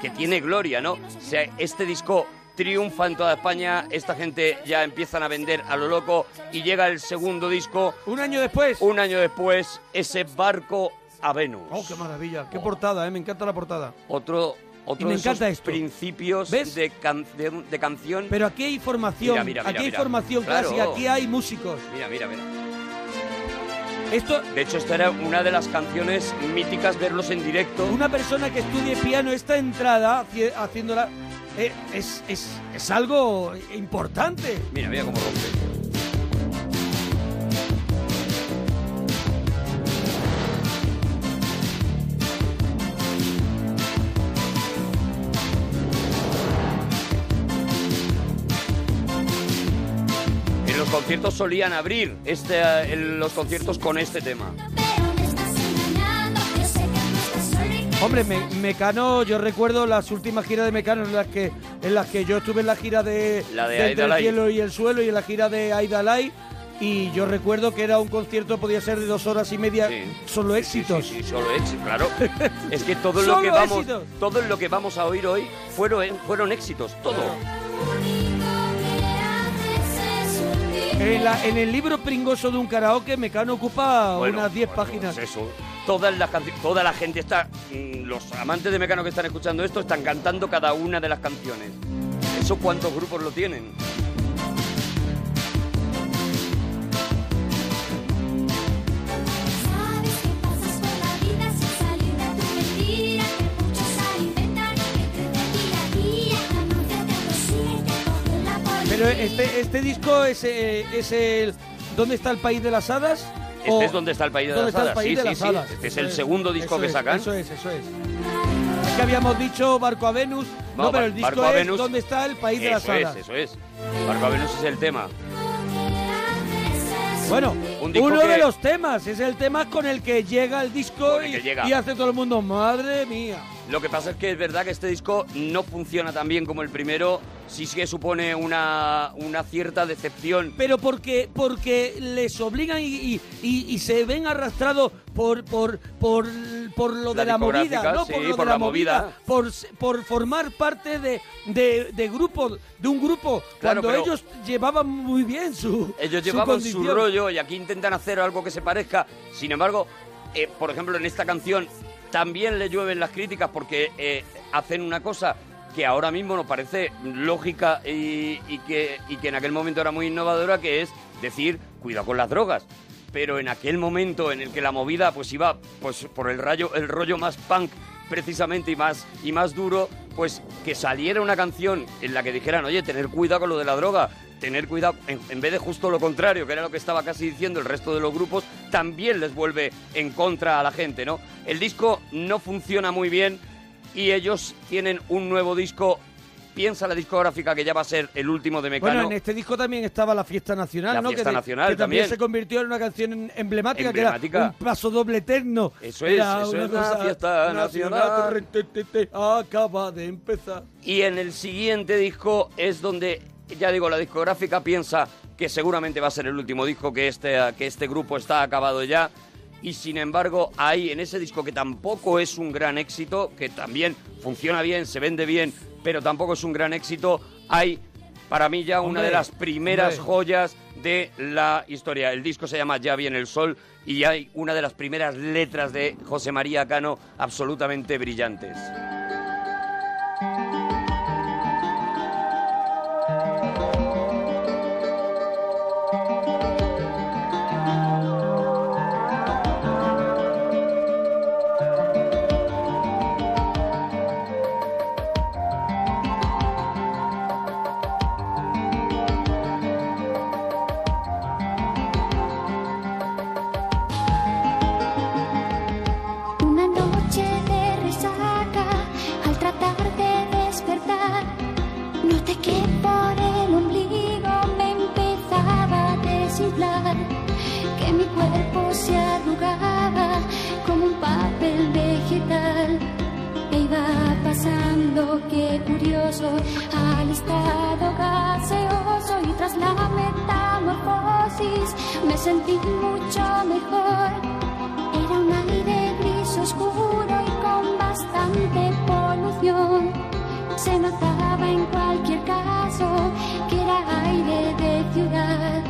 S3: que tiene gloria, ¿no? O sea, este disco triunfa en toda España, esta gente ya empiezan a vender a lo loco y llega el segundo disco.
S1: ¿Un año después?
S3: Un año después, ese barco a Venus.
S1: Oh, qué maravilla, qué portada, eh, me encanta la portada.
S3: Otro, otro de
S1: me
S3: esos
S1: encanta esto.
S3: principios de, can- de, de canción.
S1: Pero aquí hay formación,
S3: Mira, mira, mira,
S1: aquí hay
S3: mira.
S1: formación
S3: Claro.
S1: clásica, aquí hay músicos.
S3: Mira, mira, mira.
S1: Esto...
S3: De hecho, esta era una de las canciones míticas verlos en directo.
S1: Una persona que estudie piano, esta entrada, haci- haciéndola, eh, es, es- es algo importante.
S3: Mira, mira cómo rompe. En los conciertos solían abrir este, eh, el- los conciertos con este tema.
S1: Hombre, Me- Mecano, yo recuerdo las últimas giras de Mecano en las que, en las que yo estuve en la gira de,
S3: La de
S1: Entre el
S3: Aidalay.
S1: cielo y el suelo y en la gira de Aidalay. Y yo recuerdo que era un concierto, podía ser de dos horas y media, solo éxitos.
S3: Sí, solo éxito, claro. Es que todo lo
S1: Solo
S3: que vamos,
S1: éxitos.
S3: todo lo que vamos a oír hoy fueron, fueron éxitos, todo.
S1: En, la- en el libro pringoso de un karaoke, Mecano ocupa
S3: Bueno,
S1: unas 10
S3: bueno,
S1: páginas.
S3: pues eso. Todas las canci- toda la gente está, mm, los amantes de Mecano que están escuchando esto están cantando cada una de las canciones. ¿Eso cuántos grupos lo tienen?
S1: Pero este, este disco es, eh, es el. ¿Dónde está el país de las hadas?
S3: Este es donde está el país de
S1: Oh, ¿Dónde
S3: las
S1: está el
S3: hadas.
S1: país
S3: sí,
S1: de
S3: sí,
S1: las
S3: sí.
S1: hadas?
S3: Este es
S1: Eso
S3: el segundo disco
S1: eso
S3: que
S1: es,
S3: sacan.
S1: Eso es, eso es. Es que habíamos dicho Barco a Venus. No,
S3: No,
S1: pero
S3: Bar-
S1: el disco
S3: Barco a
S1: es
S3: Venus.
S1: ¿Dónde está el país de
S3: eso
S1: las hadas?
S3: es, eso es. Barco a Venus es el tema.
S1: Bueno,
S3: Un disco
S1: uno
S3: que-
S1: de los temas. Es el tema con el que llega el disco
S3: Con el
S1: y,
S3: que llega.
S1: y hace todo el mundo, madre mía.
S3: Lo que pasa es que es verdad que este disco no funciona tan bien como el primero. Sí sí que supone una, una cierta decepción.
S1: pero porque porque les obligan y, y- y- y se ven arrastrados por por por, por lo
S3: La
S1: de la movida,
S3: discográfica,
S1: ¿no?
S3: sí,
S1: lo
S3: por
S1: de
S3: la movida.
S1: por, s- por formar parte de, de, de grupo, de un grupo,
S3: Claro,
S1: cuando
S3: pero-
S1: ellos llevaban muy bien su
S3: Ellos
S1: su
S3: llevaban su,
S1: condición.
S3: rollo y aquí intentan hacer algo que se parezca. Sin embargo, eh, por ejemplo, en esta canción también le llueven las críticas porque eh, hacen una cosa que ahora mismo nos parece lógica y, y que, y que en aquel momento era muy innovadora, que es decir, cuidado con las drogas. pero en aquel momento en el que la movida pues iba pues por el rayo el rollo más punk precisamente y más y más duro pues que saliera una canción en la que dijeran oye tener cuidado con lo de la droga tener cuidado en, en vez de justo lo contrario que era lo que estaba casi diciendo el resto de los grupos también les vuelve en contra a la gente no el disco no funciona muy bien y ellos tienen un nuevo disco piensa la discográfica que ya va a ser el último de Mecano
S1: Bueno, en este disco también estaba la fiesta nacional,
S3: La
S1: ¿no?
S3: Fiesta
S1: que, te-
S3: Nacional
S1: que también,
S3: también.
S1: se convirtió en una canción emblemática, que era
S3: Emblemática.
S1: un paso doble eterno.
S3: Eso es,
S1: Era
S3: eso
S1: una
S3: es la
S1: cosa
S3: fiesta nacional.
S1: terretete, Acaba de empezar.
S3: Y en el siguiente disco es donde, ya digo, la discográfica piensa que seguramente va a ser el último disco, que este, que este grupo está acabado ya. Y sin embargo, hay en ese disco que tampoco es un gran éxito, que también funciona bien, se vende bien, pero tampoco es un gran éxito, hay para mí ya una
S1: Hombre,
S3: de las primeras
S1: hombre.
S3: joyas de la historia. El disco se llama Ya viene el sol y hay una de las primeras letras de José María Cano absolutamente brillantes.
S8: Una noche de resaca al tratar de despertar. Noté que por el ombligo me empezaba a desinflar. Que mi cuerpo se arrugaba como un papel vegetal. E iba pasando, qué curioso, al estado gaseoso y tras la metamorfosis me sentí mucho mejor. Era un aire gris oscuro y con bastante polución. Se notaba en cualquier caso que era aire de ciudad.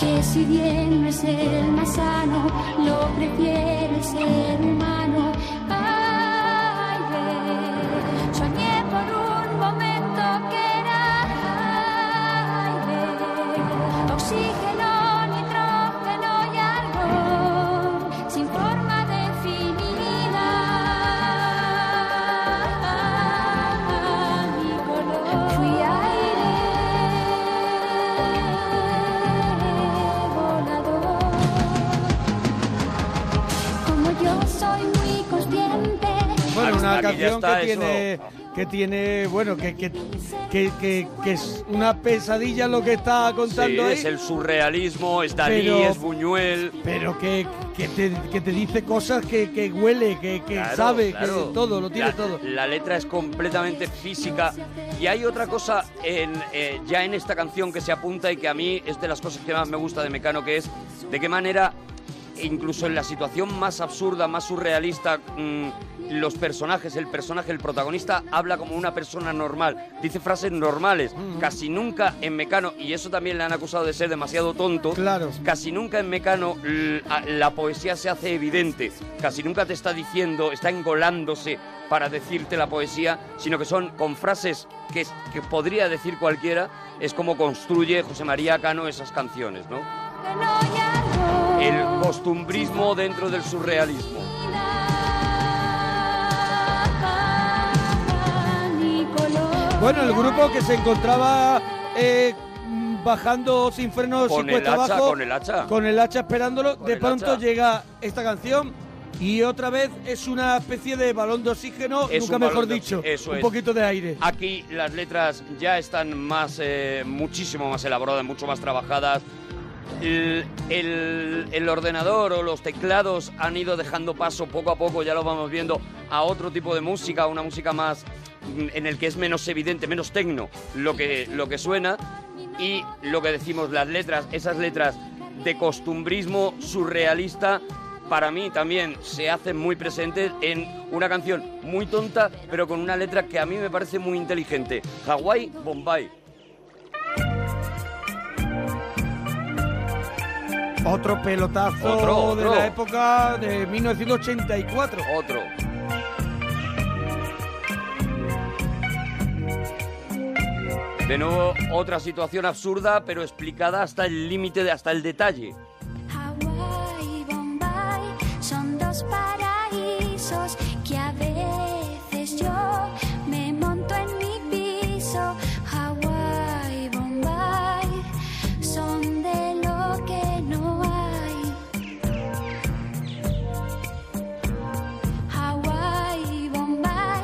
S8: Que si bien no es el más sano, lo prefiere el ser humano. Aire, soñé por un momento que era aire, oxígeno, nitrógeno y algo sin forma definida. Mi color fui aire volador. Como yo soy muy consciente.
S1: Bueno, una
S8: Hasta aquí ya
S1: canción
S8: está,
S1: que
S8: eso-
S1: tiene, que tiene, bueno, que, que, que, que- que es una pesadilla lo que está
S3: Sí,
S1: contando ahí.
S3: es el surrealismo, es Dalí,
S1: Pero-
S3: es Buñuel.
S1: Pero que, que, te, que te dice cosas que, que huele, que, que
S3: Claro,
S1: sabe,
S3: claro.
S1: que todo, lo tiene
S3: la,
S1: todo.
S3: La letra es completamente física. Y hay otra cosa en, eh, ya en esta canción que se apunta y que a mí es de las cosas que más me gusta de Mecano, que es de qué manera, incluso en la situación más absurda, más surrealista, mm, los personajes, el personaje, el protagonista, habla como una persona normal. Dice frases normales. Casi nunca en Mecano, y eso también le han acusado de ser demasiado tonto,
S1: Claro.
S3: Casi nunca en Mecano l- a- la poesía se hace evidente. Casi nunca te está diciendo, está engolándose para decirte la poesía, sino que son con frases que, es- que podría decir cualquiera. Es como construye José María Cano esas canciones, ¿no? El costumbrismo dentro del surrealismo.
S8: Mi color.
S1: Bueno, el grupo que se encontraba eh, mm, bajando sin frenos
S3: Con
S1: sin
S3: el
S1: cuesta
S3: hacha,
S1: abajo,
S3: con el hacha.
S1: con el hacha esperándolo. de
S3: el
S1: pronto
S3: hacha.
S1: llega esta canción y otra vez es una especie de balón de oxígeno,
S3: Es
S1: nunca
S3: un
S1: mejor
S3: balón de
S1: dicho,
S3: oxi- eso
S1: un
S3: es.
S1: poquito de aire.
S3: Aquí las letras ya están más, eh, muchísimo más elaboradas, mucho más trabajadas. El, el- el ordenador o los teclados han ido dejando paso poco a poco, ya lo vamos viendo, a otro tipo de música, una música más mm, en el que es menos evidente, menos tecno lo que, lo que suena. Y lo que decimos, las letras, esas letras de costumbrismo surrealista, para mí también se hacen muy presentes en una canción muy tonta, pero con una letra que a mí me parece muy inteligente. Hawái, Bombay.
S1: Otro pelotazo
S3: Otro, otro.
S1: de la época de 1984.
S3: Otro. De nuevo, otra situación absurda, pero explicada hasta el límite, de- hasta el detalle.
S8: How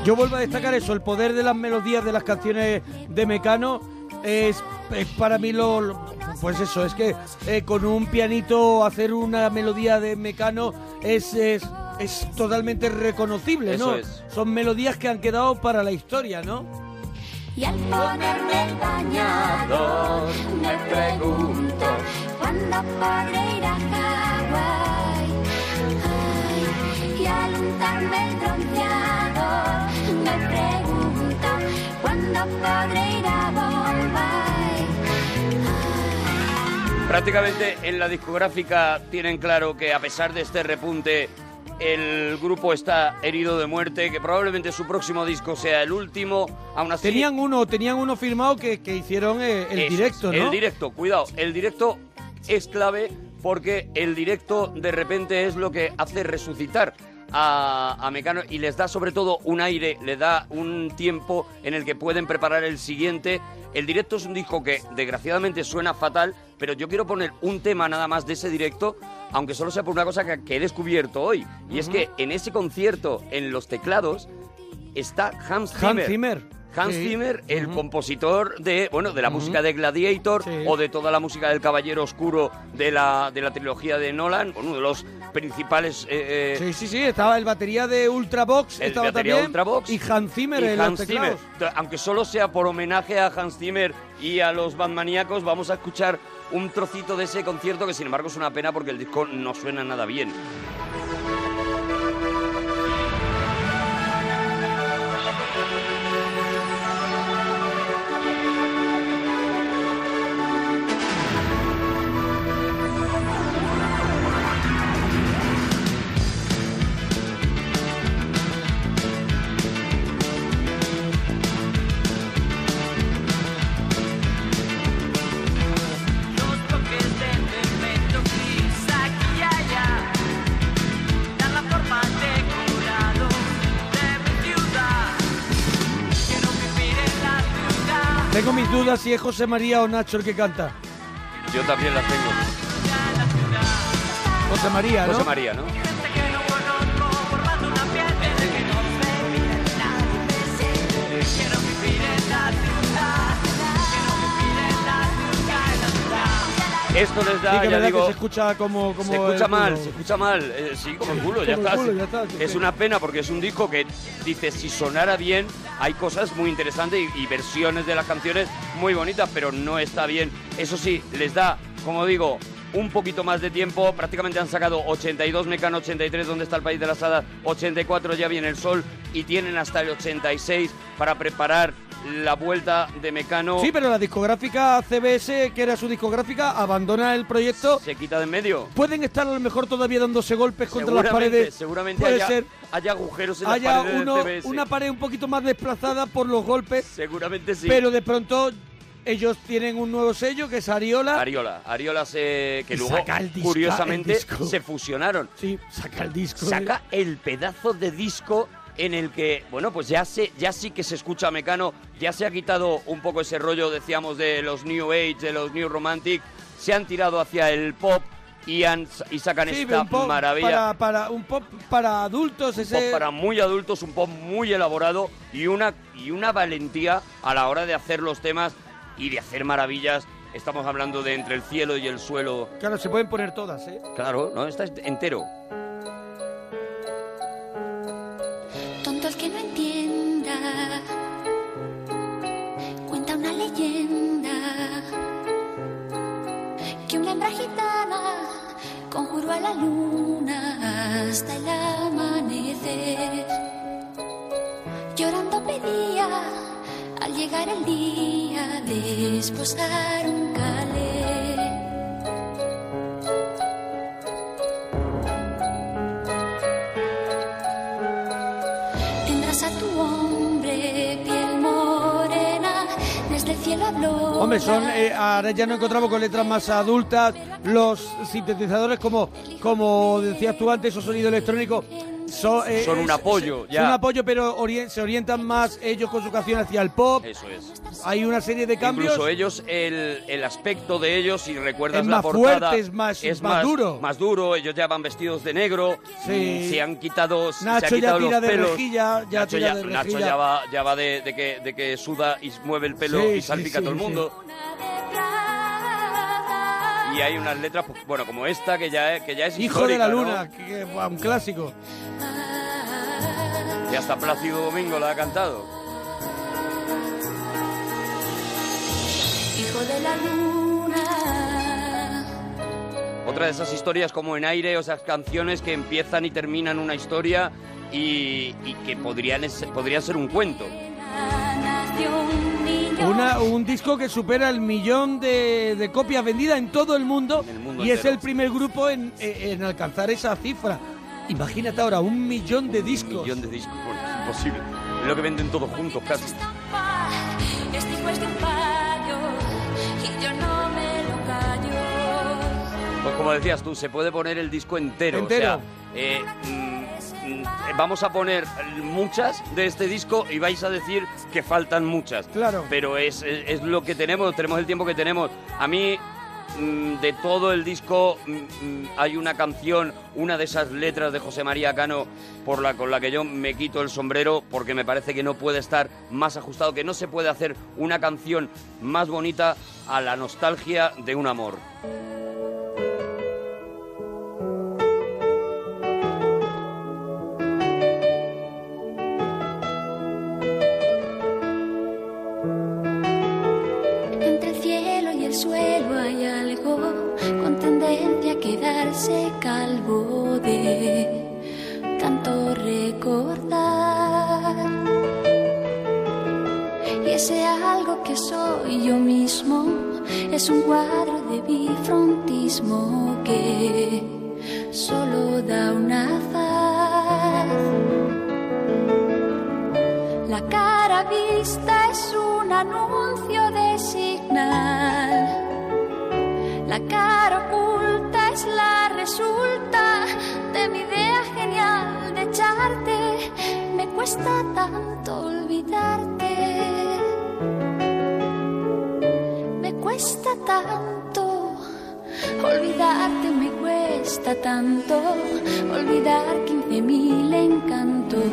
S1: Yo vuelvo a destacar eso, el poder de las melodías de las canciones de Mecano es, es para mí lo, lo- Pues eso, es que eh, con un pianito hacer una melodía de Mecano es... es es totalmente reconocible, ¿no?
S3: Eso es.
S1: Son melodías que han quedado para la historia, ¿no?
S8: Y al ponerme el bañador me pregunto cuándo podré ir a Hawái. Ay, y al untarme el bronceador me pregunto cuándo podré ir a Bombay.
S3: Prácticamente en la discográfica tienen claro que a pesar de este repunte el grupo está herido de muerte, que probablemente su próximo disco sea el último. Aún así,
S1: Tenían uno, tenían uno firmado que, que hicieron eh,
S3: Eso
S1: el
S3: es,
S1: directo, ¿no?
S3: El directo, cuidado, el directo es clave porque el directo de repente es lo que hace resucitar a, a Mecano y les da sobre todo un aire, les da un tiempo en el que pueden preparar el siguiente. El directo es un disco que desgraciadamente suena fatal, pero yo quiero poner un tema nada más de ese directo, aunque solo sea por una cosa que, que he descubierto hoy, y es
S1: Ujú.
S3: que en ese concierto, en los teclados, está Hans Zimmer.
S1: Hans Zimmer.
S3: Hans
S1: Sí.
S3: Zimmer, el compositor de, bueno, de la
S1: Ujú.
S3: música de Gladiator o de toda la música del Caballero Oscuro de la, de la trilogía de Nolan, uno de los principales... eh, eh,
S1: Sí, sí, sí, estaba el batería de Ultravox,
S3: El
S1: estaba
S3: batería
S1: también.
S3: Ultravox.
S1: Y Hans Zimmer
S3: y
S1: en
S3: Hans
S1: los
S3: Zimmer.
S1: teclados.
S3: T- Aunque solo sea por homenaje a Hans Zimmer y a los bandmaníacos, vamos a escuchar un trocito de ese concierto que sin embargo es una pena porque el disco no suena nada bien.
S20: toques de pigmento gris aquí y allá dan la forma de curado de mi ciudad. Quiero vivir en la ciudad,
S1: Tengo mis dudas si es José María o Nacho el que canta.
S3: Yo también las tengo.
S1: José María, ¿no?
S3: José María, ¿no?
S20: quiero vivir en la ciudad, quiero vivir en la ciudad, en la ciudad.
S3: Esto les
S1: Sí,
S3: da,
S1: que
S3: ya
S1: verdad
S3: digo,
S1: que se escucha como... como
S3: se escucha
S1: el-
S3: mal, se escucha mal. eh, sí, como el culo, ya,
S1: como el
S3: está,
S1: culo,
S3: sí.
S1: ya está, sí,
S3: Es
S1: sí.
S3: una pena porque es un disco que dice si sonara bien, hay cosas muy interesantes y, y versiones de las canciones muy bonitas, pero no está bien. Eso sí, les da, como digo, un poquito más de tiempo. Prácticamente han sacado 82 Mecano 83, donde está el país de las hadas, 84 ya viene el sol y tienen hasta el 86 para preparar la vuelta de Mecano.
S1: Sí, pero la discográfica CBS, que era su discográfica, abandona el proyecto.
S3: Se quita de en medio.
S1: Pueden estar a lo mejor todavía dándose golpes contra las
S3: Seguramente,
S1: paredes.
S3: Seguramente
S1: Puede
S3: haya,
S1: ser.
S3: haya agujeros en
S1: Haya
S3: las paredes
S1: uno-
S3: del CBS.
S1: una pared un poquito más desplazada por los golpes.
S3: Seguramente sí.
S1: Pero de pronto ellos tienen un nuevo sello que es Ariola.
S3: Ariola, Ariola se que
S1: Y
S3: luego
S1: saca el disca-
S3: curiosamente
S1: el disco.
S3: se fusionaron.
S1: Sí, saca el disco.
S3: Saca el pedazo de disco en el que, bueno, pues ya se ya sí que se escucha a Mecano, ya se ha quitado un poco ese rollo decíamos de los New Age, de los New Romantic, se han tirado hacia el pop y han y sacan
S1: Sí,
S3: esta
S1: un pop
S3: maravilla.
S1: Para, para- un pop para adultos,
S3: un
S1: ese
S3: pop para muy adultos, un pop muy elaborado y una, y una valentía a la hora de hacer los temas y de hacer maravillas. Estamos hablando de entre el cielo y el suelo.
S1: Claro, se pueden poner todas, ¿eh?
S3: Claro, ¿no? Está entero.
S8: Tonto el que no entienda, cuenta una leyenda que una hembra gitana conjuró a la luna hasta el amanecer. Llorando pedía al llegar el día de esposar un calé. Tendrás a tu hombre piel morena, desde el cielo habló.
S1: Hombre, son, eh, ahora ya no encontramos con letras más adultas, los sintetizadores como, como decías tú antes, esos sonidos electrónicos So- eh,
S3: Son un
S1: es-
S3: apoyo,
S1: es-
S3: ya.
S1: Son un apoyo, pero orien- se orientan más ellos con su canción hacia el pop.
S3: Eso es.
S1: Hay una serie de cambios.
S3: Incluso ellos, el, el aspecto de ellos, si recuerdas
S1: Es
S3: la
S1: más
S3: portada...
S1: fuerte, es más- más duro.
S3: Más duro, ellos ya van vestidos de negro,
S1: Sí.
S3: se han quitado, se
S1: Nacho
S3: han quitado
S1: ya tira
S3: los
S1: de
S3: pelos.
S1: rejilla, ya
S3: Nacho,
S1: tira
S3: ya,
S1: de
S3: Nacho
S1: rejilla.
S3: ya va, ya va de, de que, de que suda y mueve el pelo
S1: Sí,
S3: y
S1: sí,
S3: salpica a
S1: sí,
S3: todo el
S1: sí.
S3: mundo. Y hay unas letras, pues, bueno, como esta, que ya, es- que ya es
S1: Hijo de la
S3: histórica, ¿no?
S1: luna, que- que- buah, un clásico.
S3: Y hasta Plácido Domingo la ha cantado.
S8: Hijo de la luna.
S3: Otra de esas historias como en aire, o esas canciones que empiezan y terminan una historia y, y que podrían, es- podría ser un cuento.
S1: Una, un disco que supera el millón de, de copias vendidas en todo el mundo,
S3: mundo
S1: y es
S3: entero.
S1: el primer grupo en, en- en alcanzar esa cifra. Imagínate ahora, un millón de discos.
S3: millón de discos, bueno, es imposible. Es lo que venden todos juntos casi.
S8: Este hijo es de un payo y yo no me lo callo.
S3: Pues como decías tú, se puede poner el disco entero.
S1: Entero.
S3: O sea, eh, mm, mm, vamos a poner muchas de este disco y vais a decir que faltan muchas.
S1: Claro.
S3: Pero es, es, es lo que tenemos, tenemos el tiempo que tenemos. A mí, mm, de todo el disco, mm, mm, hay una canción, una de esas letras de José María Cano, por la, con la que yo me quito el sombrero, porque me parece que no puede estar más ajustado, que no se puede hacer una canción más bonita a la nostalgia de un amor.
S8: Entre el cielo y el suelo hay algo con tendencia a quedarse calvo de tanto recordar. Y ese algo que soy yo mismo es un cuadro de bifrontismo que solo da una faz. La cara vista es un anuncio de señal. La cara oculta es la resulta de mi idea genial de echarte. Me cuesta tanto olvidarte. Me cuesta tanto olvidarte, me cuesta tanto olvidar 15.000 encantos.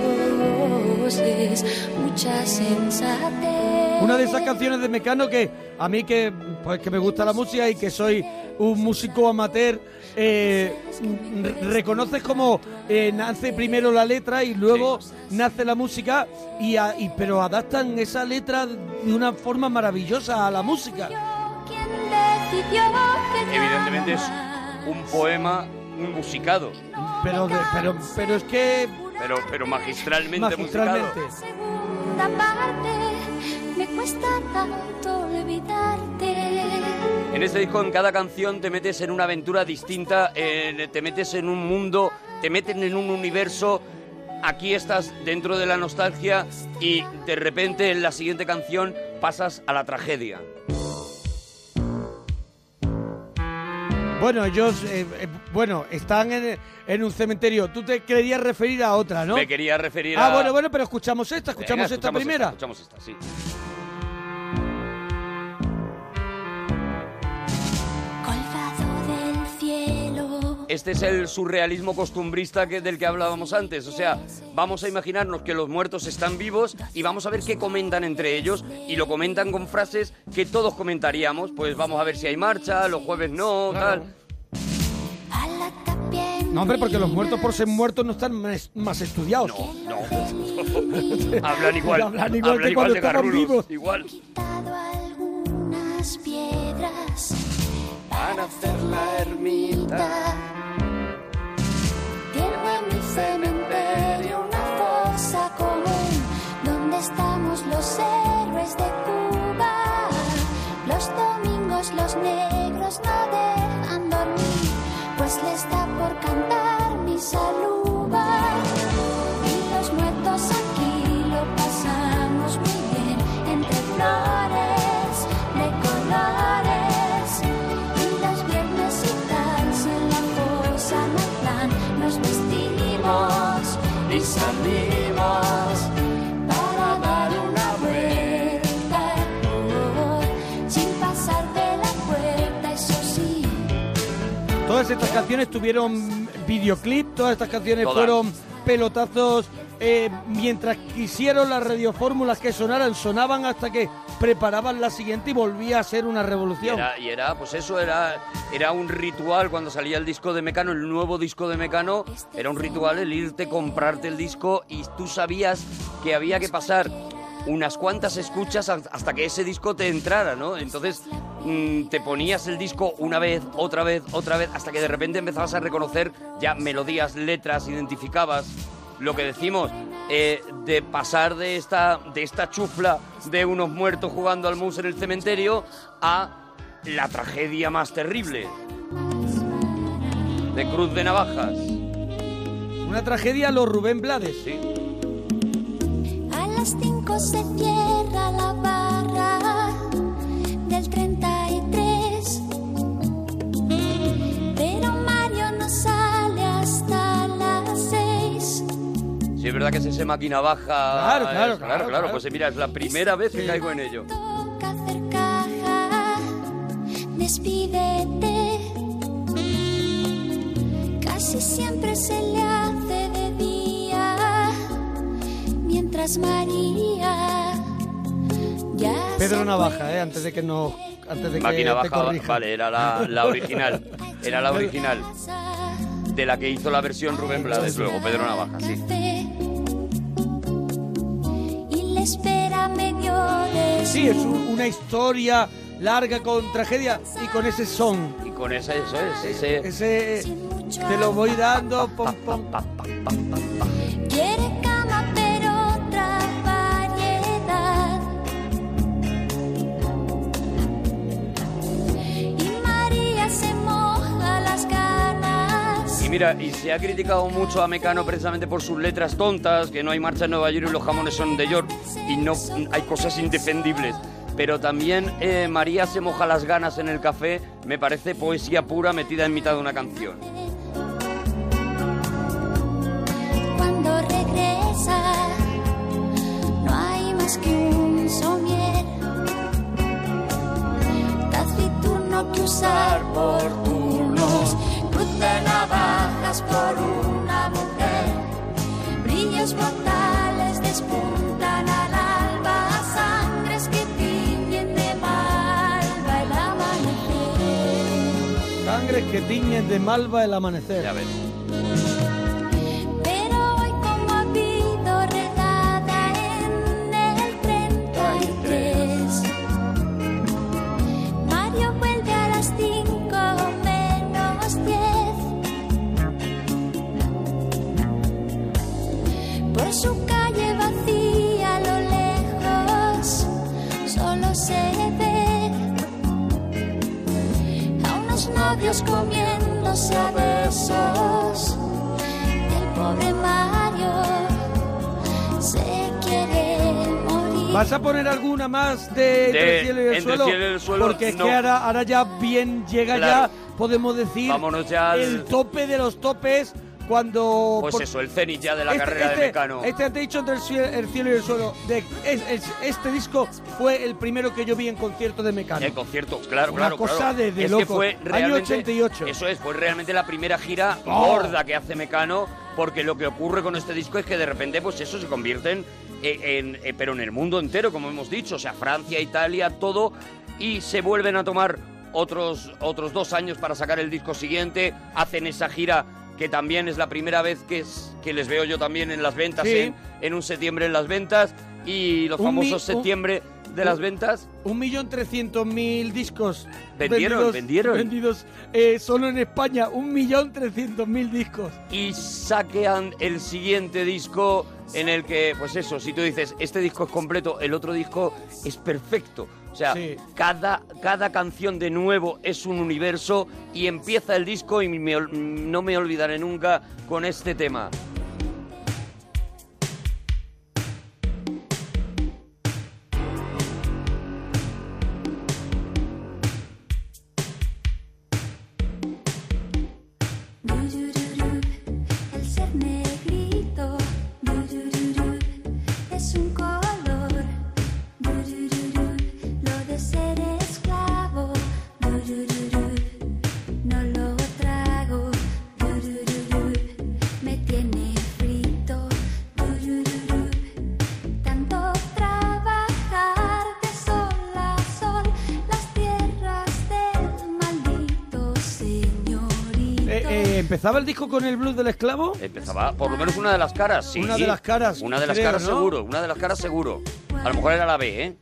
S8: Es mucha sensatez.
S1: Una de esas canciones de Mecano que a mí que pues que me gusta la música y que soy un músico amateur, eh, r- reconoces como eh, nace primero la letra y luego nace la música, y, a- y- pero adaptan esa letra de una forma maravillosa a la música.
S8: decidió que
S3: Evidentemente es un poema muy musicado,
S1: Pero, de- pero, pero es que
S3: pero, pero magistralmente,
S1: magistralmente.
S3: musicado.
S8: segunda parte me cuesta tanto olvidarte.
S3: En este disco, en cada canción, te metes en una aventura distinta, en- te metes en un mundo, te meten en un universo. Aquí estás dentro de la nostalgia y de repente en la siguiente canción pasas a la tragedia.
S1: Bueno, ellos, eh, eh, bueno, están en, en un cementerio. Tú te querías referir a otra, Ah, ¿no?
S3: Me quería referir a.
S1: Ah, bueno, bueno, pero escuchamos esta, escuchamos
S3: Venga,
S1: esta primera.
S3: escuchamos esta, sí.
S8: Colgado del cielo,
S3: Este es el surrealismo costumbrista que, del que hablábamos antes. O sea, vamos a imaginarnos que los muertos están vivos y vamos a ver qué comentan entre ellos. Y lo comentan con frases que todos comentaríamos. Pues vamos a ver si hay marcha, los jueves no, tal.
S1: No, hombre, porque los muertos por ser muertos no están más, más estudiados.
S3: No. hablan igual.
S1: Hablan igual que cuando
S3: de
S1: estaban
S3: garrulos,
S1: vivos.
S3: Igual.
S8: unas piedras
S3: Van a hacer la ermita.
S8: Tengo en mi cementerio una fosa común donde estamos los héroes de Cuba. Los domingos los negros no dejan dormir, pues les da por cantar mi saluba. Y los muertos aquí lo pasamos muy bien entre flores de colores. Y los viernes y tal en la fosa natlán nos vestimos
S20: y salimos para dar una vuelta
S8: oh, sin pasar de la puerta, eso sí.
S1: Todas estas canciones tuvieron videoclip, todas estas canciones
S3: Todas.
S1: fueron pelotazos. eh, mientras quisieron las radiofórmulas que sonaran, sonaban hasta que preparaban la siguiente y volvía a ser una
S3: Y
S1: revolución.
S3: era, y era, pues eso, era, era un ritual cuando salía el disco de Mecano, el nuevo disco de Mecano, era un ritual el irte, comprarte el disco y tú sabías que había que pasar unas cuantas escuchas haz- hasta que ese disco te entrara, ¿no? Entonces mm, te ponías el disco una vez, otra vez, otra vez, hasta que de repente empezabas a reconocer ya melodías, letras, identificabas lo que decimos. eh, de pasar de esta, de esta chufla de unos muertos jugando al mus en el cementerio a la tragedia más terrible de Cruz de Navajas.
S1: Una tragedia a los Rubén Blades.
S8: A las 5 se cierra la barra del 33. Pero Mario no sale hasta las 6.
S3: Sí, es verdad que es ese máquina baja. Claro,
S1: claro, claro, claro.
S3: Pues eh, mira, es la primera vez que caigo en ello.
S8: Caja, despídete. Casi siempre se le hace de día. Mientras María ya
S1: Pedro Navaja, eh, antes de que no, antes de que
S3: Máquina
S1: te
S3: baja,
S1: corrija.
S3: vale, era la, la original. Era la original. De la que hizo la versión Rubén Blades luego, Pedro Navaja, sí.
S8: y le espera medio de
S1: Sí, es un- una historia larga con tragedia y con ese son.
S3: Y con esa, eso es, ese...
S1: Ese te lo voy dando. Pom, pom.
S8: Quiere cama pero otra variedad Y María se moja las ganas
S3: Y mira, y se ha criticado mucho a Mecano precisamente por sus letras tontas, que no hay marcha en Nueva York y los jamones son de York, y no hay cosas indefendibles. Pero también eh, María se moja las ganas en el café, me parece poesía pura metida en mitad de una canción.
S8: Cuando regresa No hay más que un somier Taciturno que usar por turnos Cruz de navajas por una mujer Brillos mortales despuntan al alba, sangres que tiñen de malva el amanecer.
S1: Sangres que tiñen de malva el amanecer.
S8: Pero hoy como ha habido redada en el 33, Mario vuelve a las 5 menos 10. Por su calle vacía a lo lejos solo se ve a unos novios comiéndose a besos. El pobre Mario se quiere morir.
S1: ¿Vas a poner alguna más de Entre
S3: De
S1: el cielo y el,
S3: Entre el
S1: suelo?
S3: cielo y el suelo,
S1: Porque es
S3: no.
S1: que ahora, ahora ya bien llega
S3: Claro.
S1: ya, podemos decir,
S3: Vámonos ya al-
S1: el tope de los topes cuando...
S3: Pues
S1: por-
S3: eso, el cenit ya de la
S1: Este-
S3: carrera
S1: este,
S3: de Mecano.
S1: Este te he dicho entre el cielo, el cielo y el suelo. De, es- es- este disco fue el primero que yo vi en concierto de Mecano.
S3: El concierto, claro,
S1: Una
S3: claro,
S1: cosa
S3: claro.
S1: de- de
S3: es que
S1: loco.
S3: fue
S1: Año
S3: realmente, Eso es, fue realmente la primera gira
S1: Oh.
S3: gorda que hace Mecano, porque lo que ocurre con este disco es que de repente, pues eso se convierten en, en- eh, pero en el mundo entero, como hemos dicho, o sea, Francia, Italia, todo, y se vuelven a tomar otros, otros dos años para sacar el disco siguiente, hacen esa gira que también es la primera vez que, es, que les veo yo también en las ventas,
S1: Sí.
S3: en, en un septiembre en las ventas, y los
S1: Un mi-
S3: famosos
S1: un-
S3: septiembre de las ventas.
S1: Un millón trescientos mil discos.
S3: Vendieron,
S1: vendidos,
S3: vendieron.
S1: Vendidos eh, solo en España. Un millón trescientos mil discos.
S3: y saquean el siguiente disco en el que, pues eso, si tú dices, este disco es completo, el otro disco es perfecto. O sea, cada, cada canción de nuevo es un universo y empieza el disco y me ol- no me olvidaré nunca con este tema.
S8: El ser negrito
S1: eh, ¿empezaba el disco con el blues del esclavo?
S3: Empezaba, por lo menos una de las caras, sí.
S1: Una de las caras,
S3: Una de las
S1: creo,
S3: caras
S1: ¿no?
S3: seguro, una de las caras seguro. A lo mejor era la B, ¿eh?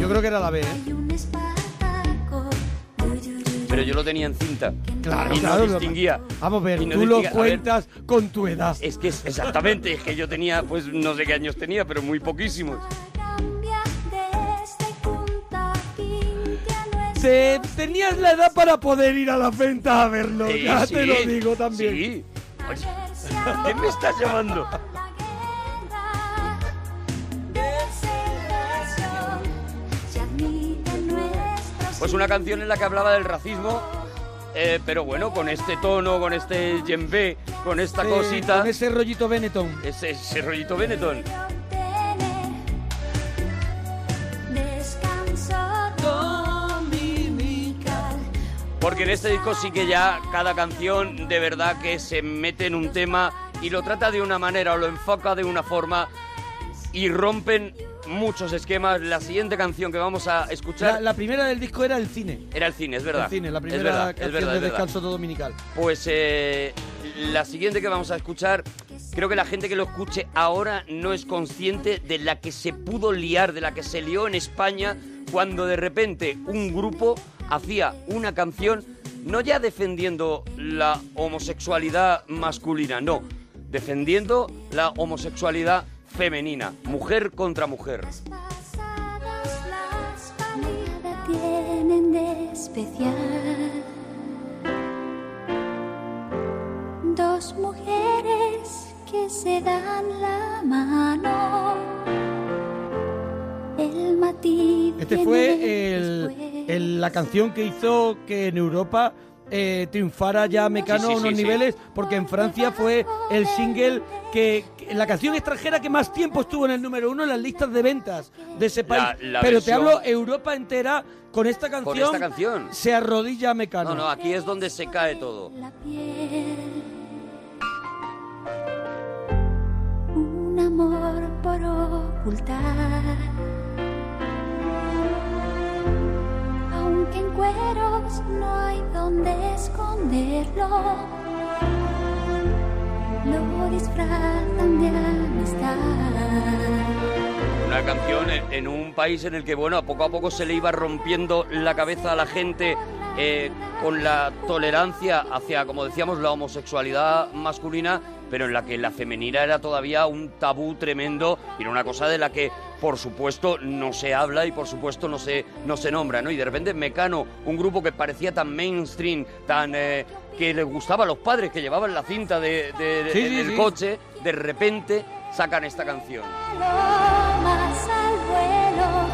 S1: Yo creo que era la B, ¿eh?
S3: Pero yo lo tenía en cinta.
S1: Claro,
S3: y
S1: claro,
S3: no
S1: lo-
S3: distinguía.
S1: Vamos a ver,
S3: Y no
S1: tú lo
S3: distinguía- a ver,
S1: cuentas con tu edad.
S3: Es que es exactamente, es que yo tenía, pues no sé qué años tenía, pero muy poquísimos.
S1: Te- tenías la edad para poder ir a la venta a verlo,
S3: Sí,
S1: ya
S3: Eh, sí,
S1: te lo digo también.
S3: sí. Oye, ¿Quién me estás llamando? Pues una canción en la que hablaba del racismo, eh, pero bueno, con este tono, con este yembe, con esta
S1: Eh,
S3: cosita.
S1: Con ese rollito Benetton.
S3: Ese, ese rollito Benetton.
S8: Descanso dominical.
S3: Porque en este disco sí que ya cada canción de verdad que se mete en un tema y lo trata de una manera o lo enfoca de una forma y rompen muchos esquemas. La siguiente canción que vamos a escuchar
S1: La, la primera del disco era el cine.
S3: era el cine, es verdad.
S1: El cine, la
S3: Es
S1: primera
S3: verdad, es
S1: canción
S3: verdad, es
S1: de
S3: verdad.
S1: Descanso Dominical.
S3: Pues eh, la siguiente que vamos a escuchar, creo que la gente que lo escuche ahora no es consciente de la que se pudo liar, de la que se lió en España cuando de repente un grupo hacía una canción no ya defendiendo la homosexualidad masculina, no, defendiendo la homosexualidad femenina, mujer contra mujer.
S8: Nada tienen de especial. Dos mujeres que se dan la mano. El matiz.
S1: Este
S8: que
S1: fue el, el- la canción que hizo que en Europa eh, triunfara ya Mecano
S3: Sí, sí,
S1: a unos
S3: sí, sí.
S1: niveles, porque en Francia fue el single que, que- la canción extranjera que más tiempo estuvo en el número uno en las listas de ventas de ese país.
S3: La- la
S1: Pero te
S3: versión-
S1: hablo Europa entera con esta canción.
S3: esta canción.
S1: se arrodilla Mecano.
S3: No, no, aquí es donde se cae todo.
S8: Un amor por ocultar. Aunque en cueros no hay donde esconderlo. Lo disfrazan de amistad.
S3: Una canción en, en un país en el que, bueno, poco a poco se le iba rompiendo la cabeza a la gente eh, con la tolerancia hacia, como decíamos, la homosexualidad masculina, pero en la que la femenina era todavía un tabú tremendo y era una cosa de la que, por supuesto, no se habla y, por supuesto, no se, no se nombra, ¿no? Y de repente Mecano, un grupo que parecía tan mainstream, tan... eh, que les gustaba a los padres que llevaban la cinta de, de-
S1: Sí,
S3: en
S1: sí,
S3: el
S1: sí.
S3: coche, de repente sacan esta canción.
S8: Palomas al vuelo,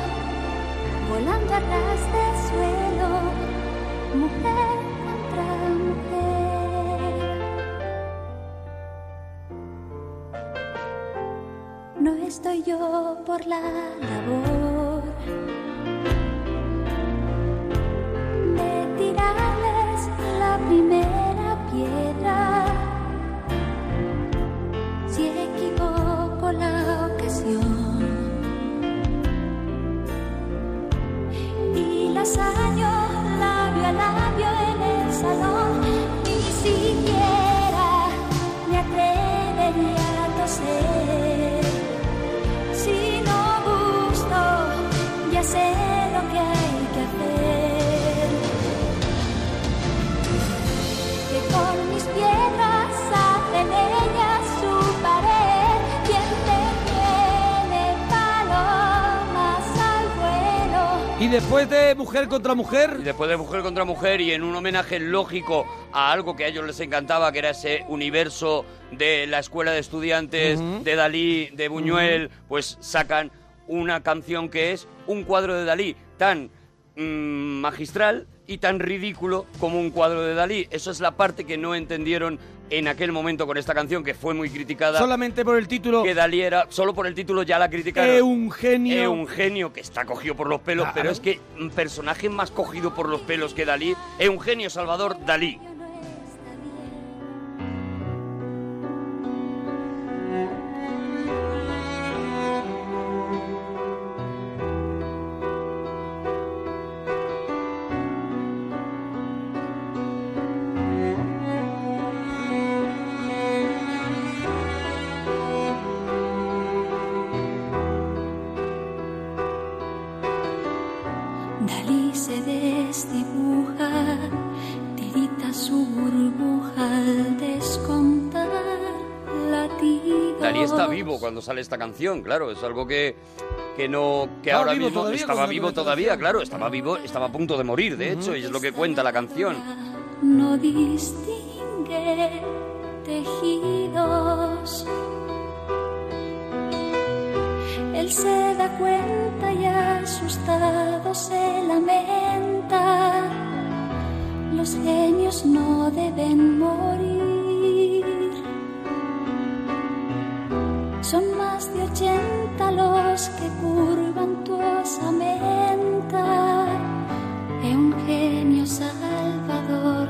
S8: volando a ras del suelo, mujer contra mujer. No estoy yo por la labor de tirarles la primera piedra si equivoco la ocasión y las año labio a labio en el salón ni siquiera me atrevería a toser si no gusto ya sé lo que hay que hacer que con mis piedras hacen ellas su pared. Quien te tiene palomas al vuelo,
S1: Y después de Mujer contra Mujer,
S3: Y después de Mujer contra Mujer y en un homenaje lógico a algo que a ellos les encantaba, que era ese universo de la escuela de estudiantes,
S1: Ujú.
S3: de Dalí, de Buñuel, pues sacan una canción que es un cuadro de Dalí tan mm, magistral y tan ridículo como un cuadro de Dalí. Eso es la parte que no entendieron en aquel momento con esta canción, que fue muy criticada.
S1: solamente por el título,
S3: que Dalí era, solo por el título ya la criticaron.
S1: es un genio.
S3: Es un genio que está cogido por los pelos, pero es que un personaje más cogido por los pelos que Dalí es un genio Salvador Dalí.
S8: se desdibuja, tirita su burbuja al descontar latidos.
S3: Dalí está vivo cuando sale esta canción, claro, es algo que que no que
S1: Estaba
S3: ahora
S1: vivo
S3: mismo
S1: todavía
S3: estaba
S1: cuando
S3: vivo
S1: comenzó la
S3: todavía,
S1: canción.
S3: claro, estaba vivo, estaba a punto de morir, de hecho, y es lo que cuenta la canción.
S8: No distingue tejidos. Él se da cuenta y asustado se lamenta. Los genios no deben morir. Son más de ochenta los que curvan tu osamenta. Es un genio salvador,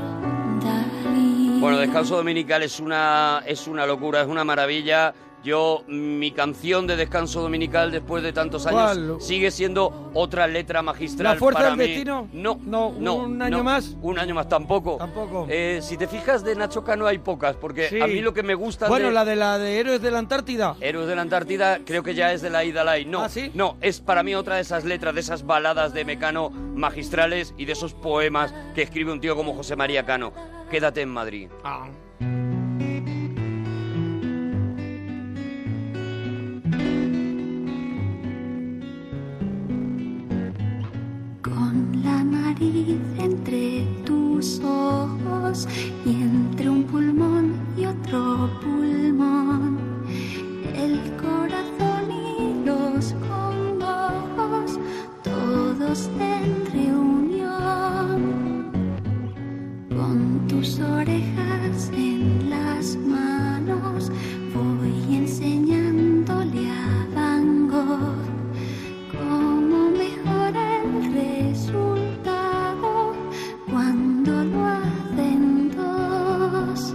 S8: Dalí.
S3: Bueno, Descanso Dominical es una es una locura, es una maravilla. Yo mi canción de Descanso Dominical después de tantos años
S1: ¿Cuál?
S3: sigue siendo otra letra magistral
S1: ¿La fuerza
S3: para
S1: del
S3: mí.
S1: destino?
S3: No, no, no.
S1: ¿Un año más?
S3: Un año más tampoco. Tampoco. si te fijas de Nacho Cano hay pocas porque
S1: Sí.
S3: a mí lo que me gusta
S1: Bueno,
S3: de
S1: la de la de Héroes de la Antártida.
S3: Héroes de la Antártida creo que ya es de la Idalai. No,
S1: ¿Ah,
S3: no, es para mí otra de esas letras, de esas baladas de Mecano magistrales y de esos poemas que escribe un tío como José María Cano. Quédate en Madrid.
S1: Ah.
S8: Con la nariz entre tus ojos y entre un pulmón y otro pulmón, el corazón y los combos, todos en reunión. Con tus orejas en las manos voy enseñándole a Van Gogh cómo mejora el resultado cuando lo hacen dos.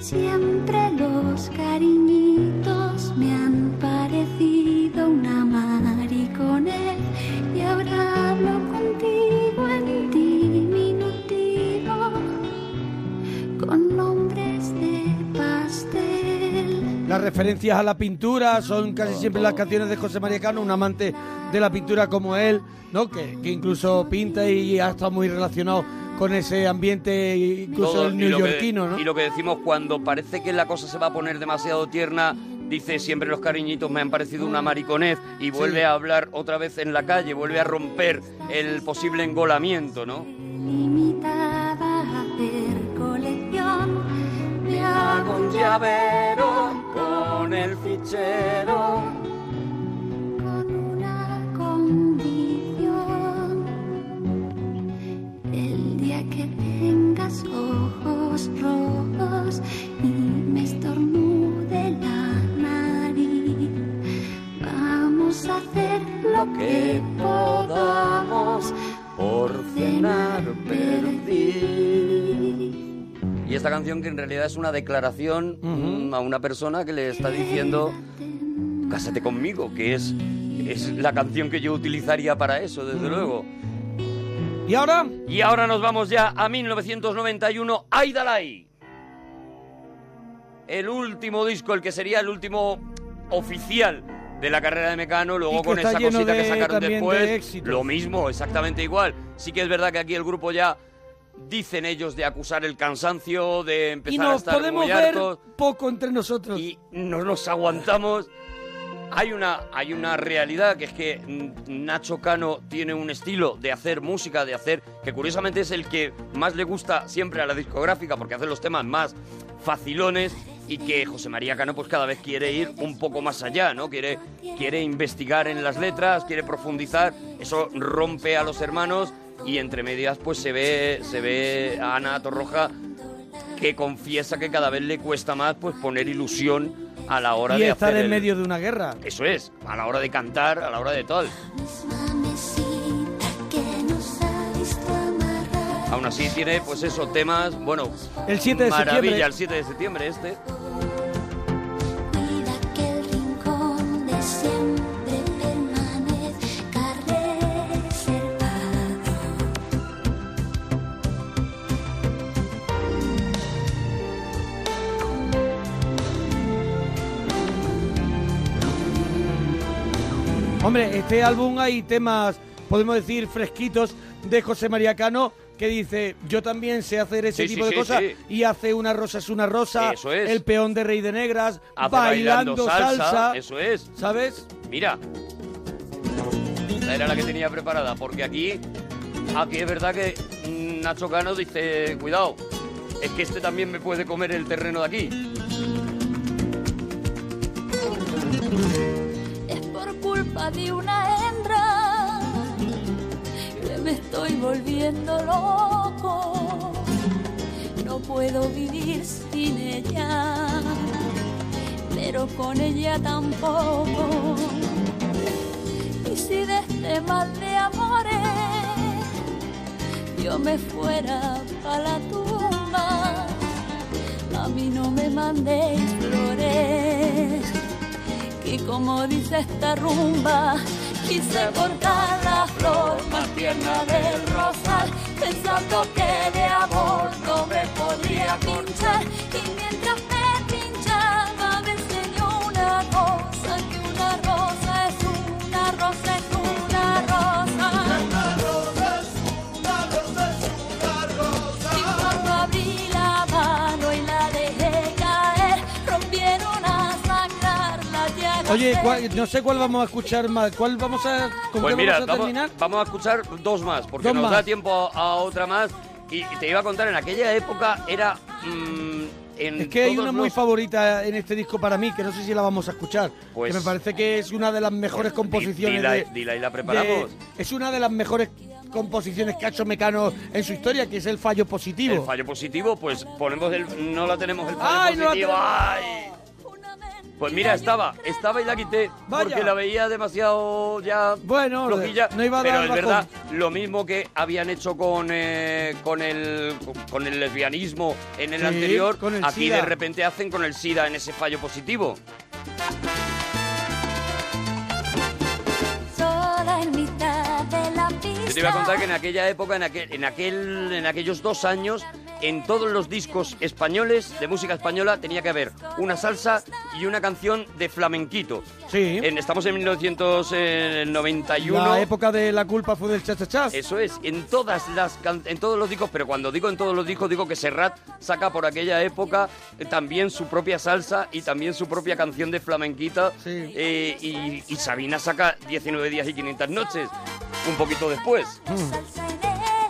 S8: Siempre los cariñitos me han parecido una mariconez y ahora hablo contigo en diminutivo con nombres de pastel.
S1: Las referencias a la pintura son casi siempre las canciones de José María Cano, un amante de la pintura como él, ¿no? Que, que incluso pinta y ha estado muy relacionado con ese ambiente, incluso
S3: Todo-
S1: el
S3: y lo que-
S1: neoyorquino, ¿no?
S3: Y lo que decimos cuando parece que la cosa se va a poner demasiado tierna, dice siempre los cariñitos me han parecido una mariconez y vuelve a hablar otra vez en la calle, vuelve a romper el posible engolamiento, ¿no?
S8: limitada a hacer colección. Me hago un llavero con el fichero, con una condición. El día que tengas ojos rojos y me estornude la nariz, vamos a hacer lo que podamos por cenar perdí.
S3: Y esta canción que en realidad es una declaración mm, a una persona que le está diciendo, cásate conmigo, que es, es la canción que yo utilizaría para eso, desde luego.
S1: ¿Y ahora?
S3: Y ahora nos vamos ya a 1991, Aidalai. El último disco, el que sería el último oficial de la carrera de Mecano, luego
S1: Y que
S3: con
S1: está
S3: esa
S1: lleno
S3: cosita que
S1: de-
S3: sacaron
S1: también de
S3: después,
S1: éxitos.
S3: lo mismo, exactamente igual. Sí que es verdad que aquí el grupo ya dicen ellos de acusar el cansancio, de empezar
S1: Y
S3: a
S1: nos
S3: estar
S1: podemos
S3: muy
S1: ver
S3: hartos.
S1: poco entre nosotros. Y
S3: no nos aguantamos. Hay una, hay una realidad que es que mm, Nacho Cano tiene un estilo de hacer música, de hacer, que curiosamente es el que más le gusta siempre a la discográfica porque hace los temas más facilones y que José María Cano pues cada vez quiere ir un poco más allá, ¿no? Quiere, quiere investigar en las letras, quiere profundizar, eso rompe a los hermanos y entre medias pues se ve, se ve a Ana Torroja que confiesa que cada vez le cuesta más pues poner ilusión a la hora de
S1: estar
S3: hacer
S1: en
S3: el-
S1: medio de una guerra.
S3: eso es, a la hora de cantar, a la hora de tal.
S8: Misma mesita que nos ha visto amarrar.
S3: Aún así tiene, pues eso, temas, bueno...
S1: El 7 de
S3: maravilla,
S1: septiembre.
S3: el 7 de septiembre este.
S8: que el rincón de siempre permanezca reservado.
S1: Hombre, este álbum hay temas podemos decir, fresquitos de José María Cano, que dice, yo también sé hacer ese
S3: Sí, sí,
S1: tipo de
S3: sí,
S1: cosas,
S3: sí.
S1: y hace una rosa es una rosa,
S3: Eso es.
S1: el peón de Rey de Negras,
S3: Hace
S1: bailando, salsa,
S3: Eso es.
S1: ¿sabes?
S3: Mira. Esta era la que tenía preparada, porque aquí, aquí es verdad que Nacho Cano dice, cuidado, es que este también me puede comer el terreno de aquí.
S8: por culpa de una hembra que me estoy volviendo loco. No puedo vivir sin ella, pero con ella tampoco. Y si de este mal de amores yo me fuera a la tumba, a mí no me mandéis flores. Y como dice esta rumba, quise cortar la flor más tierna del rosal, pensando que de amor no me podría pinchar. Y mientras me pinchaba me enseñó una cosa, que una rosa es una rosa, es una rosa. Una rosa es una rosa, es una rosa. Y cuando abrí la mano y la dejé caer, rompieron a sacar la llaga.
S1: Oye, ¿cuál- no sé cuál vamos a escuchar más, cuál vamos a, con
S3: Pues
S1: qué
S3: mira,
S1: vamos a
S3: vamos,
S1: terminar.
S3: vamos a escuchar dos más, porque
S1: Dos
S3: nos
S1: más.
S3: da tiempo a otra más. Y, y te iba a contar, en aquella época era... mm, en
S1: Es que hay
S3: todos
S1: una muy
S3: los-
S1: favorita en este disco para mí, que no sé si la vamos a escuchar.
S3: Pues-
S1: que me parece que es una de las mejores composiciones
S3: dila-
S1: de-
S3: dila y la preparamos.
S1: de- es una de las mejores composiciones que ha hecho Mecano en su historia, que es el fallo positivo.
S3: El fallo positivo, pues ponemos el... No la tenemos el fallo
S1: ¡Ay, no la
S3: positivo.
S1: tenemos!
S3: ¡Ay! Pues mira, estaba, estaba y la quité porque la veía demasiado ya
S1: bueno,
S3: flojilla.
S1: no iba a
S3: pero
S1: dar
S3: es
S1: la
S3: verdad, lo mismo que habían hecho con, eh, con, el, con el lesbianismo en el
S1: Sí,
S3: anterior,
S1: con el
S3: aquí
S1: SIDA.
S3: de repente hacen con el SIDA en ese fallo positivo.
S8: sola en mitad de la pista.
S3: Yo te iba a contar que en aquella época, en aquel, en aquel, en aquellos dos años, en todos los discos españoles de música española tenía que haber una salsa y una canción de flamenquito.
S1: Sí.
S3: En- estamos en eh, 1991.
S1: La época de la culpa fue del cha-cha-cha.
S3: Eso es, en todas las can- en todos los discos, pero cuando digo en todos los discos digo que Serrat saca por aquella época eh, también su propia salsa y también su propia canción de flamenquita Eh, y, y Sabina saca 19 días y 500 noches un poquito después.
S1: Mm.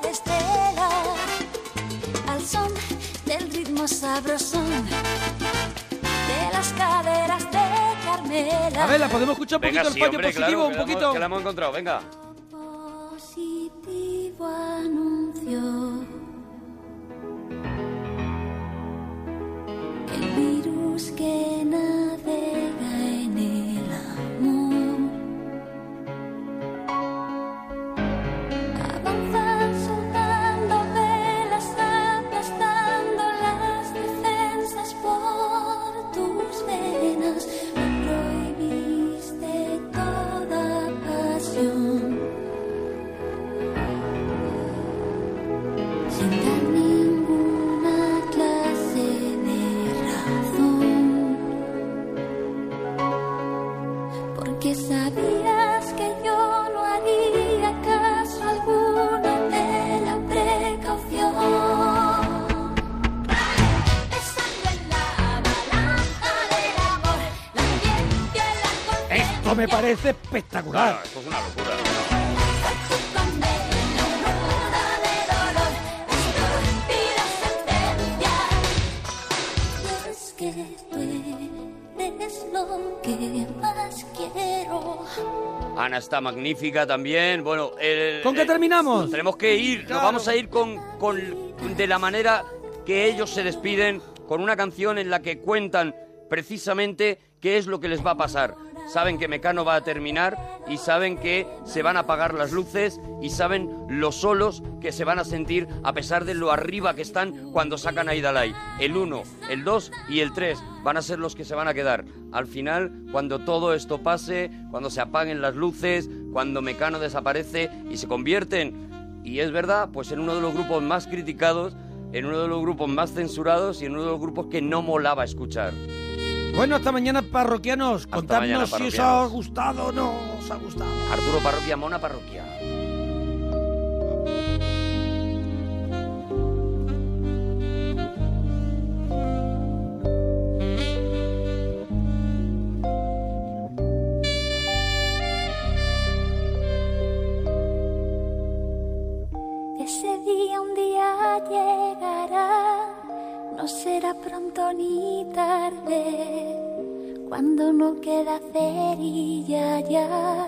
S8: de estela al son del ritmo sabrosón de las caderas de Carmela.
S1: A ver, ¿la podemos escuchar un
S3: Venga,
S1: poquito el
S3: sí,
S1: fallo
S3: hombre, claro, que la hemos-
S1: positivo? un poquito.
S3: que la hemos encontrado, venga.
S8: Positivo anuncio. El virus que navega en el amor. Avanzan soltando velas, aplastando las defensas por tus venas. Me prohibiste toda pasión. Sin dar ninguna clase de razón, porque sabías que yo no haría caso alguno de la precaución. Pensando en la balanza del amor, la ciencia y la conciencia.
S1: Esto me parece espectacular.
S3: esto es una locura.
S8: Es que tú eres lo que más quiero.
S3: Ana está magnífica también. Bueno, el-
S1: ¿Con qué
S3: el-
S1: terminamos?
S3: Tenemos que ir, nos vamos a ir con, con de la manera que ellos se despiden con una canción en la que cuentan precisamente qué es lo que les va a pasar. Saben que Mecano va a terminar y saben que se van a apagar las luces y saben lo solos que se van a sentir a pesar de lo arriba que están cuando sacan a Idalai. El 1, el 2 y el 3 van a ser los que se van a quedar. Al final, cuando todo esto pase, cuando se apaguen las luces, cuando Mecano desaparece y se convierten y es verdad, pues en uno de los grupos más criticados, en uno de los grupos más censurados y en uno de los grupos que no molaba escuchar.
S1: Bueno, hasta mañana, parroquianos. Contadnos
S3: mañana,
S1: si os ha
S3: parroquianos.
S1: gustado o no os ha gustado.
S3: Arturo Parroquia, Mona Parroquia.
S8: Ese día un día llegará, no será pronto ni tarde, cuando no queda cerilla ya,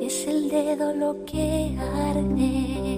S8: es el dedo lo que arde.